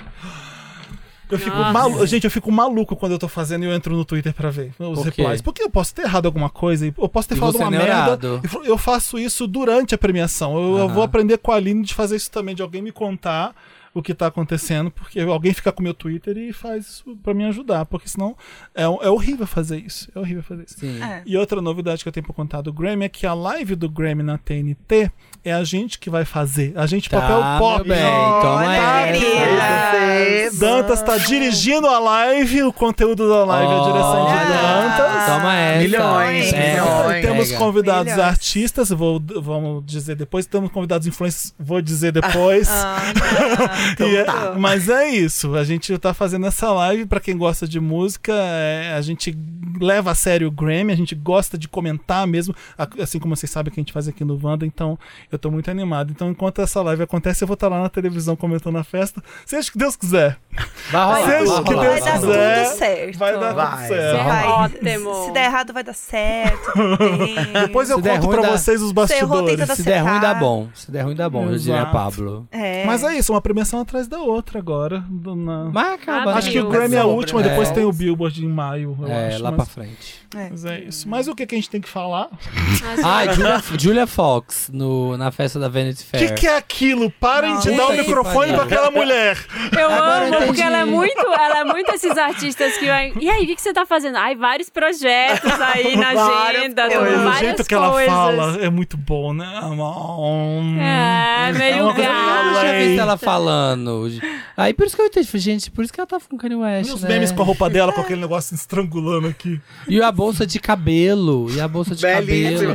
A: Eu fico
C: Nossa.
A: malu... Gente, eu fico maluco quando eu tô fazendo e eu entro no Twitter pra ver os
B: Por quê?
A: replies. Porque eu posso ter errado alguma coisa, eu posso ter
B: E
A: falado
B: você é
A: uma
B: neurado.
A: merda. e Eu faço isso durante a premiação. Eu, eu
B: Aham.
A: vou aprender com a Aline de fazer isso também, de alguém me contar o que tá acontecendo, porque alguém fica com o meu Twitter e faz isso pra me ajudar, porque senão é, é horrível fazer isso. É horrível fazer isso.
B: Sim.
D: É.
A: E outra novidade que eu tenho pra contar do Grammy é que a live do Grammy na TNT é a gente que vai fazer. A gente,
B: Tá,
A: papel pop.
B: meu bem. Toma
D: Olha,
B: essa.
D: querida.
E: Vocês-
A: Dantas tá dirigindo a live, o conteúdo da live, a direção de
B: Olha,
A: Dantas.
B: Toma essa.
E: Milhões,
B: Pega,
E: milhões.
A: É, então, Temos
B: pega.
A: convidados
D: Melhor.
A: artistas, vou, vamos dizer depois. Temos convidados influencers, vou dizer depois. (laughs) E é-
D: Ah, tá.
A: Mas é isso. A gente tá fazendo essa live pra quem gosta de música. é, a gente leva a sério o Grammy, a gente gosta de comentar mesmo, a- assim como vocês sabem que a gente faz aqui no Wanda. Então eu tô muito animado. Então enquanto essa live acontece, eu vou estar lá na televisão comentando a festa, seja o que Deus quiser.
B: Vai rolar.
A: Seja
B: vai
A: o que
B: rolar,
A: Deus
D: vai dar
B: rolar.
A: quiser.
D: tudo certo.
A: Vai dar tudo
E: Vai.
A: certo.
D: Vai.
C: Ótimo.
D: Se der errado, vai dar
A: (laughs)
D: certo. tudo bem.
A: Depois eu
B: Se der
A: conto
B: ruim,
A: pra
B: dá.
A: vocês os
D: errou,
A: bastidores.
D: tenta dar
B: Se der ruim, dá
D: acertar.
B: bom. Se der ruim, dá bom. Eu diria
A: Exato.
B: Pablo.
D: É.
A: Mas é isso, uma premiação atrás da outra agora. do- na-
B: Mas acaba.
A: Acho
B: né?
A: que o
C: Brasil.
A: Grammy é a última,
B: É.
A: depois tem o Billboard em maio, eu
B: É,
A: acho.
B: lá pra
A: mas,
B: frente.
A: mas é isso. Mas o que, que a gente tem que falar? O
C: Mas-
B: Ah, Julia, Julia Fox no, na festa da Vanity Fair.
A: que, que é aquilo? Parem
D: Não,
A: de dar o
B: puta que
A: microfone
B: pariu.
A: pra aquela mulher.
B: Agora
C: Eu
B: eu
C: amo, porque
B: entendi.
C: ela é muito, ela é muito esses artistas que vai. E aí, o que, que você tá fazendo? Ai, vários projetos aí na
E: Várias
C: agenda,
E: coisas.
C: várias
A: o jeito
C: coisas.
A: que ela fala é muito bom, né? É.
C: É,
A: É
C: meio
A: uma coisa
B: Eu
A: que
C: gato.
B: já vi
A: Lei.
B: ela falando. Aí por isso que eu entendi. Falei, Gente, por isso que ela tava com Kanye West,
A: E os
B: né?
A: memes com a roupa dela, com aquele negócio estrangulando aqui.
B: E a bolsa de cabelo. E a bolsa de
E: Belíssimo.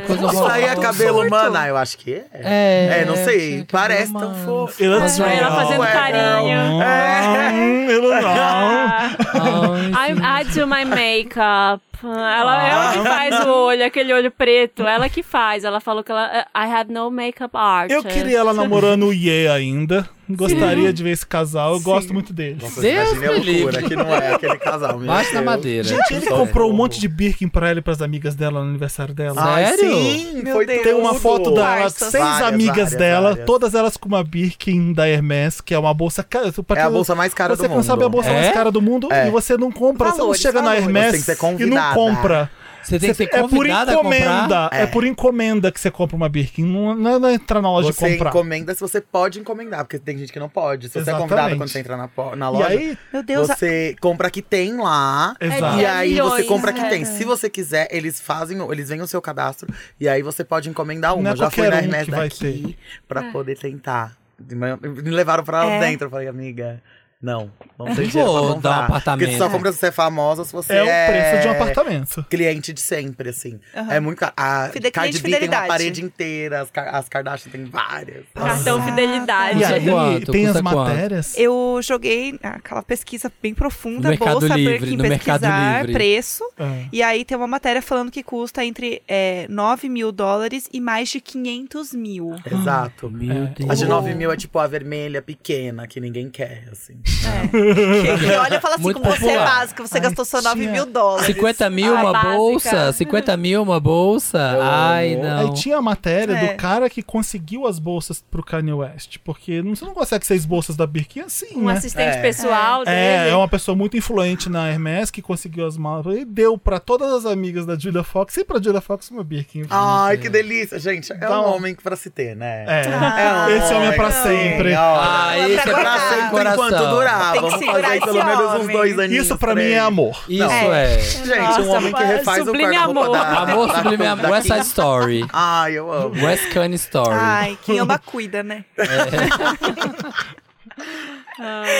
B: cabelo. Coisa
E: Isso aí é
B: horrorosa.
E: cabelo humano? Ah, eu acho que é.
B: um É,
E: É, não sei.
B: é
E: Parece
B: cabelo
E: tão
B: humano.
E: fofo.
A: Ela
C: Ela tá fazendo
E: Ué,
A: é,
C: carinho. É.
A: Hum, eu não.
B: Ai,
C: I'm, I do my makeup. Ela,
A: Ah.
C: ela que faz o olho, aquele olho preto. Ela que faz. Ela falou que ela. I have no makeup art.
A: Eu queria ela namorando o Ye ainda. Gostaria de ver esse casal. Eu gosto muito dele.
E: Nossa,
B: Deus
E: imagina a
B: me
E: loucura
B: livre.
E: que não é aquele casal. meu
B: Bate na
E: Deus.
B: madeira.
A: Gente, ele
E: Só
A: comprou um
E: é.
A: monte de Birkin pra ela e pras amigas dela no aniversário dela.
E: Ai,
B: Sério?
E: sim,
D: Meu
E: foi
D: Deus.
A: Tem uma
E: Ah, tudo.
A: foto dela,
D: Parças.
A: seis
E: Várias,
A: amigas
E: várias,
A: dela,
E: várias.
A: todas elas com uma Birkin da Hermes, que é uma bolsa cara. pra
E: É a
A: quem-
E: bolsa mais cara
A: você
E: do
A: que
E: mundo.
A: não sabe é a bolsa
B: É?
A: mais cara do mundo
E: É.
A: e você não compra,
D: Valores,
A: você não chega
D: valores.
A: na
E: Você tem
A: Hermes
E: que ser
A: e não
E: convidada.
A: compra.
B: Você tem que ser
A: é por
B: convidada a comprar.
A: encomenda, é
E: É.
A: por encomenda que você compra uma Birkin, não não é, não é entrar na loja e
E: Você
A: comprar.
E: encomenda se você pode encomendar, porque tem gente que não pode. Se você é
A: Exatamente.
E: convidada quando você entrar na, po- na
A: E
E: loja,
A: aí,
D: Meu Deus, a-
E: você compra que tem lá.
A: exato.
E: E aí você
C: milhões,
E: compra que
C: né?
E: tem. Se você quiser, eles fazem, o- eles veem o seu cadastro e aí você pode encomendar
A: Não
E: uma.
A: é
E: Eu Já fui
A: qualquer
E: na
A: um
E: Hermes
A: que vai
E: daqui pra poder tentar. Me levaram pra
D: É.
E: dentro, eu falei, amiga. Não, não tem
B: Não
E: dinheiro pra
B: vou
E: comprar.
B: dar um apartamento.
E: Porque tu só compra se você é famosa se você
A: É o preço de um
E: é
A: apartamento.
E: Cliente de sempre, assim.
D: Aham.
E: É muito caro. A
D: Fide-
E: Cardi
D: cliente
E: B tem uma
D: fidelidade.
E: parede inteira, as, Kar- as Kardashian tem várias.
C: Cartão
D: Nossa.
C: fidelidade.
A: Ah. E aí
B: é quanto?
A: tem as
B: Custa quanto?
A: matérias.
D: Eu joguei ah, aquela pesquisa bem
B: No
D: profunda,
B: Mercado
D: bolsa,
B: Livre,
D: pra quem
B: no Mercado
D: pesquisar,
B: Livre.
D: preço.
A: É.
D: E aí tem uma matéria falando que custa entre é, 9 mil dólares e mais de 500 mil.
E: Exato.
B: Meu
E: A
B: Deus.
E: de 9 mil é tipo a vermelha pequena, que ninguém quer, assim.
D: É. Que, que olha e fala assim,
B: Muito
D: como você é
B: popular.
D: básico, você
A: Ai,
D: gastou só 9
A: tia.
D: mil dólares.
B: 50 mil
C: A
B: uma
C: básica.
B: bolsa? 50 mil uma bolsa? Ai, não.
A: Aí tinha a matéria
D: É.
A: do cara que conseguiu as bolsas pro Kanye West. Porque não- você não consegue seis bolsas da Birkin assim,
C: Um
A: né?
C: assistente
E: É.
C: pessoal
A: É,
C: dele.
A: é uma pessoa muito influente na Hermès que conseguiu as malas e deu pra todas as amigas da Julia Fox e pra Julia Fox uma Birkin.
E: Ai, que delícia, gente. É
A: Então-
E: um homem pra se ter, né?
A: É.
E: um
A: Esse homem é pra sempre.
E: olha.
B: Ah, esse é
D: pra
E: pra
B: pra
D: guardar.
E: sempre
B: seu coração.
E: tá enquanto durar.
D: Tem que
E: Vamos
D: segurar
E: fazer
D: esse
E: pelo menos uns
D: homem.
E: dois aninhos.
A: Isso pra mim
E: três.
A: é amor.
B: Isso
E: Não.
B: é.
E: Gente, um
C: Nossa,
E: homem que
C: pai,
E: refaz o
C: sublime
E: guarda-roupa
C: amor.
E: da...
B: Amor
E: da-
B: sublime,
E: da-
B: amor. é West Side Story.
E: Ai, eu amo.
B: West Can Story.
D: Ai, quem ama cuida, né?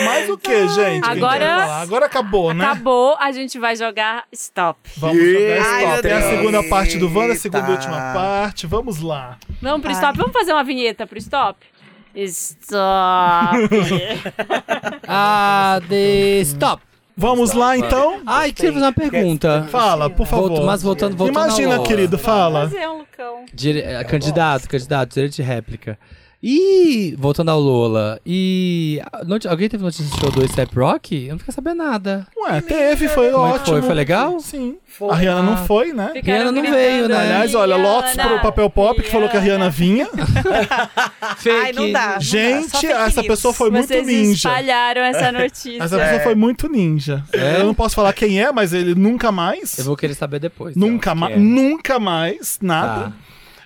A: Mas o que, gente? que a gente
C: Agora-
A: vai falar? Agora acabou, né?
C: Acabou, a gente vai jogar stop.
A: Vamos jogar esse
D: Ai,
A: papo.
D: meu
A: Tem a
D: Deus.
A: segunda parte do Wanda, a segunda e
E: Eita.
A: última parte. Vamos lá.
C: Vamos pro
D: Ai.
C: stop? Vamos fazer uma vinheta
A: (laughs)
C: pro stop? Stop.
B: Ah, the stop.
A: Vamos lá, então?
B: Ai, queria fazer uma pergunta.
A: Fala, por favor.
B: Volto- mas voltando, voltando ao-
A: Imagina, querido, fala.
C: Fazer um Lucão.
B: Dire- eh, Candidato, candidato, direito de réplica. E, voltando ao Lola, e a- noti- alguém teve notícia do show do Step Rock? Eu não quero saber nada.
A: Ué, teve, foi
B: Como é que
A: ótimo.
B: foi? Foi legal?
A: Sim.
E: Foi.
A: A Rihanna não foi, né?
C: Ficaram
B: não
C: gritando,
B: veio, né?
A: Aliás, olha, Lotus
C: Rihanna,
A: pro papel pop que falou que a Rihanna vinha.
D: Ai, não dá. não dá, só
A: Gente,
D: fake
A: essa
D: news.
A: pessoa foi muito
C: Vocês
A: ninja.
C: espalharam essa notícia.
A: Essa pessoa foi muito ninja.
B: É?
A: Eu não posso falar quem é, mas ele nunca mais.
B: Eu vou querer saber depois.
A: Nunca
B: então,
A: mais.
B: que é.
A: Nunca mais, nada.
B: Tá.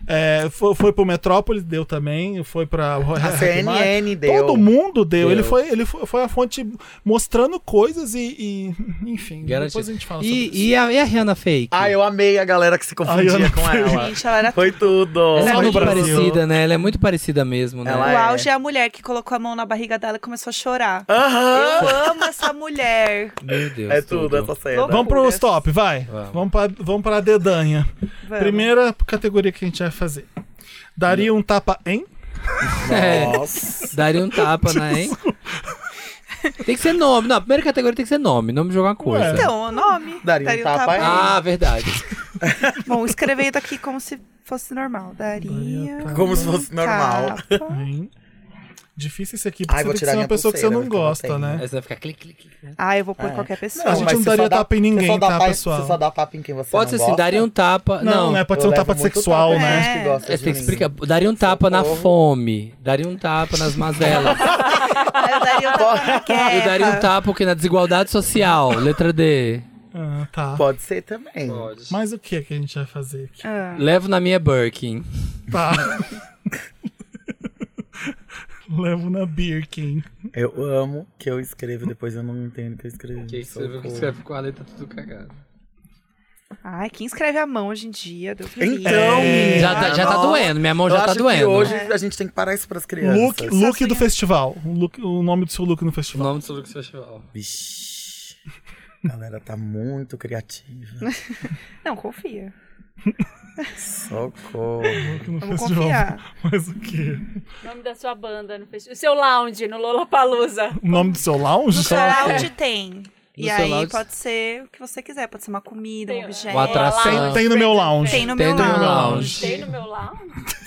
A: É, foi, foi pro Metrópole, deu também. Foi pra.
E: A CNN deu.
A: Todo mundo deu.
B: Deu.
A: Ele, foi, ele foi, foi a fonte mostrando coisas e. e, enfim,
B: Garantido.
A: depois a gente fala sobre
B: E, e a, e a Rihanna fake?
E: Ah, eu amei a galera que se
A: Ai, eu
E: confundia
A: não
E: com ela.
D: Gente, ela era
E: Foi tudo.
B: Ela é
A: Só
E: Foi
A: no
B: muito
E: tudo.
A: Brasil.
B: parecida, né? Ela é muito parecida mesmo, né?
E: Ela
D: O
E: é.
D: auge é a mulher que colocou a mão na barriga dela e começou a chorar.
E: Aham.
D: Eu amo essa mulher.
B: Meu Deus.
E: É tudo essa cena.
A: Vamos pro
D: Loucuras.
A: stop, vai.
B: Vamos.
A: Vamos, pra, vamos pra dedanha.
D: Vamos.
E: É,
A: Primeira categoria que a gente vai fazer. Daria um tapa em?
B: (laughs) É,
E: Nossa.
B: daria um tapa, né, hein? Tem que ser nome. Não, a primeira categoria tem que ser nome. Nome de alguma coisa.
D: Então, o nome?
E: Daria um tapa aí.
B: Ah, verdade.
D: Bom, escrevendo aqui como se fosse normal. Daria. um
A: Daria
E: Como se fosse normal.
D: tapa.
A: Em. Difícil esse aqui, porque
E: Ai,
A: você
E: vou
A: tem que
E: tirar
A: ser uma
E: minha
A: pessoa que você não
E: pulseira, porque eu
A: gosta,
E: não tenho.
A: né?
B: Aí você vai ficar clique, clique, clique. né?
D: Ah, eu vou por qualquer pessoa.
A: A gente
E: É. mas
A: não
E: você
A: daria
E: só dá-
A: tapa em ninguém,
E: você só dá
A: tá,
E: tapa-
A: pessoal?
E: Você só dá tapa em quem você
B: Pode ser
E: não
B: assim,
E: gosta? é
B: daria um tapa.
A: Não,
B: Não,
A: né? Pode ser
E: Eu
A: um tapa
E: levo muito
A: sexual,
E: tapa,
D: né?
A: né?
E: gente que gosta
B: É,
E: de
B: tem que
E: mim.
B: explicar. Daria um tapa na
E: Socorro.
B: fome. Daria um tapa nas
E: (laughs)
B: mazelas.
D: Eu daria um tapa na
E: É.
D: guerra.
B: Eu daria um tapa o quê? na desigualdade social. Letra D.
A: Ah, tá.
E: Pode ser também.
A: Mas o que é que a gente vai fazer aqui?
D: Ah.
B: Levo na minha Birkin.
A: Tá. (laughs) Levo na Birkin.
E: Eu amo que eu escrevo, depois eu não entendo o que eu escrevi. Socorro.
B: com a letra tudo cagada.
D: Ai, quem escreve a mão hoje em dia? Deus me livre.
E: Então, menina,
B: Já tá, já tá
E: nossa.
B: doendo, minha mão
E: Eu
B: já tá
E: acho que
B: doendo.
E: hoje a gente tem que parar isso pras crianças.
A: Look, look do
D: sonhando.
A: festival. O look- o nome do seu look no
B: O
A: festival.
B: nome do seu Lucas Festival.
E: Vixe. A galera tá muito criativa.
D: Não, confia.
E: Socorro.
A: Look no
D: Vamos
A: festival.
B: (laughs)
D: confiar.
A: (laughs) Mas o quê?
C: O nome da sua banda no festival. O seu lounge no Lollapalooza.
A: O nome do seu lounge?
D: No seu lounge tem. E
B: é. seu
D: aí
B: lounge-
D: pode ser o que você quiser. Pode ser uma comida, um
C: Tem-
D: objeto.
B: O atração.
A: Tem, tem no meu lounge.
E: É
D: Tem no
B: Tem
D: meu
B: no meu
D: lounge.
B: um lounge.
C: Tem no meu lounge?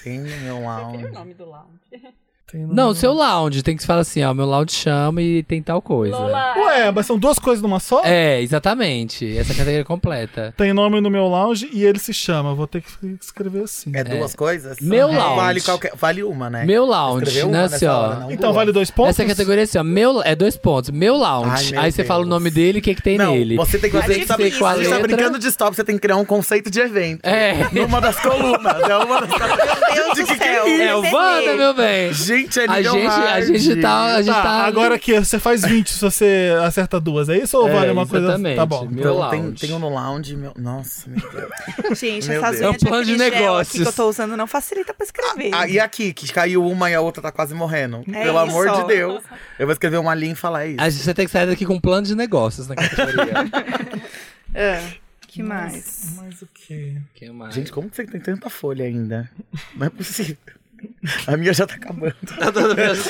E: Tem no meu
C: Tem o
E: lounge.
C: nome do lounge.
A: Tem no
B: Não, o
A: meu-
B: seu lounge. Tem que se falar assim, ó. Meu lounge chama e tem tal coisa.
C: Lola.
A: Ué, mas são duas coisas numa só?
B: É, exatamente. Essa categoria completa.
A: Tem nome no meu lounge e ele se chama. Vou ter que escrever assim.
E: É duas coisas?
B: Meu
E: Vale,
B: lounge.
E: qualquer... vale uma, né?
B: Meu lounge,
E: Escreveu uma
B: né,
E: nessa
B: assim, ó.
E: hora, não
A: Então
E: duas.
A: vale dois pontos?
B: Essa categoria é assim, ó. Meu, é dois pontos. Meu
E: Ai,
B: lounge.
E: meu
B: aí você fala o
E: Deus.
B: nome dele e o que, que tem
E: não,
B: nele.
E: Você tem que fazer
D: Tem que
E: tá
D: ser com a
E: a gente tá
B: letra.
E: brincando de stop, você tem que criar um conceito de evento.
B: É. (laughs)
E: Numa das colunas. É uma das (laughs)
D: Meu Deus do céu.
B: É o
D: Entender.
B: Wanda, meu bem.
E: Gente, gente, é
B: A
E: nível
B: gente, a
E: hard.
B: gente tá. A gente
A: Tá,
B: tá
A: agora que você faz 20 se você acerta duas, é isso? Ou vale
B: É,
A: uma coisa?
B: exatamente.
A: Tá bom.
B: Meu
E: Então, tem,
B: lounge.
E: tem um no lounge, meu. Nossa, meu Deus.
D: Gente,
E: Meu
D: essas
E: Deus.
B: É um
D: unhas de
B: plano de
D: aquele gel
B: negócios.
D: aqui que eu tô usando não facilita pra escrever.
E: Ah, e aqui, que caiu uma e a outra tá quase morrendo.
D: É isso.
E: Pelo amor de Deus. Eu vou escrever uma linha e falar isso.
B: A gente você tem que sair daqui com um plano de negócios na (laughs) categoria.
D: Ah, que mais?
A: Mas o quê?
B: Quem mais?
E: Gente, como que você tem tanta folha ainda? Não é possível. A minha já tá acabando.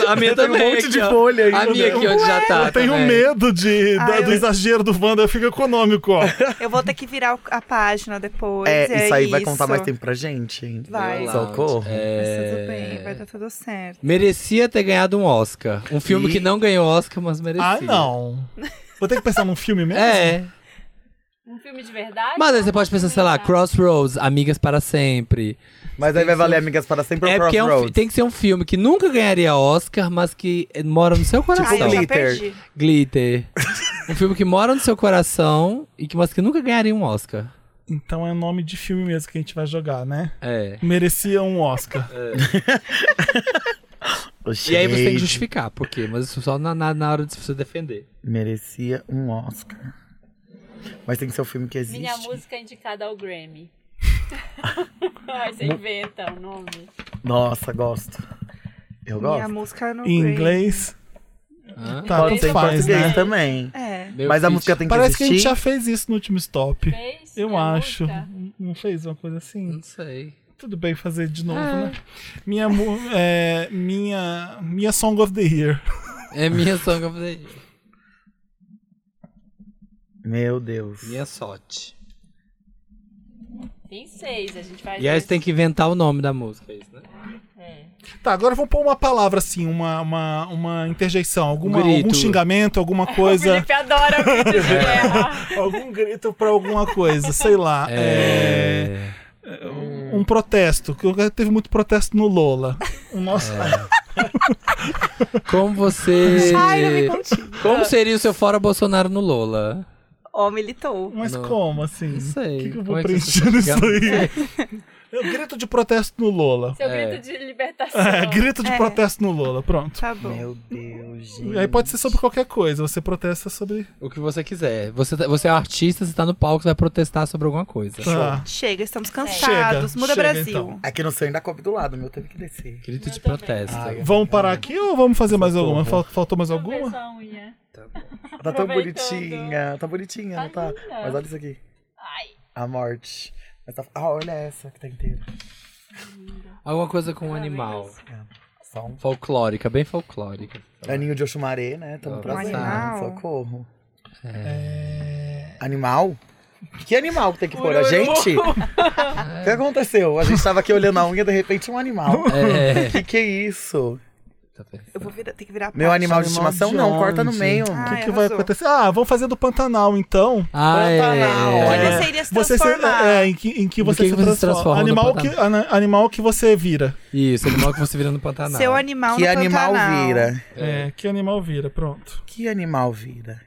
B: a minha
E: Eu tenho um
B: também.
E: monte de
B: aqui, ó.
E: folha ainda.
B: A minha aqui onde já tá.
A: Eu tenho
B: também.
A: medo de, da-
D: Ah, eu-
A: do exagero do Wanda, fica econômico,
B: (laughs)
A: ó.
D: Eu vou ter que virar o- a página depois.
E: É, isso aí vai
D: isso.
E: contar mais tempo pra gente. hein?
D: Vai.
E: Socorro.
B: É.
D: Mas tudo bem, vai dar tudo certo.
B: Merecia ter ganhado um Oscar. Um filme
E: E-
B: que não ganhou Oscar, mas merecia.
A: Ah, não. Vou ter que pensar num filme mesmo?
B: É.
C: Um filme de verdade?
B: Mas aí você pode pensar, sei lá, Crossroads, Amigas para Sempre.
E: Mas aí vai valer Amigas para Sempre
B: É
E: ou
B: porque é um fi-
E: Crossroads?
B: tem que ser um filme que nunca ganharia Oscar, mas que mora no seu coração.
D: Ai, eu já
E: Tipo Glitter.
D: perdi.
B: Glitter. um filme que mora no seu coração e que, mas que nunca ganharia um Oscar.
A: Então é nome de filme mesmo que a gente vai jogar, né?
B: É.
A: Merecia um Oscar.
E: Oxe,
B: E aí você tem que
E: gente,
B: justificar por quê, mas isso só na, na, na hora de você defender.
E: Merecia um Oscar. Mas tem que ser um filme que existe.
C: Minha música é indicada ao Grammy. Ai, você inventa o nome.
E: Nossa, gosto. Eu
D: Minha
E: gosto.
D: música no
A: Em
D: Grey.
A: inglês,
B: Hã?
A: tá,
E: Pode
A: tanto
E: ser em
A: faz,
E: português
A: né?
E: também.
D: É.
B: Meu
E: Mas a
B: feat.
E: música tem que
A: Parece que a
E: existir.
A: gente já fez isso no último stop.
C: Fez?
A: Eu
C: É
A: acho.
C: música?
A: Não fez uma coisa assim?
B: Não sei.
A: Tudo bem fazer de novo, né? Minha, mu- é, minha, minha Song of the Year.
B: É minha song of the year.
E: Meu Deus.
B: Minha sorte.
C: Tem seis, a gente vai.
B: E aí você tem que inventar o nome da música, é isso, né?
A: Tá, agora vamos pôr uma palavra assim, uma, uma, uma interjeição, alguma,
B: Grito.
A: algum xingamento, alguma
C: O
A: coisa.
C: Felipe adora o vídeo de guerra.
A: algum grito pra alguma coisa, sei lá. É... Um protesto, que eu- teve muito protesto no Lola. Um O nosso.
B: Como você.
D: Ai, não me contigo.
B: Como seria o seu fora Bolsonaro no Lola?
D: Ó, militou.
A: (laughs) Mas
B: Não.
A: como assim?
B: Não sei.
A: O que, que
B: Como
A: eu vou
B: é que você
A: preencher nisso
B: tá
A: aí? Eu grito de protesto no Lola.
C: Seu
B: É.
C: grito de libertação.
A: É, grito de
D: É.
A: protesto no Lola, pronto.
D: Tá bom.
E: Meu Deus, gente.
A: E Aí pode ser sobre qualquer coisa, você protesta sobre.
B: O que você quiser. Você, tá- você é um artista, você tá no palco, você vai protestar sobre alguma coisa.
A: Tá.
D: Chega, estamos cansados.
A: Chega, chega,
D: Muda Brasil.
A: então.
E: Aqui no seu ainda cobre do lado, meu teve que descer.
B: Grito de protesto.
E: Ah,
A: Vamos parar aqui ou vamos fazer mais
E: Socorro.
B: né?
A: alguma? Fal- Faltou mais
C: Deixa eu ver
A: alguma?
C: sua unha.
E: Ela Tá tão
C: Aproveitando.
E: bonitinha, tá bonitinha, não tá?
C: linda.
E: Mas olha isso aqui.
C: Ai.
E: A morte. Mas tá- Ah, olha essa que tá inteira.
B: Alguma coisa com um animal.
E: Só um
B: Folclórica, bem folclórica.
E: É. aninho de Oxumaré, né? Tamo
B: Um
E: trazendo.
D: animal.
E: Socorro.
A: É.
E: Animal? Que animal que tem que pôr? A
C: Ui, ui,
E: gente? O que aconteceu? A gente tava aqui olhando a unha e de repente um animal.
B: É.
E: Que que (laughs) é isso?
B: tá bem.
D: Eu vou virar, ter que virar a
E: Meu
D: página.
E: animal de
A: um Animal
E: estimação?
A: de
E: Não, corta no
A: onde?
E: meio.
A: O
D: Ah,
A: que, que vai
D: arrasou.
A: acontecer? Ah, vamos fazer do Pantanal então.
B: Ah, é.
E: Pantanal.
D: Olha,
A: É,
D: você iria se
A: Você se-
D: transformar.
A: é, em que, em que
B: No
A: você
B: que
A: se
B: que você se transforma
A: transforma.
B: no
A: animal, que,
B: Pantanal?
A: ana- animal que você vira.
B: Isso, animal que você vira no Pantanal.
D: Seu animal
E: Que
D: no
E: animal
D: Pantanal.
E: vira?
A: É, que animal vira, pronto.
E: Que animal vira?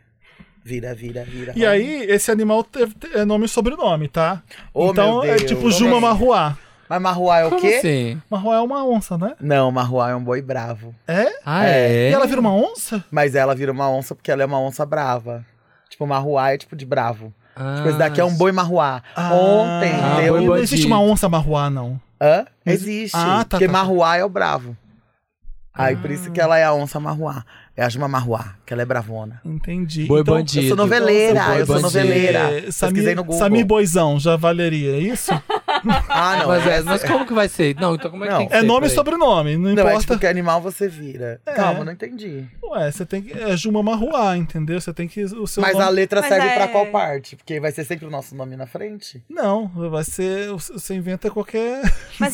E: Vira, vira, vira.
A: E aí, esse animal teve- te- é nome e sobrenome, tá?
E: Oh,
A: então
E: meu
A: é
E: Deus.
A: tipo Juma
E: Como assim?
A: Marruá.
E: Mas Marruá é o
B: Como
E: quê?
B: assim?
A: Marruá é uma onça, né?
E: Não, Marruá é um boi bravo.
A: É?
B: Ah, é?
A: E ela vira uma onça?
E: Mas ela vira uma onça porque ela é uma onça brava. Tipo, Marruá é tipo de bravo.
B: Ah,
E: Tipo, esse daqui é um boi Marruá.
A: Ah,
E: Ontem
B: Ah,
E: deu...
B: boi
A: Não existe
B: bandido.
A: uma onça Marruá, não.
E: Hã?
A: Mas-
E: Existe.
A: Ah, tá,
E: porque
A: tá, tá.
E: Marruá é o bravo. Aí por isso que ela é a onça Marruá. É a Juma Marruá, que ela é bravona.
A: Entendi.
B: Boi
A: então,
B: bandido.
E: Eu sou noveleira,
B: Boi
E: eu sou
B: bandido.
E: noveleira.
A: É,
E: Pesquisei no
A: Samir,
E: Google.
A: Samir Boizão já valeria, é
E: (laughs)
A: isso?
E: Ah, não.
B: Mas, é, mas como que vai ser? Não, então como é que
E: Não.
B: tem que
A: É
B: ser?
A: nome e
B: Peraí.
A: sobrenome, não,
E: Não, é
A: importa.
E: tipo que animal você vira. Calma, não entendi.
A: Ué, você tem que. É Juma Marruá, entendeu? Você tem que. O seu
E: Mas
A: nome...
E: a letra
D: Mas
E: serve
D: é-
E: pra qual parte? Porque vai ser sempre o nosso nome na frente?
A: Não, vai ser. Você inventa qualquer.
D: Mas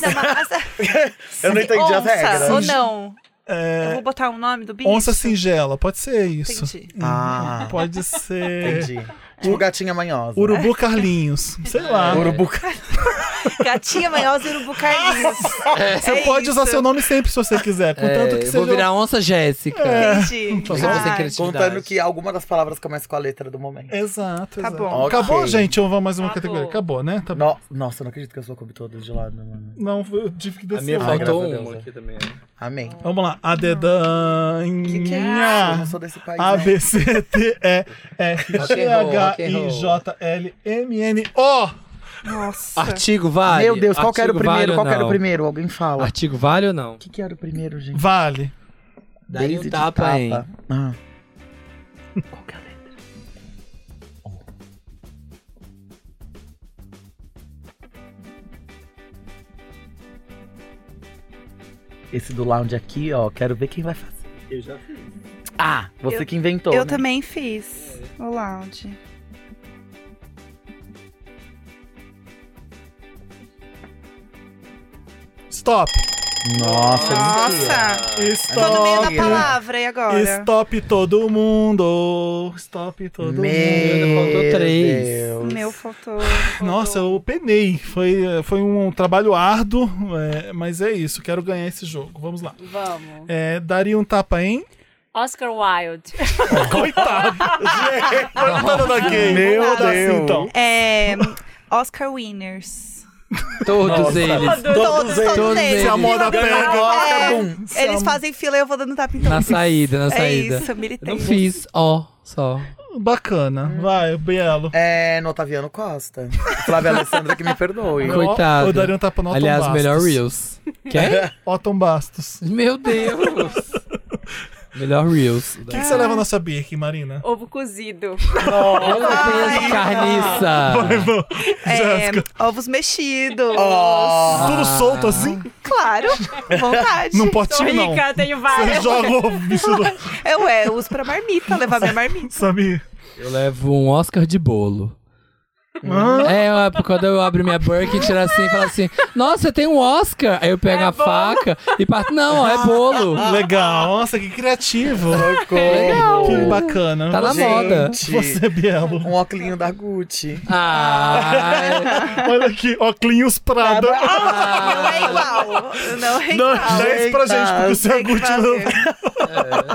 A: (laughs)
D: é uma... as-
E: Eu não entendi
D: onça,
E: as regras.
D: ou não. Eu
A: é,
D: vou botar o nome do bicho.
A: onça singela, pode ser isso.
D: Entendi.
E: Ah,
A: Pode ser.
E: entendi. Tipo gatinha manhosa.
A: Urubu Carlinhos. Sei lá.
E: Urubu (laughs) ca-
D: (laughs) Gatinha manhosa e urubu Carlinhos.
A: (laughs)
D: É.
A: Você pode usar seu nome sempre se você quiser. Contanto
B: É,
A: que
B: eu vou
A: seja.
B: virar onça Jéssica.
E: É.
A: (laughs)
D: Entendi.
A: Então,
B: Só vou sem
D: Ah,
B: criatividade.
E: Contando que alguma das palavras começa com a letra do momento.
A: Exato.
D: Tá
A: exato.
D: bom.
A: Acabou,
E: Ok.
A: gente? Ou vamos mais uma
C: Acabou.
A: categoria? Acabou, né? Tá bom.
E: No- nossa, eu não acredito que eu sou come toda de lado, mano.
A: Não, eu tive que
B: A
A: descer.
B: minha
E: Ai,
B: faltou um.
E: graças a
B: uma
E: Deus.
B: aqui também. né?
E: Amém.
A: Vamos lá. A dedanha.
E: Que que é isso? Eu não sou desse país.
A: A,
E: não.
A: B, C, T, E, F, G,
B: roll,
A: H,
B: rock and
A: I,
B: roll.
A: J, L, M, N, O!
D: Nossa.
B: Artigo vale.
E: Meu Deus, qual que era o
B: Artigo
E: primeiro?
B: vale
E: qual
B: ou
E: que era o
B: não?
E: primeiro? Alguém fala. O
B: Artigo vale ou não?
E: que, que era o primeiro, gente?
A: Vale.
B: Daí
E: Daisy
B: um
E: de
B: tapa, hein?
E: Ah. é Oh. Esse do lounge aqui, ó, quero ver quem vai fazer.
B: Eu já fiz.
E: Ah, você que inventou.
D: Eu
E: né?
D: também fiz o lounge.
A: Stop.
E: Nossa, é
D: Nossa. Tô
A: Stop.
D: no meio da
E: Olha.
D: palavra, e agora?
A: Stop todo mundo. Stop todo
E: Meu
A: mundo.
B: faltou três.
E: Deus.
D: Meu faltou.
A: Nossa, eu penei. Foi, foi um trabalho árduo, é, mas é isso. Quero ganhar esse jogo. Vamos lá.
C: Vamos.
A: É, daria um tapa em.
C: Oscar Wilde.
A: Coitado! Gente, Coitado da Kay.
E: Meu
A: Vamos lá,
E: Deus.
A: então.
D: É. Oscar Winners.
B: Todos
E: Nossa.
B: eles.
D: Todos, todos,
B: Todos
D: eles.
B: eles.
A: Se a moda pega. um.
E: Oscar,
D: É,
E: bum.
A: Se
D: eles
A: a-
D: fazem fila e eu vou dando tapinha.
B: Na saída, na
D: É
B: saída.
D: isso,
B: Eu não
D: militante.
B: fiz, ó, só.
A: Bacana. Vai, Bielo.
E: É, no Otaviano Costa. Flávia Alessandra que me perdoe.
B: Não. Coitado.
A: Eu daria um tapa no Otton
B: Aliás,
A: Bastos.
B: melhor Reels.
A: (laughs)
B: Quer?
A: Otton Bastos.
B: Meu Deus! melhor Reels.
A: O que, que você leva na sua birk, Marina?
C: Ovo cozido.
B: Eu não conheço carniça.
D: É, ovos mexidos.
E: Ó.
A: Tudo solto assim?
D: Ah. Claro, vontade.
A: Num
C: Sou
A: potinho, não.
C: rica, Ah, tenho
A: Você
C: várias.
A: joga o bicho do...
D: Eu, é, uso pra marmita, levar minha marmita.
A: Samir.
B: Eu levo um Oscar de bolo.
A: Hã?
B: É, eu- quando eu abro minha burka e tiro assim e falo assim: Nossa, tem um Oscar! Aí eu pego a faca e parto. Não, ó, é bolo.
A: Legal. Nossa, que criativo.
E: Tá
A: Que
E: Socorro.
A: bacana.
B: Tá na
A: Você-
B: moda.
A: Você, Bielo.
E: (laughs) Um óculinho da Gucci.
B: Ah,
A: Olha aqui, óculos Prada.
D: Não é igual. Não é igual.
A: Dá 10 pra gente, porque é o seu
D: Tem que
A: Gucci
D: fazer.
A: não...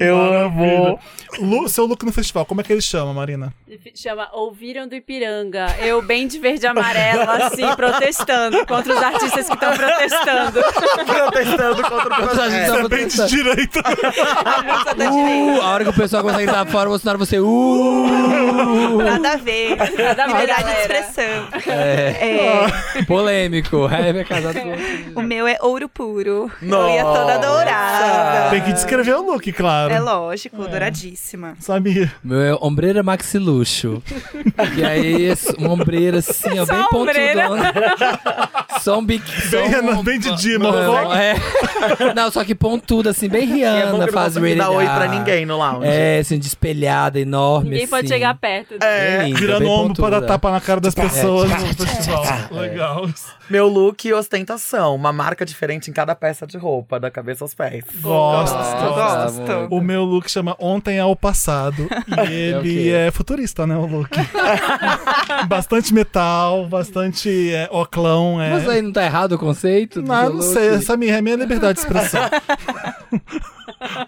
E: Eu amo.
A: Lu, seu look no festival, como é que ele chama, Marina?
C: Chama Ouviram do Ipiranga. Eu bem de verde e amarelo, assim, protestando contra os artistas que estão protestando.
E: (laughs) Protestando contra o
B: a gente
E: processo.
B: tá
A: Bem de
B: botando-
A: direita.
D: Só tá direito.
B: Uh, a hora que o pessoal consegue estar fora, o Bolsonaro você. Uh,
D: Nada a ver.
C: Nada a ver,
D: Liberdade de
C: galera.
D: expressão.
B: é,
D: É,
B: polêmico. Heavy é casado com.
D: o meu é ouro puro. Eu ia toda dourada.
A: Tem que descrever o look, claro.
D: É lógico, douradíssima.
A: Samir.
B: Meu é ombreira maxi luxo. e aí, uma ombreira assim, ó,
C: Só
B: bem
C: ombreira.
B: pontudona. Só um biquíni.
A: Bem Renan- bem de né? Dino,
B: Não,
A: foca.
B: é. não, só que pontuda, assim, bem
E: E é bom que
B: Rihanna,
E: eu não
B: faz
E: consegui dar
B: rated
E: oi
B: R.
E: pra ninguém no lounge.
B: É, assim, de espelhada, enorme.
C: Ninguém pode
B: assim.
C: chegar perto. dele.
E: É.
B: Bem é. linda,
A: É, Virando
B: bem
A: o ombro pra dar
B: pontuda.
A: tapa na cara das pessoas
B: tchá,
A: no
B: tchá,
A: festival.
B: tchá, tchá.
A: Legal.
E: Meu look e ostentação. Uma marca diferente em cada peça de roupa, da cabeça aos pés.
A: Gosto.
B: Nossa,
A: gosto.
D: gosto.
A: O meu look chama Ontem ao
B: (laughs)
A: Passado. E ele
B: quê?
A: é, futurista, né? O look. (laughs) bastante metal, bastante é, oclão. É...
B: Mas aí não tá errado o conceito? do
A: Não, eu não
B: Zulu
A: sei.
B: que-
A: Essa minha, é minha liberdade de expressão. (laughs)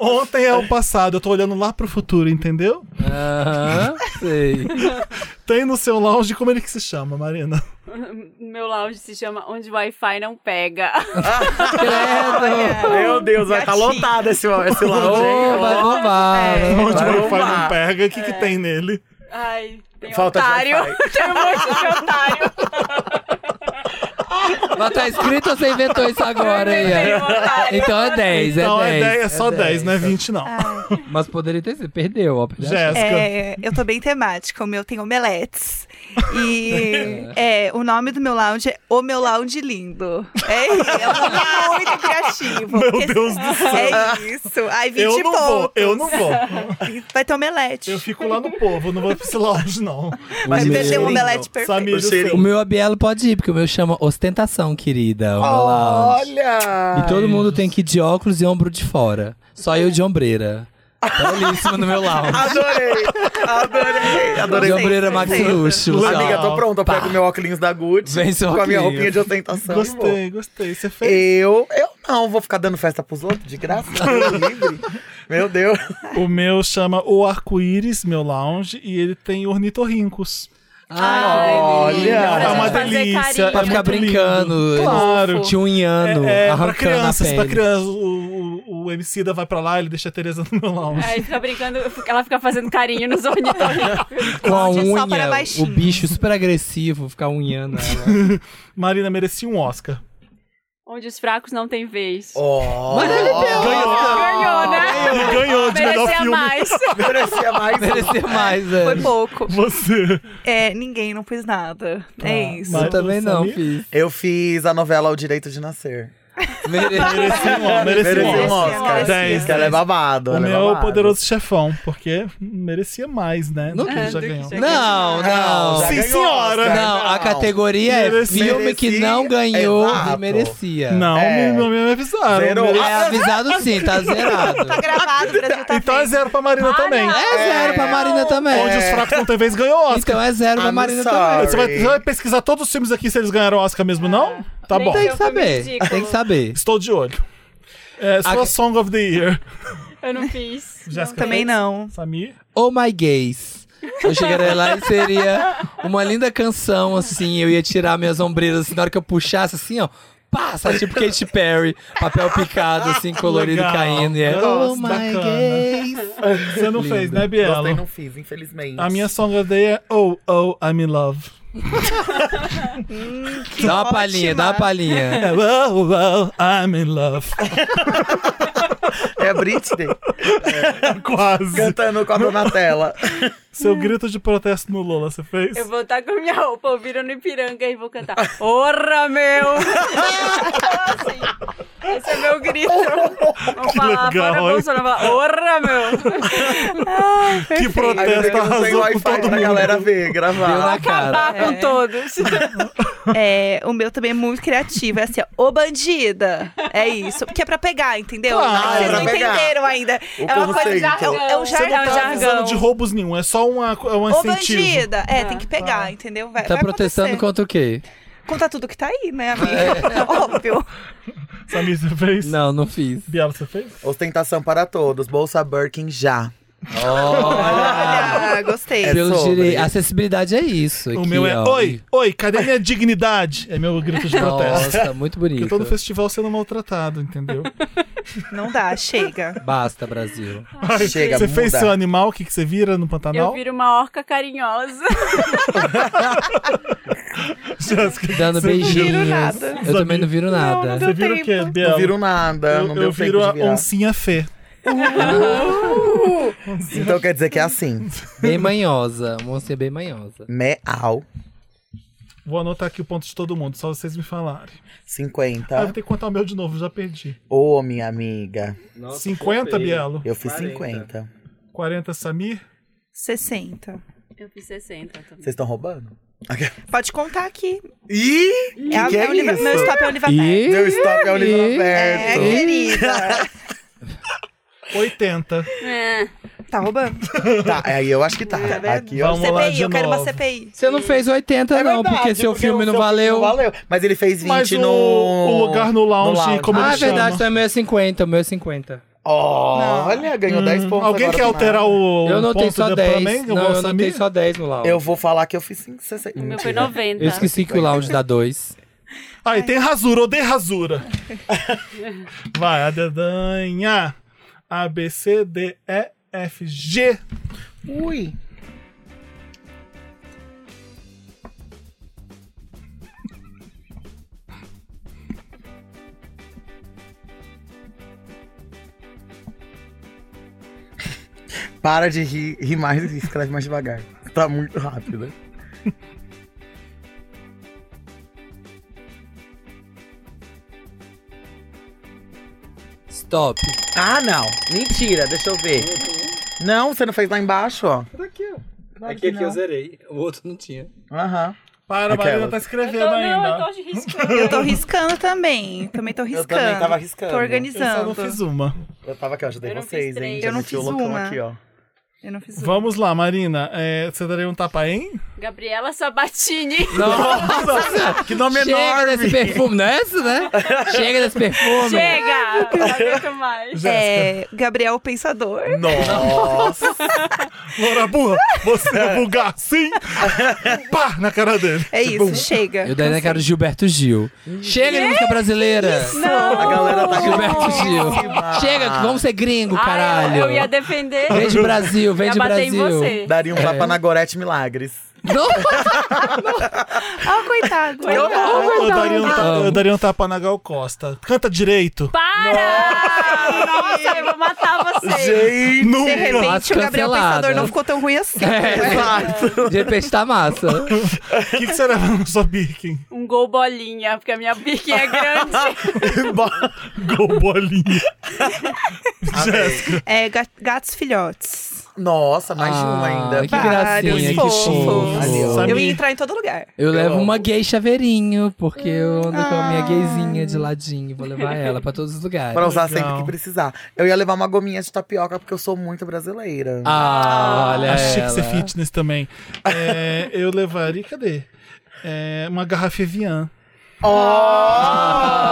A: Ontem é o passado, eu tô olhando lá pro futuro, entendeu?
B: Aham,
C: (laughs)
B: sei.
A: Tem no seu lounge, como ele que se chama, Marina?
C: (laughs) Meu lounge se chama Onde o Wi-Fi não
E: (laughs)
C: pega.
B: Credo!
E: Meu Deus, vai estar
D: um Gatinho.
E: lotado esse, esse lounge,
B: Ô, vai
E: hein?
C: É.
B: bombar. vai É.
A: Onde
E: vai
A: o Wi-Fi
E: arrumar.
A: não pega, o que, que tem nele?
C: Ai, tem
E: Falta de
C: otário.
E: Wi-Fi.
C: tem um monte de otário.
B: Mas tá escrito ou você inventou isso agora aí?
C: Tem
D: né?
C: um otário.
B: Então é 10,
A: Não,
B: é 10.
A: é, 10, é só 10, não é 20, não.
B: Mas poderia ter sido, perdeu, ó.
A: Jéssica.
D: Ah. É, eu tô bem temática, o meu tem omeletes.
A: (laughs)
D: E (laughs) é, o nome do meu lounge é O Meu Lounge Lindo. É, é um nome muito criativo.
A: Meu
D: Porque-
A: Deus do céu.
D: É isso. Aí 20
A: Eu não vou,
D: pontos.
A: eu não vou.
D: Vai ter omelete.
A: Eu fico lá no povo, eu não vou pra esse lounge, não.
D: Vai
B: O
D: ter
B: meu-
D: um omelete perfeito.
A: Samir, assim, eu sei.
E: cheirinho.
B: O meu Abielo pode ir, porque o meu chama ostentação, querida. o meu lounge.
E: Olha!
B: E todo mundo tem que ir de óculos e ombro de fora. Só eu de ombreira. Tá ali em cima do meu
A: (laughs)
B: lounge.
E: Adorei! (laughs) Adorei!
B: De
E: Adorei.
B: ombreira Maxi
D: Gostei.
B: Luxo.
A: Legal.
B: sei
E: Amiga,
B: lá.
E: tô pronta. Eu pego meu óculos da Gucci
B: assim, Vem seu
E: com a minha
B: óculinho.
E: roupinha de ostentação. e vou.
A: Gostei, gostei. Você fez.
E: Eu, eu não vou ficar dando festa pros outros,
B: (laughs)
E: de graça. Deus livre. Meu Deus.
A: O meu chama O Arco-Íris, meu lounge, e ele tem ornitorrincos.
B: Ai,
E: Olha.
B: menina.
E: É
A: É uma
E: pra
C: fazer
A: delícia.
C: carinho.
A: É
B: Pra ficar
A: muito lindo.
B: brincando.
A: Claro.
B: Tinha um nhano
A: É, é pra
B: arrancando
A: crianças,
B: a
A: pra
B: pele.
A: crianças. O, o, o MC da vai pra lá, ele deixa a Tereza no meu lounge.
C: Aí fica brincando, ela fica fazendo carinho
E: (laughs)
C: nos ornitorrincos.
B: Com a
D: Gente, só
B: unha,
D: para
B: o
D: baixinhos.
B: bicho super agressivo, ficar um unhando ela.
A: Marina merecia um Oscar.
C: Onde os fracos não têm vez.
E: Oh,
C: Ganhou, né?
A: Ele ganhou de melhor
C: Merecia
A: filme. (laughs)
C: mais.
E: merecia mais.
B: Merecer mais,
D: Foi
B: velho.
D: pouco.
A: Você.
D: É, ninguém não fez nada. É isso.
A: mas-
B: Eu também não
A: Sabia?
B: fiz.
E: Eu fiz a novela O Direito de Nascer.
B: Merecer.
A: Merecia um Oscar. Merecia um
E: Merecia um
A: Oscar.
E: Oscar.
A: Dez,
E: Que ela é
A: dez.
E: babado.
A: O
E: ela é
A: meu
E: babado.
A: poderoso chefão, porque merecia mais, né? Do
B: Não-
A: que
C: É,
A: ele já
C: do que
A: ganhou.
C: já-
B: Não, não.
E: já
A: Sim,
E: ganhou
A: senhora.
E: Oscar,
B: Não, a categoria é
A: Merecia.
B: filme que não
E: Merecia.
B: ganhou e
E: Exato.
B: merecia.
A: Não,
E: É.
A: não me avisaram.
E: Zerou.
A: Merecia-
B: É avisado sim, tá zerado.
D: Tá gravado, o Brasil
A: (laughs)
D: tá
A: Então é
D: vendo.
A: zero pra Marina também.
B: É zero pra Marina também.
A: Onde os fracos não têm vez ganhou
E: (laughs)
A: Oscar.
B: Então é zero pra
E: I'm
B: Marina
E: sorry.
B: também.
A: Você vai, você vai pesquisar todos os filmes aqui se eles ganharam Oscar mesmo, não? Tá
C: Nem
A: bom.
B: Tem
C: Eu
B: que
C: fui
B: saber.
C: ridículo.
B: Tem que saber.
A: Estou de olho. É, sua
B: A-
A: Song of the Year.
C: Eu não fiz.
A: Jéssica
D: Também
A: fez?
D: não.
A: Samir?
B: Oh My Gays. Eu chegaria lá e seria uma linda canção, assim. Eu ia tirar minhas ombreiras, assim, na hora que eu puxasse, assim, ó. Passa, tipo Katy Perry, papel picado,
A: (laughs)
B: assim, colorido
A: Legal.
B: caindo. E é,
A: Gosto,
B: oh my
A: bacana.
B: gays.
A: Você não fez, né, Bielo?
E: Gostei, não fiz, infelizmente.
A: A minha Song of the Year é Oh, Oh, I'm in Love.
B: Dá uma palhinha, dá uma palhinha.
A: É, oh, oh, I'm in
E: (laughs)
A: Love.
E: É a Britney
A: Quase.
E: cantando com a Donatella.
A: Seu grito de protesto no Lola, você fez?
C: Eu vou estar com minha roupa, ouviram no Ipiranga e vou cantar.
B: (laughs)
C: Porra, meu! assim, esse é meu grito. Vou falar,
A: legal,
C: fora
A: hein?"
C: Bolsonaro, vou falar, orra, meu!
A: que
E: Aí eu
A: protesto
E: não tenho
A: arrasou com
E: Wi-Fi pra
A: todo mundo.
E: galera ver,
B: Deu
E: gravar.
B: na cara.
C: Acabar com todos.
D: É, o meu também é muito criativo. É assim, ó, ô bandida. É isso. Porque é pra pegar, entendeu?
A: Claro,
D: Vocês não
E: pra pegar.
D: entenderam ainda.
E: O
D: é uma coisa.
E: conceito.
D: já- é, um-
B: então,
D: é um
C: Você não
A: Não
D: jargão.
A: tá
C: jargão.
A: avisando de roubos nenhum, é só uma, é um
D: Ô
A: incentivo.
D: bandida. É,
C: Ah,
D: tem que pegar, entendeu? Vai,
B: Tá
D: vai
B: protestando
D: acontecer.
B: contra o quê?
D: Contar tudo que tá aí, né, amiga? (laughs) Óbvio.
A: Samir, você fez?
B: Não, não fiz.
A: Bielo, você fez?
E: Ostentação para todos. Bolsa Birkin já.
B: Olha!
D: (laughs) Olha, Ah, gostei.
E: É
B: Pelo
E: sobre.
B: direito. Acessibilidade é isso.
A: o
B: aqui,
A: meu é
B: ó.
A: Oi, oi, cadê minha dignidade? É meu grito de protesto.
B: Nossa, muito bonito.
A: Porque todo festival sendo maltratado, entendeu?
D: Não dá, chega.
B: Basta, Brasil.
E: Chega,
A: você fez
E: muda.
A: seu animal, o que, que você vira no
C: Eu
A: Pantanal?
C: viro uma orca carinhosa.
A: (laughs) Jéssica,
B: Dando
A: você-
B: beijinhos.
D: viro nada.
B: Eu também não viro nada.
D: não
A: Você vira o
D: tempo.
A: quê, Bielo?
E: Não viro um nada,
A: eu, eu
E: não deu tempo
A: viro
E: de
A: a
E: virar.
A: oncinha fê.
E: Então quer dizer que é assim.
B: Bem manhosa. Moça é bem manhosa.
E: Meal
A: Vou anotar aqui o ponto de todo mundo, só vocês me falarem. Ah, vou
E: 50.
A: ter que contar o meu de novo, já perdi.
E: Ô, minha amiga.
A: 50, Bielo.
E: Eu fiz 50.
A: 40, Samir.
D: 60.
C: Eu fiz 60
E: Vocês estão roubando?
D: Pode contar aqui.
E: Ih!
D: É a-
E: que
D: é o livro- Meu stop é o livro aberto.
B: E...
E: Meu stop é o livro
B: Ih.
D: É,
E: aberto.
D: querida.
A: 80.
C: também.
D: Tá roubando?
E: Tá, aí eu acho que
C: É
E: tá.
D: vendo?
E: Aqui eu acho
A: Vamos lá
D: CPI,
A: de
D: eu quero uma
A: novo.
D: CPI.
B: Você não fez 80,
E: É
B: não,
E: verdade,
B: porque seu filme
E: o
B: não
E: seu
B: valeu.
E: Mas ele fez 20
A: Mas o-
E: no...
A: o lugar no lounge, como
B: Ah,
A: ele
B: é verdade,
A: chama.
B: então é meu é 50, o meu é 50.
E: Olha, ganhou 10 Hum, pontos
A: Hum. Alguém
E: agora
A: quer
E: do
A: alterar
E: nada.
A: o
B: eu notei
A: ponto
B: só
A: de-
B: 10.
A: também?
B: não,
A: igual
B: eu notei
A: Samir?
B: só 10 no lounge.
E: Eu vou falar que eu fiz 5, 60.
C: O meu foi
E: Mentira.
C: 90.
B: né? Eu esqueci que o lounge dá 2.
A: Aí tem rasura, odeio
B: (laughs)
A: rasura. Vai, a dedanha. A, B, C, D, E, F, G.
E: Ui. Para de rir, rir mais e escreve mais devagar. Tá muito rápido.
B: Stop.
E: Ah, não. Mentira, deixa eu ver. Não, você não fez lá embaixo, ó.
B: Aqui,
C: É
E: Claro que que não. eu
B: zerei. O outro não tinha.
E: Aham.
A: Para, a Marina
E: Aquelas.
A: tá
C: Eu tô,
A: escrevendo ainda.
C: não, eu tô riscando.
D: Eu tô riscando também. Também tô
E: Eu
D: riscando.
E: também tava arriscando.
D: Tô
A: Eu só não
D: organizando.
A: fiz uma.
E: Eu tava aqui, ó, ajudei
C: Eu não fiz
E: vocês,
C: três.
E: hein?
D: Eu não
E: meti o
D: fiz
E: loucão
D: uma.
E: aqui, ó.
D: Eu não fiz
A: Vamos lá, Marina. É, você daria um tapa em?
C: Gabriela Sabatini.
B: Nossa!
E: Que
A: é
E: nome
B: Chega desse perfume, não é isso, né? Chega desse perfume.
C: Chega! Não aguento mais.
D: um. É, Gabriel o Pensador.
E: Nossa! (laughs)
A: Loura burra, você
E: É.
A: vai bugar assim? Pá, na cara dele.
D: É isso, chega.
B: Eu daí na cara do Gilberto Gil. Chega de música brasileira!
E: a galera tá
B: Gilberto Gil.
E: caríssima.
B: Chega, que vamos ser gringo,
C: Ah,
B: caralho.
C: eu ia defender.
B: Vem
C: (laughs)
B: de Brasil, vem
C: ia
B: de
C: bater em
B: Brasil.
C: você.
E: Daria um tapa na Gorete Milagres.
B: (laughs) Não,
D: Ah, coitado.
C: Tá
A: Eu, daria um ta- eu daria um tapa na Gal Costa. Canta direito.
C: Para! Nossa, eu vou matar você.
E: Gente!
D: (laughs) De repente
B: Nossa,
D: o Gabriel
B: cancelada.
D: Pensador não ficou tão ruim assim.
A: É.
E: Exato!
B: de repente tá massa.
A: O que, que você leva na sua biquim?
C: Um gol bolinha, porque a minha biquinha é
A: (laughs)
C: grande.
A: Gol bolinha.
D: É, ga- gatos filhotes.
E: Nossa, mais de um ainda.
B: Que
D: Vários
B: gracinha, que
D: fofos.
B: fofo.
A: Sabe-
D: Eu ia entrar em todo lugar.
B: Eu levo
E: amo.
B: uma gay chaveirinho, porque eu ando com a minha
C: Ah.
B: gayzinha de ladinho. Vou levar ela pra todos os lugares.
E: Pra usar
A: Legal.
E: sempre que precisar. Eu ia levar uma gominha de tapioca, porque eu sou muito brasileira.
B: Ah, olha
A: Achei que
B: ela.
A: você fitness também. É, eu levaria, cadê? É, uma garrafa Evian.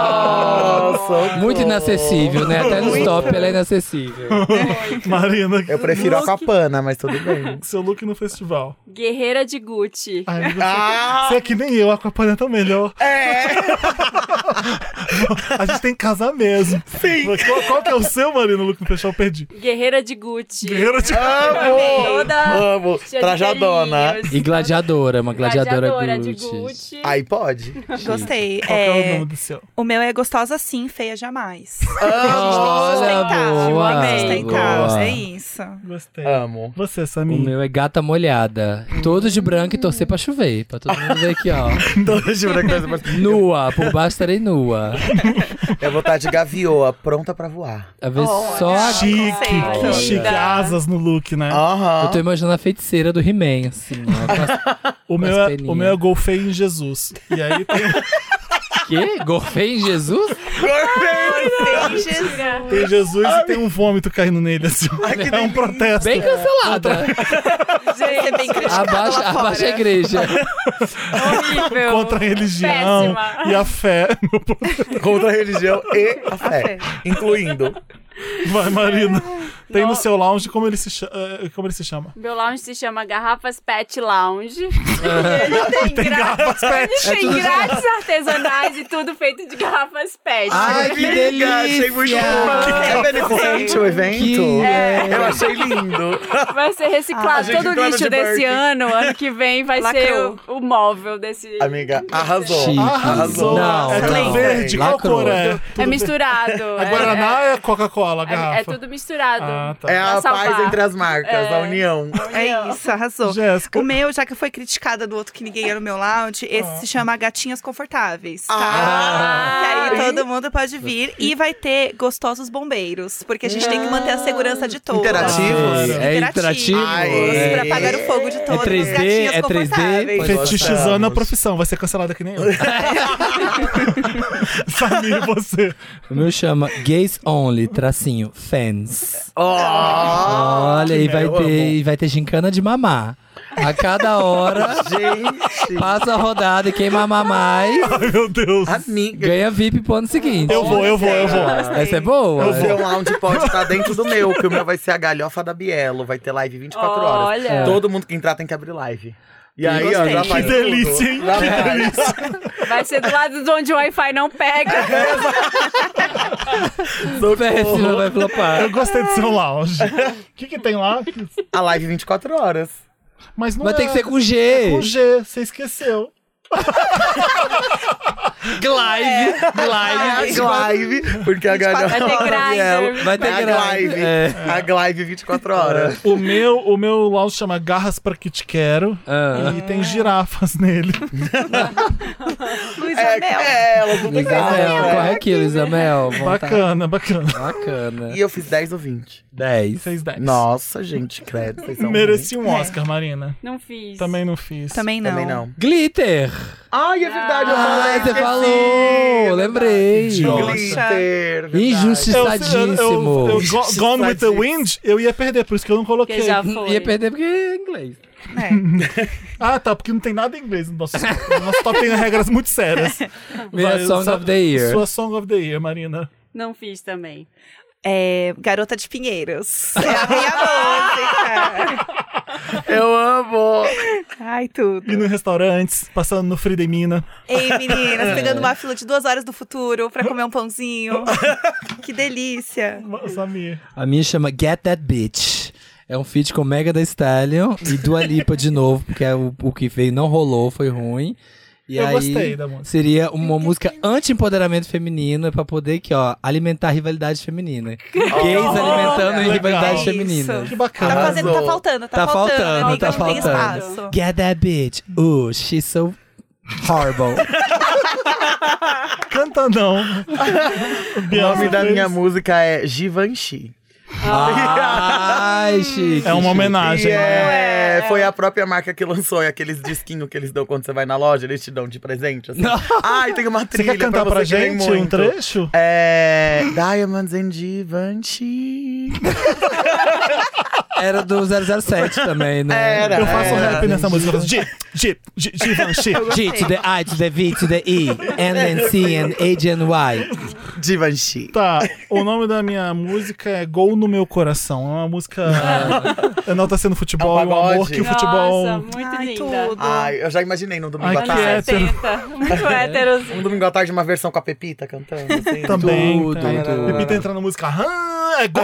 E: Nossa!
B: Muito inacessível, né? Até no
E: Muito.
B: stop ela é inacessível.
A: Marina,
E: Eu prefiro a capana, mas tudo bem.
A: seu look no festival.
C: Guerreira de Gucci.
A: Ai, você,
E: Ah!
A: você é que nem eu, a Aquapan é tão melhor.
E: É!
A: A gente tem que casar mesmo. Sim. Qual, qual que é o seu, Marina, look no festival? Eu Perdi.
C: Guerreira de Gucci.
A: Guerreira de...
E: Amo!
C: Toda
E: Amo!
C: cheia de
E: Trajadona.
C: pelinhos.
B: E gladiadora, uma gladiadora,
C: Gladiadora
B: Gucci.
C: de Gucci.
E: Aí pode?
D: Gostei.
A: Qual que é o
D: É,
A: nome do seu?
D: o meu é gostosa sim, feia jamais.
B: Olha,
D: Sustentável,
B: boa,
D: amém, sustentável,
B: boa.
D: É isso.
A: Gostei.
B: Ah.
E: Amo.
A: Você,
B: O
A: Samir.
B: meu é gata molhada. Todos de branco e torcer pra chover. Pra todo mundo ver aqui, ó. Nua, por baixo estarei nua.
E: Eu vou estar É de gavioa, pronta pra voar.
B: A ver só a...
A: Chique, que
C: Olha.
A: chique. Asas no look, né?
E: Aham.
B: Eu tô imaginando a feiticeira do He-Man, assim, ó. Com as-
A: o, meu
B: as
A: é,
B: peninhas.
A: o meu é gol feio em Jesus. E aí tem,
B: Quê? Gorfei em Jesus?
D: Ai, Jesus.
A: tem Jesus e tem um vômito caindo nele. Assim. é um protesto.
B: Bem cancelada.
D: Vai
C: é
D: ser bem criticado
B: Abaixa,
D: lá fora.
B: abaixa a igreja.
C: Horrível.
A: Contra a religião
C: Péssima.
A: e a fé. Meu povo.
E: Contra a religião e a fé.
D: fé.
E: Incluindo.
A: Vai, Marina. Tem no
C: Não.
A: seu lounge como ele se, cha- eh, como ele se chama?
C: Meu lounge se chama Garrafas Pet Lounge.
A: Tem, garrafas pet. É
C: Tem grades artesanais e tudo feito de garrafas pet.
B: Ai, que
E: Amiga, Achei muito
B: delícia.
E: bom. É beneficente o evento?
B: Que-
E: Eu achei lindo.
C: Vai ser
E: Ah,
C: reciclado
E: gente,
C: todo o
E: dono
C: lixo
E: de
C: desse
E: Birkin.
C: ano. Ano que vem vai
D: Lacrou.
C: ser o, o móvel desse.
E: Amiga, arrasou.
B: Chique.
E: Arrasou.
B: Não,
A: é tudo
E: não.
A: verde, qual
B: Lacrou.
A: cor é?
C: É misturado.
A: É
C: é-
A: Guaraná ou é Coca-Cola, a
C: é, é,
A: garrafa?
C: tudo misturado.
A: Ah, tá.
E: É a
C: Pra salvar.
E: paz entre as marcas, a união.
D: É isso, arrasou.
A: Jéssica.
D: O
C: Um
D: meu, Ah. já que foi criticada do outro que ninguém ia no meu lounge, esse se chama Gatinhas Confortáveis, tá?
C: Ah.
D: Que aí todo mundo pode vir. E vai ter gostosos bombeiros, porque a gente tem que manter a segurança de todos. Ah,
E: Interativos?
B: É interativo.
E: Ai.
B: é.
D: Pra apagar o fogo de todos.
B: 3D,
D: Gatinhas
B: é 3D?
D: confortáveis.
E: Pois
A: Fetichizando a
E: gostamos.
A: profissão, vai ser cancelada que
C: (laughs)
A: nem eu. Samir, você.
B: O meu chama Gays Only, tracinho, fans.
E: Ó,
B: Olha, e vai,
E: Ah, eu amo.
B: ter, e vai ter gincana de mamar. A cada hora,
E: gente.
B: passa a rodada e quem mamar mais,
A: Ai, meu Deus.
B: Assim,
E: Amiga.
B: ganha VIP pro ano seguinte.
A: Eu vou, eu vou, eu vou.
B: Essa é boa.
E: O seu lounge pode estar dentro do meu, que o meu vai ser a galhofa da Bielo. Vai ter live 24 horas.
C: Olha.
E: Todo mundo que entrar tem que abrir live. E aí, ó,
D: Gostei.
E: já faz
A: Que delícia,
E: tudo.
A: hein?
E: Já
A: Que
E: faz.
A: delícia.
C: Vai ser do lado de onde o Wi-Fi não pega.
B: Péssima, vai flopar.
A: Eu gostei do seu lounge. O que, que tem lá?
E: A live 24 horas.
A: Mas não
B: Vai ter
A: é.
B: que ser com G. (laughs)
A: Com G, você esqueceu.
B: Glaive, glaive.
E: É a Glive, porque a é galera.
D: Vai ter
C: grinder.
B: Vai ter
E: a
B: glaive.
E: Glive.
B: É.
E: A Glive 24 horas.
A: O meu, o meu lounge chama Garras pra Que Te Quero.
B: Ah.
A: E tem girafas nele.
D: Luiz
E: É,
D: Amel.
E: é, elas não tem
B: Isamel,
E: graça.
B: é. corre aqui, Isamel.
A: né? Bacana, bacana.
B: tá- Bacana.
E: E eu fiz 10 ou 20.
B: 10.
A: 610.
E: Nossa, gente, credo. Vocês são
A: Mereci um Oscar, Marina.
C: Não fiz.
A: Também não fiz.
D: Também
E: ruins.
D: não.
E: Também não.
B: Glitter!
E: Ai, é verdade, eu
B: Ah,
E: falei.
B: você
E: esqueci.
B: falou, lembrei.
A: Idiota.
E: Glitter. verdade.
A: eu- eu-
B: Injustiçadíssimo.
A: go- Gone with the Wind, eu ia perder, por isso que eu não coloquei.
C: Porque já foi.
B: Ia perder porque é inglês.
D: É.
A: Ah, tá, porque não tem nada em inglês. no Nosso, no nosso top tem regras muito sérias.
B: Minha
A: Vai,
B: Song
A: sua-
B: of the Year.
A: Sua Song of the Year, Marina.
C: Não fiz também.
D: É, Garota de Pinheiros. É a minha música.
E: Eu amo.
D: Ai, tudo.
A: E nos restaurantes, passando no Frida e Mina.
D: Ei, meninas, pegando uma fila de duas horas do futuro pra comer um pãozinho. (laughs) que delícia.
A: Samir.
B: A minha chama Get That Bitch. É um feat com Mega da Stallion e Dua Lipa de novo, porque é o, o que veio não rolou, foi ruim. E
A: Eu
B: aí,
A: gostei da música.
B: Seria uma música anti-empoderamento feminino pra poder que, ó, alimentar a rivalidade feminina. Gays alimentando
A: Legal.
B: rivalidade
D: Isso.
B: feminina.
A: Que
D: Tá
A: bacana.
D: fazendo, tá faltando, tá,
B: Tá faltando,
D: amiga,
B: tá
D: não tem
B: faltando.
D: espaço.
B: Get that bitch. Ooh, she's so horrible.
A: Canta
D: (laughs)
A: não.
E: O nome da minha música é Givenchy.
B: Ai, chique.
A: É uma homenagem.
E: E
A: né?
E: é, foi a própria marca que lançou, é aqueles disquinhos que eles dão quando você vai na loja, eles te dão de presente. Assim.
B: Não.
E: Ai, tem uma
A: Você
E: trilha
A: quer cantar
E: pra,
A: pra,
E: você que vem
A: gente um
E: muito.
A: trecho?
E: É. Diamonds and Givenchy.
B: Era do
A: (laughs)
B: 007 também, né?
E: Era.
A: Eu faço
E: era.
A: rap nessa música. Eu faço G, G, G,
E: (laughs)
A: Givenchy.
B: G to the I to the V to the E. And then C and H and Y.
E: Givenchy.
A: Tá, o nome da minha música é Gol no Meu Coração. É uma
E: (laughs)
A: música. é nota sendo futebol,
E: É um
A: e um amor
E: pagode.
A: que o futebol.
C: Nossa, muito
D: Ai,
C: linda.
D: tudo.
E: Ai, Tá eu já imaginei num domingo
A: Ai,
E: à
A: que
C: Anos
E: tarde.
A: é. hétero.
C: 70. Muito héterozinho.
E: Um domingo à tarde, uma versão com a Pepita cantando. Assim,
A: (laughs) Também.
B: Tudo,
A: tá.
B: tudo.
A: Pepita entra na música. "Ah, É gol!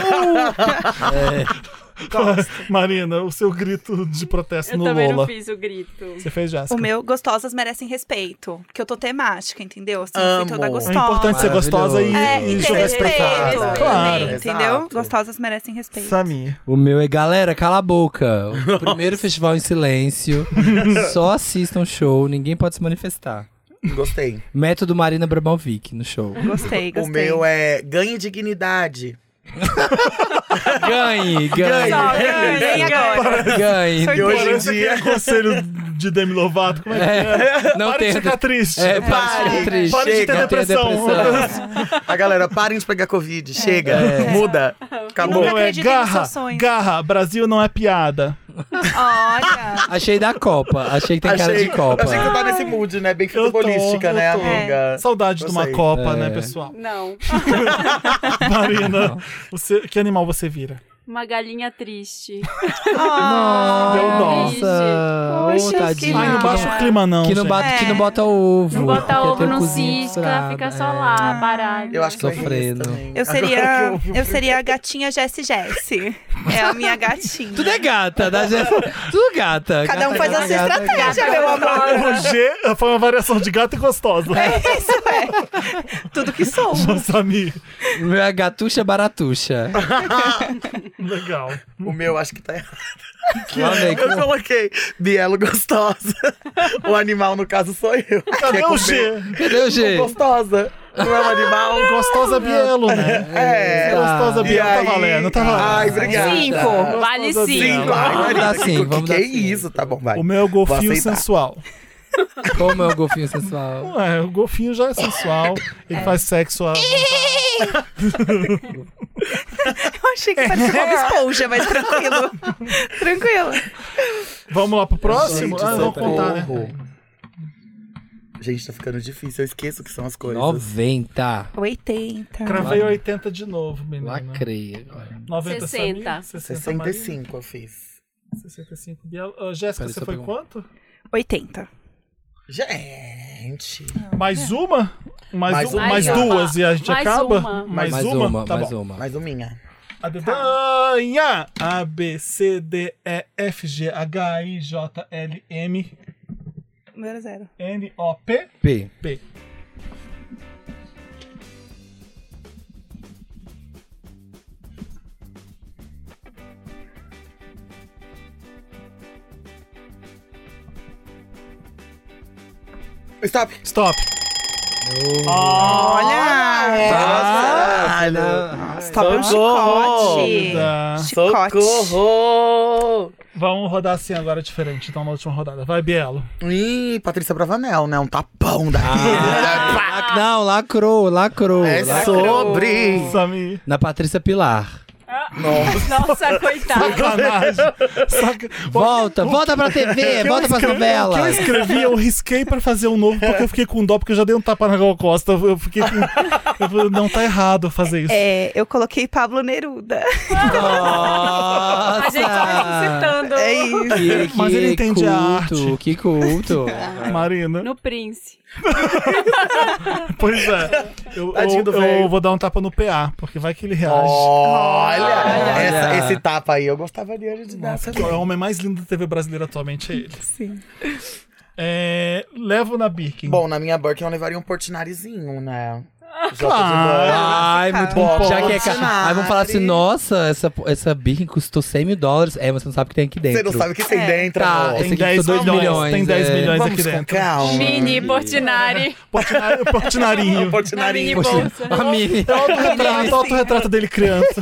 E: É.
A: (laughs) Marina, o seu grito de protesto
C: Eu
A: no
C: também
A: Lola.
C: não fiz o grito.
A: Você fez, Jéssica.
D: O meu, gostosas merecem respeito. Porque eu tô temática, entendeu? Assim,
E: Amo.
D: fui toda
E: É
A: É
D: gostosa.
A: importante ser gostosa e,
D: É,
A: e
D: e ter
A: jogar isso pra
D: respeito.
A: fora.
C: respeito
A: Claro.
D: também,
E: Exato.
D: Entendeu? Gostosas merecem respeito.
A: Samir.
B: O meu é Galera, cala a boca. O primeiro festival em
A: (laughs)
B: silêncio. Só assistam show, ninguém pode se manifestar.
A: é
E: Gostei.
B: Método Marina Bramovic no show.
D: Gostei,
E: O
D: gostei.
E: meu é Ganhe Dignidade.
B: Ganhe, (laughs) ganhe,
C: Só, ganha,
D: E
C: ganha.
D: agora?
B: ganhe.
E: E hoje em
A: Parece
E: dia.
A: aquele é conselho de Demi Lovato. Como é que
B: É, não
A: Pare de
B: tenta.
A: ficar triste.
B: É, pare de
E: Pare,
B: ficar triste.
A: pare de ter
B: Não tenha
A: depressão. (laughs)
E: A galera, parem de pegar Covid. Chega. Muda. Acabou.
A: O meu é
D: acredita nos
A: garra,
D: seus sonhos.
A: garra, Brasil não é piada.
D: Olha.
B: Achei da Copa. Achei que tem cara de Copa.
E: Achei que você tá nesse mood, né? Bem
A: Eu tô,
E: futebolística,
A: eu
E: né,
A: tô.
E: amiga?
A: Saudade de uma
E: Gostei.
A: Copa,
B: É.
A: né, pessoal?
C: Não.
A: Marina, você- que animal você vira?
C: Uma galinha triste.
A: Deu dó.
B: Nossa, ô,
D: Poxa, que
B: tadinho.
A: Ai, não
D: Ah.
A: baixa o clima, não.
B: que não, bota,
D: É.
B: que não bota ovo.
C: Não bota
B: porque
C: ovo,
B: tem o
C: não
B: cozinho
C: cisca,
B: misturado,
C: fica
B: é.
C: só lá, baralho.
E: Eu acho que eu errei isso
B: Sofrendo.
E: também.
D: Eu seria, eu seria a gatinha Jessie Jessie. É a minha gatinha.
B: Tudo é gata, tá?
D: (laughs)
B: gente? Tudo gata.
D: Cada um
B: Gata, é
D: faz a
B: gata,
D: sua
B: gata,
D: estratégia,
A: é
C: gata.
D: meu amor. (laughs)
A: O G foi uma variação de gato e gostosa.
D: É
A: (laughs)
D: isso, é. Tudo que sou.
A: Samir,
B: gata. Meu é gatuxa baratuxa.
A: legal.
E: O meu, acho que tá errado.
B: Amei,
E: Eu
B: como-
E: coloquei Bielo gostosa. (laughs) O animal, no caso, sou eu.
A: Cadê
E: Que é
A: o
E: com B.
A: G?
B: Cadê o G?
E: Gostosa. Não é um animal?
A: Gostosa Bielo, né?
E: É.
A: Gostosa
E: E
A: Bielo, tá
E: aí?
A: valendo, tá
E: Ai,
A: valendo.
E: obrigada.
C: Cinco. Vale
A: Gostosa,
E: Cinco.
C: cinco.
E: Ai,
B: Vamos
E: Marina,
B: dar cinco,
E: que
B: vamos
E: que
B: dar
E: é
B: cinco.
E: isso? Tá bom, vai.
A: O meu é o golfinho
E: Vou aceitar.
A: sensual.
B: Como é o golfinho sensual?
A: É, o golfinho já é sensual. Ele faz sexo a...
D: Eu achei que parecia (laughs) uma esponja, mas tranquilo. (laughs) Tranquilo.
A: Vamos lá pro próximo?
E: Gente,
A: Ah, vou
E: socorro.
A: contar, né?
E: Gente, tá ficando difícil. Eu esqueço que são as coisas.
B: 90.
E: um.
D: 80.
A: Cravei 80 de novo, menina.
B: Lacrei agora.
A: 90
C: 60.
A: Samir, 60 Marina,
E: 65 eu fiz.
A: 65 Bielo. Ô, Jéssica,
B: Peraí,
A: você
B: só
A: foi
B: pergunta.
A: quanto?
D: 80.
E: Gente.
A: Mais uma? Mais,
E: É. Mais
A: um-
E: uma.
A: mais
C: Mais
A: duas
C: uma.
A: e a gente
C: Mais
A: acaba?
C: uma.
A: Mais, uma? Tá
B: mais
A: bom.
B: uma.
E: Mais uma minha.
A: A dedanha! A, B, C, D, E, F, G, H, I, J, L, M.
D: meu era zero.
A: N-O-P-P.
B: P.
E: Stop!
A: Stop.
D: Olha!
E: Caralho!
D: Stop é um
E: Socorro!
D: chicote.
A: Tá.
D: Chicote.
E: Socorro!
A: Vamos rodar assim agora diferente, então, uma última rodada. Vai, Bielo.
E: Ih, Patrícia Bravanel, né? Um tapão da
B: Ah, não, lacrou, lacrou.
E: É
B: lacrou.
E: sobre!
A: Samir.
B: Na Patrícia Pilar.
C: Nossa, coitada.
A: Sacanagem. Saca...
B: Volta, volta pra
A: um
B: TV, volta pras
A: O que eu
B: novelas.
A: escrevi, eu risquei pra fazer um novo, porque eu fiquei com dó, porque eu já dei um tapa na Gal Costa. Eu fiquei com... eu falei, não tá errado eu fazer isso.
D: É, eu coloquei Pablo Neruda.
B: Nossa!
C: A gente tá citando
D: É isso.
B: Que, que
A: Mas ele entende
B: culto,
A: a arte. É.
B: Que
A: (laughs)
B: culto.
E: É.
A: Marina.
C: no Prince.
A: Pois é. Eu,
E: Tadinho do
A: eu- eu
E: velho.
A: vou dar um tapa no PA, porque vai que ele reage.
E: Olha! Essa-
B: Olha.
E: esse tapa aí, eu gostaria de de dar.
A: Nossa, é o homem mais lindo da TV brasileira atualmente é ele.
D: Ah, (laughs) Sim.
A: É, levo na Birkin.
E: Bom, na minha Birkin eu levaria um Portinarizinho, né? Jota de
A: Claro.
E: Boa.
B: Ai, muito bom.
E: Bom,
B: Já que é
E: Bolsonaro.
B: ca... Aí vão falar assim, nossa, essa, essa birra custou 100 mil dólares. É, mas você não sabe o que tem aqui dentro.
E: Você não sabe o que tem
D: É.
E: dentro,
B: Tá,
E: amor.
B: esse
A: tem
B: aqui
A: 10
B: custou
A: milhões,
B: 2 milhões,
A: tem 10
B: é.
A: milhões aqui
E: Vamos com
A: dentro.
E: calma. É um
C: Mini Portinari.
A: Portinari- Portinarinho.
C: Na mini
E: Portinarinho.
C: bolsa.
B: A mini.
A: É o autorretrato, o autorretrato dele criança.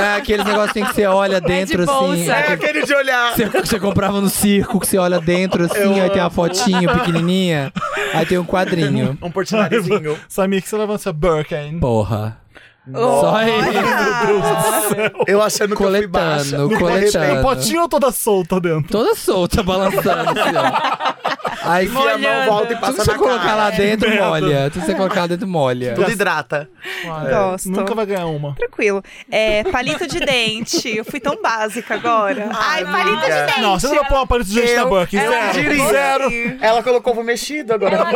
B: É, aqueles negócios que você olha dentro, assim.
C: bolsa.
E: É aquele de olhar.
B: Você, (laughs) você comprava no circo, que você olha dentro, assim, aí tem uma fotinho pequenininha. Aí tem um
A: (laughs)
B: quadrinho.
E: Um Portinarizinho.
A: Samir, que você leva essa Birkin?
B: Porra.
E: Nossa.
B: Só isso.
E: Eu achando que eu fui baixa.
B: Coletando,
E: Não
A: Tem
B: coletando.
A: um potinho ou toda solta dentro?
B: Toda solta, balançando, assim, ó. Aí
E: Enfia a mão, volta e
B: Tudo
E: passa
B: que você
E: na
B: colocar
E: cara.
B: lá dentro
A: Merda.
B: molha. Tudo que você colocar lá dentro molha.
E: Tudo hidrata.
D: Gosto.
A: É, Nunca vai ganhar uma.
D: Tranquilo. É, palito de dente. Eu fui tão básica agora. Ai, palito de
E: amiga.
D: dente.
A: Não, você não vai pôr um aparelho de gente na Birkin.
E: tá eu
A: Zero.
E: diria.
A: Zero.
E: Ela colocou o mexido agora.
C: Ela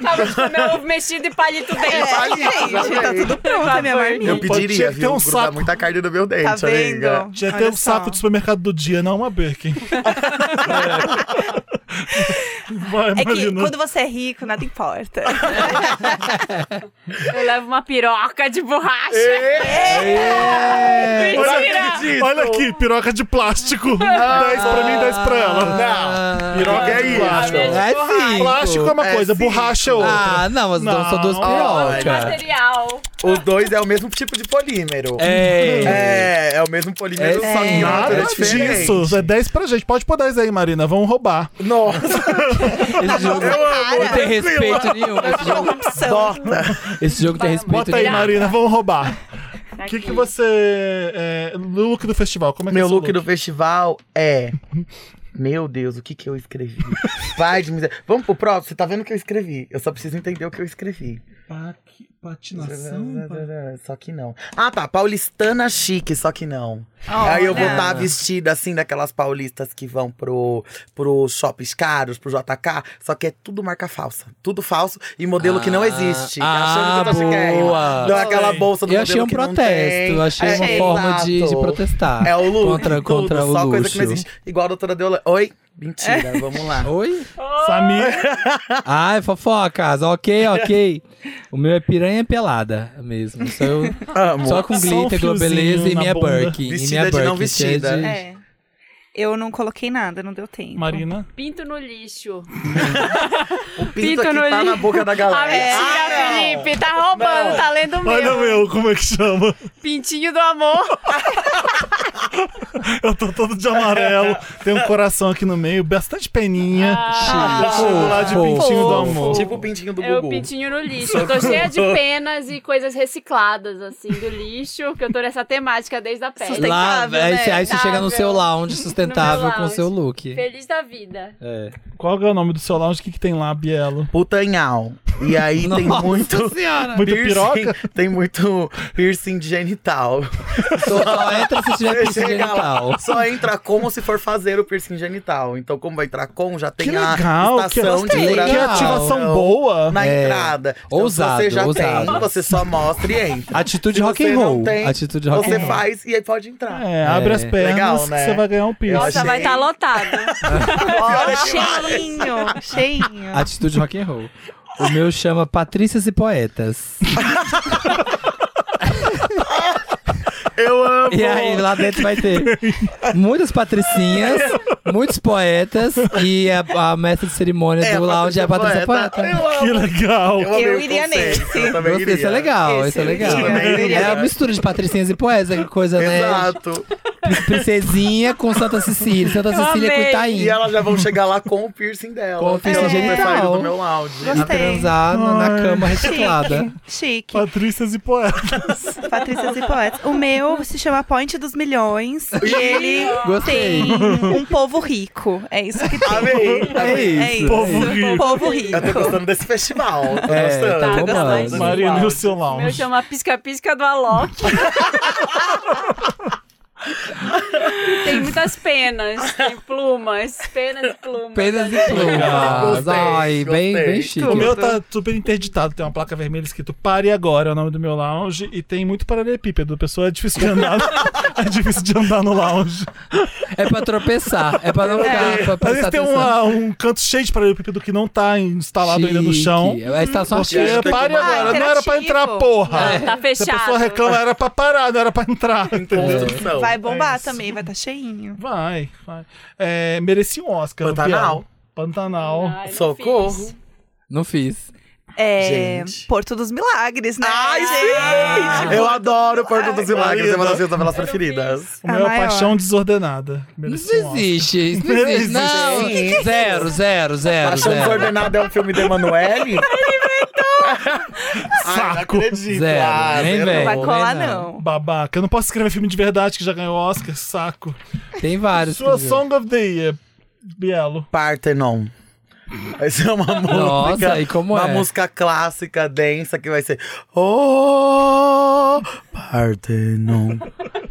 C: acaba de comer ovo mexido e palito
D: É,
C: dentro.
D: gente, tá tudo pronto, a minha
E: Eu
D: marmita.
E: pediria,
A: Tinha que ter
E: viu?
A: um
E: Grudar
A: saco.
E: muita carne no meu dente,
D: Tá vendo? É
E: amiga.
A: Tinha até
D: Olha
A: um saco
D: só.
A: do supermercado do dia, não é uma Birkin. (laughs) Vai,
D: É que
A: Marina.
D: quando você é rico, nada importa.
C: Eu levo uma piroca de borracha.
E: É.
C: Mentira!
E: acredito.
A: Olha aqui, piroca de plástico. 10 pra mim, 10 pra ela.
B: Ah,
A: Piroca
E: é
A: de
E: isso.
A: plástico.
C: Gente,
B: É cinco.
A: Plástico é uma
E: É
A: coisa,
E: cinco.
A: borracha é outra.
B: Ah, não, mas não, são duas
A: Não.
B: pirocas.
C: Material.
E: Os dois é o mesmo tipo de polímero.
B: É.
E: É, é o mesmo polímero,
B: É,
E: só que
A: Nada
E: nada é diferente.
A: disso. É 10 pra gente. Pode pôr 10 aí, Marina. Vamos roubar.
E: Nossa,
B: Esse jogo
E: eu amo.
B: não tem respeito nenhum. Esse jogo,
D: Corrupção.
B: esse jogo tem respeito
A: Bota aí,
B: nenhum.
A: Marina. Vamos roubar. O que,
C: Tá Aqui.
A: que você. É, no look do festival, como é que é
E: Meu
A: seu
E: look do festival é... Meu Deus, o que que eu escrevi? Vai de miséria. Vamos pro próximo? Você tá vendo o que eu escrevi. Eu só preciso entender o que eu escrevi.
A: Pac- Patinação? pa-
E: Só que não. Ah, tá. Paulistana chique, só que não. Aí eu vou
B: Olha.
E: estar vestida assim daquelas paulistas que vão pro, pro shoppings caros, pro JK. Só que é tudo marca falsa. Tudo falso e modelo que não
B: Ah,
E: existe.
B: ah,
E: achando que eu tô chiquérrima.
B: boa.
E: Não é aquela bolsa do
B: Eu
E: modelo
B: achei um
E: que não
B: protesto,
E: tem.
B: eu achei
E: É,
B: uma
E: é,
B: forma de, de
E: exato.
B: protestar.
E: É o look.
B: Contra,
E: tudo,
B: contra o É.
E: só
B: luxo.
E: coisa que não existe. Igual a doutora Deola. Oi? Mentira,
B: (laughs)
E: vamos lá.
B: Oi?
A: Samir.
B: Ai, fofocas, ok, ok. O meu é piranha pelada mesmo. Só, eu-
E: Amo.
B: só com
A: Só um
B: glitter,
A: fiozinho
B: globeleza e
A: na
B: minha
A: bunda.
B: Birkin. E
E: Vestida
B: minha
E: de não
B: Birkin, cheia
E: vestida.
B: de-
D: É. Eu não coloquei nada, não deu tempo.
A: Marina.
C: Pinto no lixo.
E: O pinto
C: Pinto
E: aqui
C: no
E: tá
C: li-
E: na boca da
C: Ah,
E: galera.
C: mentira,
E: Ah, não.
C: Felipe. Tá roubando,
E: Não.
C: tá lendo o
A: Olha
C: meu.
A: o meu, como é que chama?
C: Pintinho do amor.
A: Eu tô todo de amarelo. Tem um coração aqui no meio, bastante peninha.
C: Ah.
A: Eu chego lá de
B: Fofo.
A: pintinho do
B: Fofo.
A: amor.
E: Tipo o pintinho do
C: É o
E: Gugu.
C: pintinho no lixo. Eu tô cheia de penas e coisas recicladas, assim, do lixo, que eu tô nessa temática desde a pele.
D: Sustentável,
B: Lá, aí,
D: né?
B: você- aí você chega no seu
C: Sustentável.
B: lounge sustentável
C: No meu
B: com o seu look.
C: Feliz da vida.
B: É.
A: Qual que é o nome do seu lounge? O que, que tem lá, Bielo?
E: Putanhal.
B: (laughs)
E: E aí tem
B: (laughs) Nossa
E: muito.
B: senhora.
A: Muita piroca?
E: Tem muito piercing de genital.
B: Só, só entra se tiver
E: Você
B: É piercing
E: chega
B: genital.
E: lá, Só entra com se for fazer o piercing genital. Então, como vai entrar com, já tem
A: Que
E: a
A: legal, que,
E: estação de
A: que
B: legal.
E: duração
A: ativação boa.
E: Na
B: É.
E: entrada. Então, se
B: Ousado,
E: você já
B: ousado.
E: tem, você só mostra e entra.
B: Atitude
E: Se
B: rock
E: você
B: and
E: não
B: roll.
E: tem,
B: Atitude rock
E: Você
B: and roll.
E: faz e aí pode entrar.
A: É, abre as pernas
E: Legal,
A: que
E: né?
A: você vai ganhar um
E: Eu
A: piercing.
B: (laughs)
E: achei-
C: Nossa, vai estar tá lotado.
E: Olha,
C: Cheio, não
D: cheinho, cheinho.
B: Atitude rock and roll. O meu chama Patrícias e Poetas.
E: Eu amo.
B: E aí lá dentro vai ter muitas patricinhas, muitos poetas e a, a mestra de cerimônia
E: É,
B: do lounge é a Patrícia Poeta.
E: Eu amo.
A: Que legal.
E: Eu, amei
D: Eu
E: o
D: iria
E: conceito,
D: nesse.
E: Eu também
B: Gostei, isso é
E: iria.
B: legal,
D: Esse
B: isso é
D: eu
B: legal.
E: iria. Eu iria.
B: É a mistura de patricinhas e poetas, que coisa, né?
E: Exato.
B: Princesinha com Santa Cecília, Santa
C: Eu
B: Cecília com
C: amei.
B: Itaim.
E: E elas já vão chegar lá com o piercing dela.
B: Com o
E: que é
D: piercing
E: super
B: genital.
E: saído do meu lounge.
B: E
D: Gostei.
B: transar na- na
A: Ai.
B: cama reciclada.
D: Chique.
A: Patrícias e poetas.
D: Patrícias e poetas. O meu se chama Point dos Milhões. E ele
B: Gostei.
D: tem um povo rico. É isso
E: (laughs)
D: que tem.
E: Amei.
B: É isso.
D: É isso.
A: Povo rico.
D: Povo rico.
E: Eu tô gostando desse festival. Tô
B: É,
E: gostando.
B: tá
E: tô gostando
B: bombando.
E: desse
A: Marina, e o
E: lounge.
A: seu
C: O meu
A: lounge?
C: chama Pisca-Pisca
B: (laughs)
C: do Alok. tem muitas penas, tem plumas, penas e plumas.
B: Penas de
E: Legal,
B: plumas.
E: gostei,
B: Ai, bem,
E: gostei.
B: bem chique.
A: O meu tá super interditado, tem uma placa vermelha escrito Pare Agora, é o nome do meu lounge, e tem muito paralelepípedo. A pessoa é difícil de andar. (laughs) é difícil de andar no lounge.
B: É pra tropeçar, é pra não ficar, pra
A: Às vezes
B: prestar
A: tem
B: atenção.
A: uma- um canto cheio de paralelepípedo que não tá instalado ainda no
B: Chique.
A: chão.
B: É a estação
A: Porque
E: acho
B: artística.
E: que-
A: pare
E: Ah,
A: agora, não era pra
D: interativo.
A: entrar,
B: é.
A: porra.
C: Tá
A: Se a
C: fechado.
A: pessoa reclama, era pra parar, não era pra entrar,
E: Então,
A: entendeu?
E: Construção.
D: Vai bombar
A: É isso.
D: também, vai estar cheinho.
A: Vai, vai. É, mereci um Oscar.
E: Pantanal.
A: campeão. Pantanal.
D: Ah,
C: Ai, não
E: Socorro.
C: fiz.
B: Não fiz.
D: É.
E: Gente.
D: Porto dos Milagres, né?
E: Ai, gente! Eu adoro Porto dos Milagres. É uma das minhas novelas
C: Eu não
E: preferidas.
A: O
D: A
A: meu é
D: maior.
A: Paixão Desordenada.
B: Isso
A: Mereci um
B: não
A: Oscar.
B: existe, isso não
A: Não
B: existe.
A: existe.
B: Não, zero, zero, zero,
E: Paixão
B: zero.
E: Desordenada é um filme de (laughs) Emanuele? Ai, não
A: Saco.
E: acredito.
B: Zero,
E: Ah,
B: nem
E: zero.
B: vem.
D: Não vai colar,
B: Não.
D: não.
A: Babaca. Eu não posso escrever filme de verdade que já ganhou Oscar, saco.
B: Tem vários.
A: Sua
B: que-
A: Song of the Year, Bielo.
E: Parthenon. Essa é uma música.
B: Nossa, e como
E: uma
B: é?
E: música clássica, densa, que vai ser. Oh, Parthenon.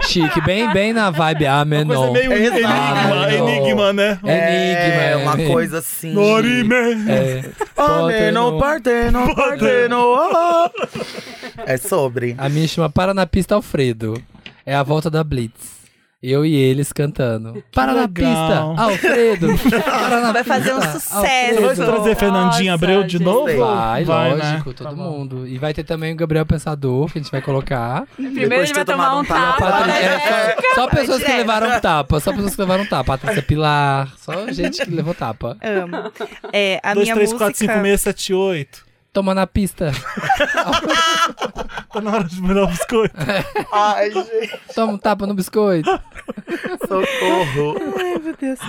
B: Chique, bem, bem na vibe
A: Mas é
B: Amenon.
A: meio
E: Exato.
A: enigma, enigma, né?
E: É,
B: Enigma,
E: uma
B: é.
E: coisa assim.
A: Norime.
B: É.
E: Parthenon, Parthenon, Parthenon. oh. É sobre.
B: A minha chama Para na Pista Alfredo. É a volta da Blitz. Eu e eles cantando. Para na pista,
A: legal.
B: Alfredo. Para na
D: Vai fazer um
B: pista,
A: Você
D: sucesso.
A: vai
D: Nossa,
A: trazer Fernandinha Abreu de
C: gente.
A: novo?
B: É Vai,
A: né?
B: lógico, todo
A: Tá bom.
B: mundo. E vai ter também o Gabriel Pensador, que a gente vai colocar.
C: Primeiro a gente vai
E: Depois de eu
C: tomar um
E: tomar um
C: tapa,
E: tapa,
C: né?
B: É, só, só pessoas que
D: direto.
B: levaram tapa, só pessoas que levaram tapa. Patrícia Pilar, só gente que levou tapa.
D: Amo. É, a
A: 2,
D: minha
A: 3,
D: música...
A: 4, 5, 6, 7, 8.
B: Toma na pista,
A: Tá na hora de melhorar o biscoito.
E: Ai, gente,
B: toma um tapa no biscoito.
E: socorro.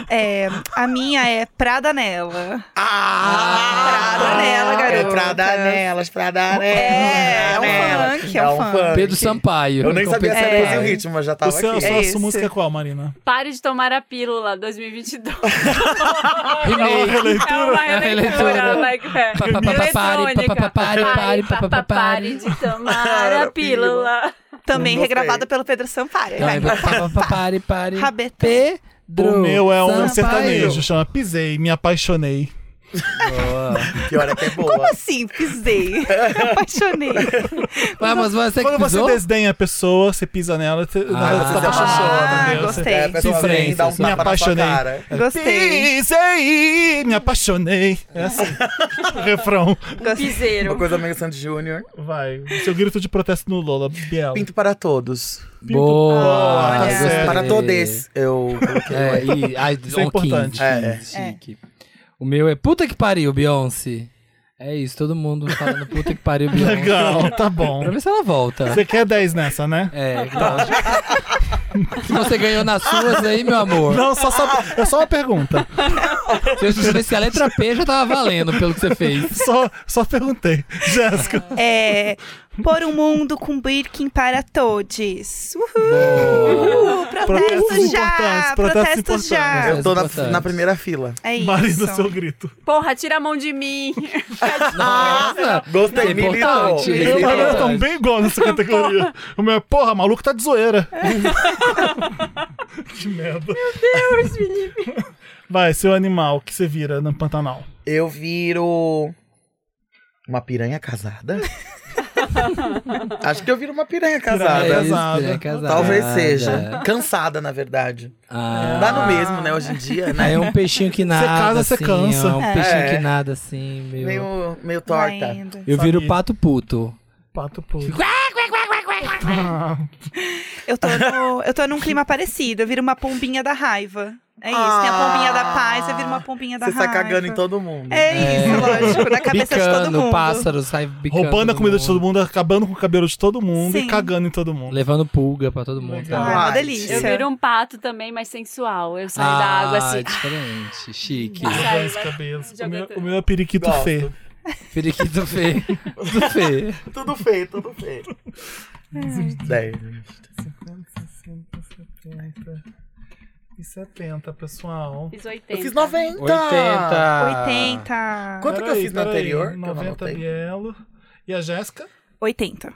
D: É, a minha é Prada Nela.
E: Ah,
D: Prada nela,
E: É
D: garota.
E: Prada nelas, Prada nelas.
D: É, é um
E: nelas.
D: funk, é um funk.
B: Pedro Sampaio.
E: Eu nem sabia se
B: Compensar.
E: era esse o ritmo, mas já
A: O
E: tava
A: seu, a
E: aqui.
A: sua
D: É esse.
A: música é qual, Marina?
C: Pare de tomar a pílula 2022.
A: É uma
B: Remake.
A: releitura?
C: (laughs) É uma
B: releitura.
C: releitura, like, é.
B: Pa, pa, pa, pa, pare,
C: eletrônica.
B: pa, pa, pare, pare, pa, pa, pa, pare.
C: pare de tomar a pílula.
D: Também
E: Gostei.
D: regravada pelo Pedro Sampaio.
B: Então, é,
D: Vai.
B: pa, pa,
E: (laughs)
B: pa, Pare, pare.
D: Rabeta.
B: Pedro.
A: o meu é um
B: Sampaio.
A: sertanejo, chama Pisei, Me Apaixonei.
E: Pior é que é
D: Como
E: boa.
D: assim? Pisei. (laughs) Apaixonei.
B: Ué, mas você que
A: Quando você
B: pisou?
A: desdenha a pessoa, você pisa nela, você, na verdade, você tá
B: Ah,
A: apaixonada, entendeu? Você-
D: assim? gostei.
E: É, a pessoa vem e dá
B: Sofrência,
E: um tapa
A: me
E: na sua
A: apaixonei.
E: cara.
D: Gostei.
A: Pisei, me apaixonei. É assim. Refrão.
D: Gostei.
E: Uma
C: Um Piseiro.
E: coisa meio Sandy Júnior.
A: Vai. Seu grito de protesto no Lola, Biel.
E: Pinto para todos.
B: Boa.
A: Olha.
B: Ah, gostei.
E: Para todos. Eu coloquei.
B: É, e, ai,
A: Isso é
B: ó, 15,
A: importante.
B: 15,
E: É,
B: chique. O meu é puta que pariu, Beyoncé. É isso, todo mundo falando puta que pariu, Beyoncé.
A: Legal, tá
B: Pra é
A: bom.
B: ver se ela volta.
A: Você quer 10 nessa, né?
B: É, lógico. Se você ganhou nas suas aí, meu amor.
A: Não, só, só, é só uma pergunta.
B: Se eu soubesse a letra P, já tava valendo pelo que você fez.
A: Só, só perguntei. Jéssica.
D: É, por um mundo com Birkin para todos. Uhul!
A: Protestos
D: Protestos já!
A: importantes, protestos
D: Protestos já!
E: Eu tô na,
B: importante.
E: na primeira fila.
D: É isso.
A: Marina, seu grito.
C: Porra, tira a mão de mim.
E: Ah.
B: Nossa!
E: Gostei,
B: É importante.
E: militou.
A: Eu e a
B: Importante.
A: Marina estão bem igual nessa categoria. O meu é, (laughs) porra, maluco tá de zoeira. (laughs) que merda.
C: Deus, Felipe.
A: Vai, seu animal, que você vira no Pantanal?
D: (laughs)
E: Eu viro uma piranha casada. Acho que eu viro uma piranha
A: Piranha
E: casada.
A: casada.
B: é casada.
E: Talvez seja. Cansada, na verdade.
B: Ah.
E: Dá no mesmo, né, hoje em dia, né?
B: É um peixinho que nada.
A: casa, você
B: assim,
A: cansa.
B: É um peixinho
E: É.
B: que nada, assim, meio.
E: Meio, meio
D: Vai
E: torta.
D: Tá indo.
B: Eu viro
A: Família.
B: pato puto.
A: Pato puto.
D: Eu tô, no- eu tô num clima parecido. Eu viro uma pombinha da raiva. É isso. Tem a pombinha da paz, eu viro uma pombinha da
E: Ah. Você
D: raiva.
E: tá cagando em todo mundo.
D: É isso, lógico. Na cabeça de todo
B: Bicando,
D: mundo.
B: pássaro, sai bicando.
A: Roubando a
B: todo
A: comida de
B: mundo.
A: todo mundo, acabando com o cabelo de todo mundo e
D: Sim.
A: cagando em todo mundo.
B: Levando pulga pra todo mundo.
D: Ah, é
B: Tá?
D: uma
E: Light.
D: delícia.
C: Eu viro um pato também, mas sensual. Eu saio da água assim.
B: é diferente. Chique.
C: Nossa.
A: Jogando
C: Sai,
A: os
C: vai-
A: cabelos. O
C: joga
A: meu,
C: tudo.
A: o meu é periquito
E: Gosto.
A: fê.
B: Periquito feio.
A: (laughs)
B: Do feio.
E: Tudo feio, tudo feio.
D: É.
E: 10.
A: 50, 60, 70 e 70, pessoal.
C: Fiz 80.
E: Eu fiz 90.
A: Então,
B: 80.
D: 80.
E: Quanto que eu
A: Peraí,
E: fiz no
A: peraí.
E: anterior? que eu não
A: 90
E: anotei?
A: bielo. E a Jéssica?
D: 80.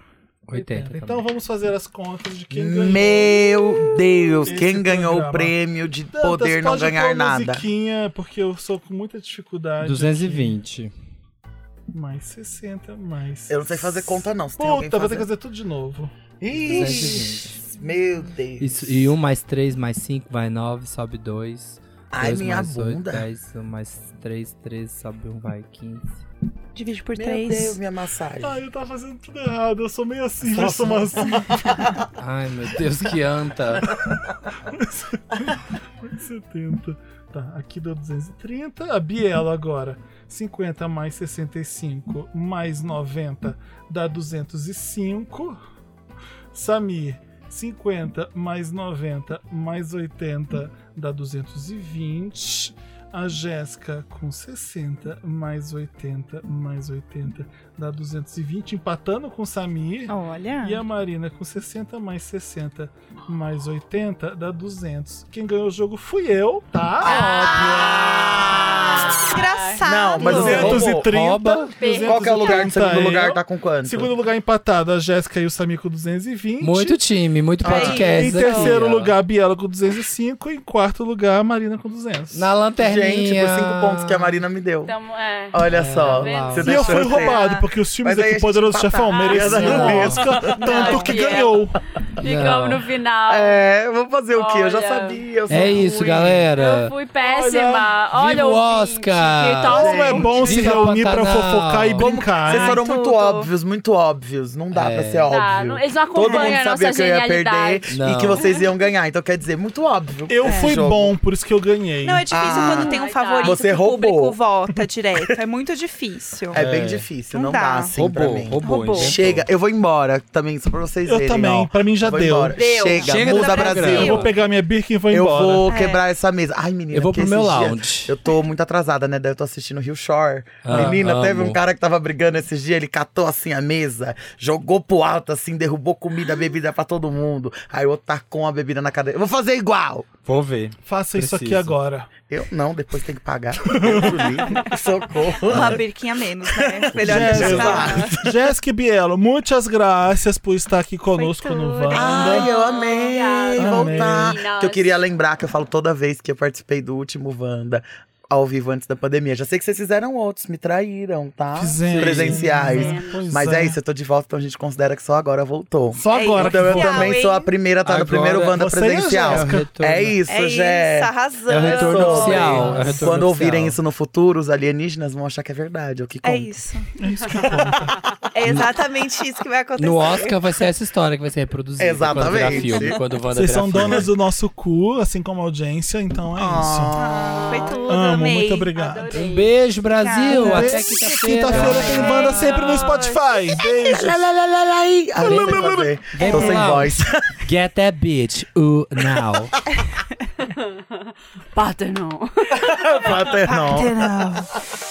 B: 80.
A: Então vamos fazer as contas de quem ganhou.
E: Meu Deus,
A: Esse
E: quem ganhou
A: programa.
E: o prêmio de
A: Dantas,
E: poder não
A: pode
E: ganhar
A: pôr
E: nada?
A: musiquinha, porque eu sou com muita dificuldade.
B: 220.
A: aqui. Mais 60, mais.
E: Eu não sei fazer conta, não. Se tem alguém
A: Puta, vou ter
E: fazer.
A: que é fazer tudo de novo.
E: Ixi, meu Deus.
B: Isso, e 1 mais 3 mais 5 vai 9, sobe 2.
E: Ai, minha
B: mais oito,
E: bunda.
B: 10 mais 3, 13, sobe 1, vai 15.
D: Divide por
E: Meu
D: 3.
E: Deus, minha massagem.
A: Ai, eu tava fazendo tudo errado. Eu sou meio assim, eu sou mais
E: tá
A: assim.
B: Ai, meu Deus, que anta.
A: 70. Tá, aqui deu 230. A Biela agora. 50 mais 65 mais 90 dá 205. Samir, 50 mais 90 mais 80 dá 220. A Jéssica com 60 mais 80 mais 80 dá 220, empatando com o Samir.
D: Olha.
A: E a Marina com 60 mais 60 mais 80 dá 200. Quem ganhou o jogo fui eu, tá?
E: Ah!
D: Engraçado.
E: Não, mas você roubou.
A: 230.
B: Rouba.
E: Qual que é o lugar do segundo
A: 230
E: lugar?
A: eu.
E: Tá com quanto?
A: um. Segundo lugar empatado, a Jéssica e o Samir com 220.
B: Muito time, muito
D: Aí,
A: Em
B: podcast. aqui,
A: terceiro
B: ó.
A: lugar, a Biela com 205. Em quarto lugar, a Marina com 200.
B: Na
E: Gente,
B: lanterninha.
E: por cinco pontos que a Marina me deu.
C: Então, é.
E: Olha
B: tá
E: só.
B: vendo?
A: E
E: você
A: eu
E: deixou
A: fui
E: ter.
A: roubado, porque os filmes
E: Mas aí
A: aqui,
E: a
A: Poderoso
E: gente é
A: Chefão,
E: empata.
A: mereciam
B: Ah,
A: o Oscar, tanto
C: Não,
A: que
C: Biela.
A: ganhou.
C: Ah,
B: Não.
C: Ficamos no final.
E: É, eu vou fazer o quê? Eu já
C: Olha.
E: sabia. eu sou
B: É isso,
C: Eu
E: tá ruim.
B: galera.
C: fui péssima.
B: viva
C: Olha,
B: o
C: ouvinte,
B: Oscar.
C: Que top.
A: Como é bom se
B: Viva
A: reunir pra
B: Pantanal.
A: fofocar e
B: Como-
A: brincar.
E: Vocês
A: hein?
D: Ai,
E: foram muito
D: tudo.
E: óbvios, muito óbvios. Não dá
A: É.
E: pra ser óbvio.
C: Tá, não- eles não
E: Todo
C: acompanham
E: mundo
C: a nossa
E: sabia que eu ia perder
C: genialidade. É.
B: Não.
E: e que vocês iam ganhar. Então quer dizer, muito óbvio.
A: Eu fui
E: jogo.
A: bom, por isso que eu ganhei.
D: Não, é difícil
E: Ah.
D: quando tem um
C: Ai, tá.
D: favorito
E: Você
D: que o público
E: roubou.
D: vota direto. É muito
E: (laughs)
D: difícil.
E: É bem difícil,
D: Não
E: não, dá.
D: dá.
E: assim pra
B: Roubou,
E: mim.
B: roubou.
D: Roubou.
B: inventou.
E: Chega, eu vou embora também, só pra vocês
A: Eu
E: verem.
A: também,
E: ó.
A: pra mim já
E: Vou
A: deu.
E: embora.
C: Deu.
E: Chega,
B: Chega do
E: muda
B: programa.
E: Brasil.
A: Eu vou pegar minha birca e vou
E: Eu
A: embora.
E: vou
D: É.
E: quebrar essa mesa. Ai, menina,
B: Eu vou
E: porque
B: pro meu
E: esses dias
B: lounge.
E: eu tô muito atrasada, né? Daí Eu tô assistindo Rio Shore.
B: Ah,
E: menina,
B: amo.
E: teve um cara que tava brigando esses dias, ele catou assim a mesa, jogou pro alto assim, derrubou comida, bebida pra todo mundo. Aí o outro tacou a bebida na cadeira. Eu vou fazer igual!
B: Vou ver.
A: Faça isso aqui
B: Preciso.
E: (laughs)
A: agora.
E: Eu não, depois tem que pagar. Deus o livre. Socorro.
D: Uma birquinha menos, né? Melhor
A: Jéssica.
D: deixar.
A: Jéssica e Bielo, muitas graças por estar aqui conosco
D: Foi
A: no
D: tudo.
E: Ah,
A: Wanda.
E: Ai, eu amei
C: Obrigada.
E: voltar.
C: Meninas.
E: Que eu queria lembrar que eu falo toda vez que eu participei do último Wanda ao vivo antes da pandemia. Já sei que vocês fizeram outros, me traíram, tá?
A: Fizemos.
E: Presenciais.
A: Pois
E: Mas é. isso, eu tô de volta, então a gente considera que só agora voltou.
A: Só
D: É
A: agora que
E: Então eu
D: Oficial,
E: também
D: hein?
E: sou a primeira, tá?
B: Agora
E: no primeiro Wanda
A: você e a
E: presencial.
B: É o
A: Jéssica.
B: retorno.
E: É isso,
D: É isso,
E: Jé.
D: arrasando.
B: É o retorno
E: Sobre.
B: oficial. É o retorno
E: Quando ouvirem
B: oficial.
E: isso no futuro, os alienígenas vão achar que é verdade, é o que conta.
D: É isso.
A: É isso que conta.
D: É exatamente isso que vai acontecer.
B: No Oscar vai ser essa história que vai ser reproduzida. Quando virar
E: Exatamente.
B: filme, quando o Wanda
A: Vocês
B: virar
A: são
B: filme.
A: donas do nosso cu, assim como a audiência, então é isso.
E: Ah.
D: Foi tudo,
A: Amo,
D: amei.
A: muito obrigado.
C: Adorei.
B: Um beijo, Brasil.
D: Tchau.
B: Até
A: Beijo.
B: quinta-feira.
A: Quinta-feira tem Wanda sempre no Spotify. Beijo.
E: Lá, lá, lá, lá, lá, aí. Ah, nem sei fazer.
B: Vem
E: Tô
B: pro
E: sem
B: lounge. (laughs)
E: voz.
B: Get that bitch uh, now.
C: Paternon.
E: Paternal.
D: Até não.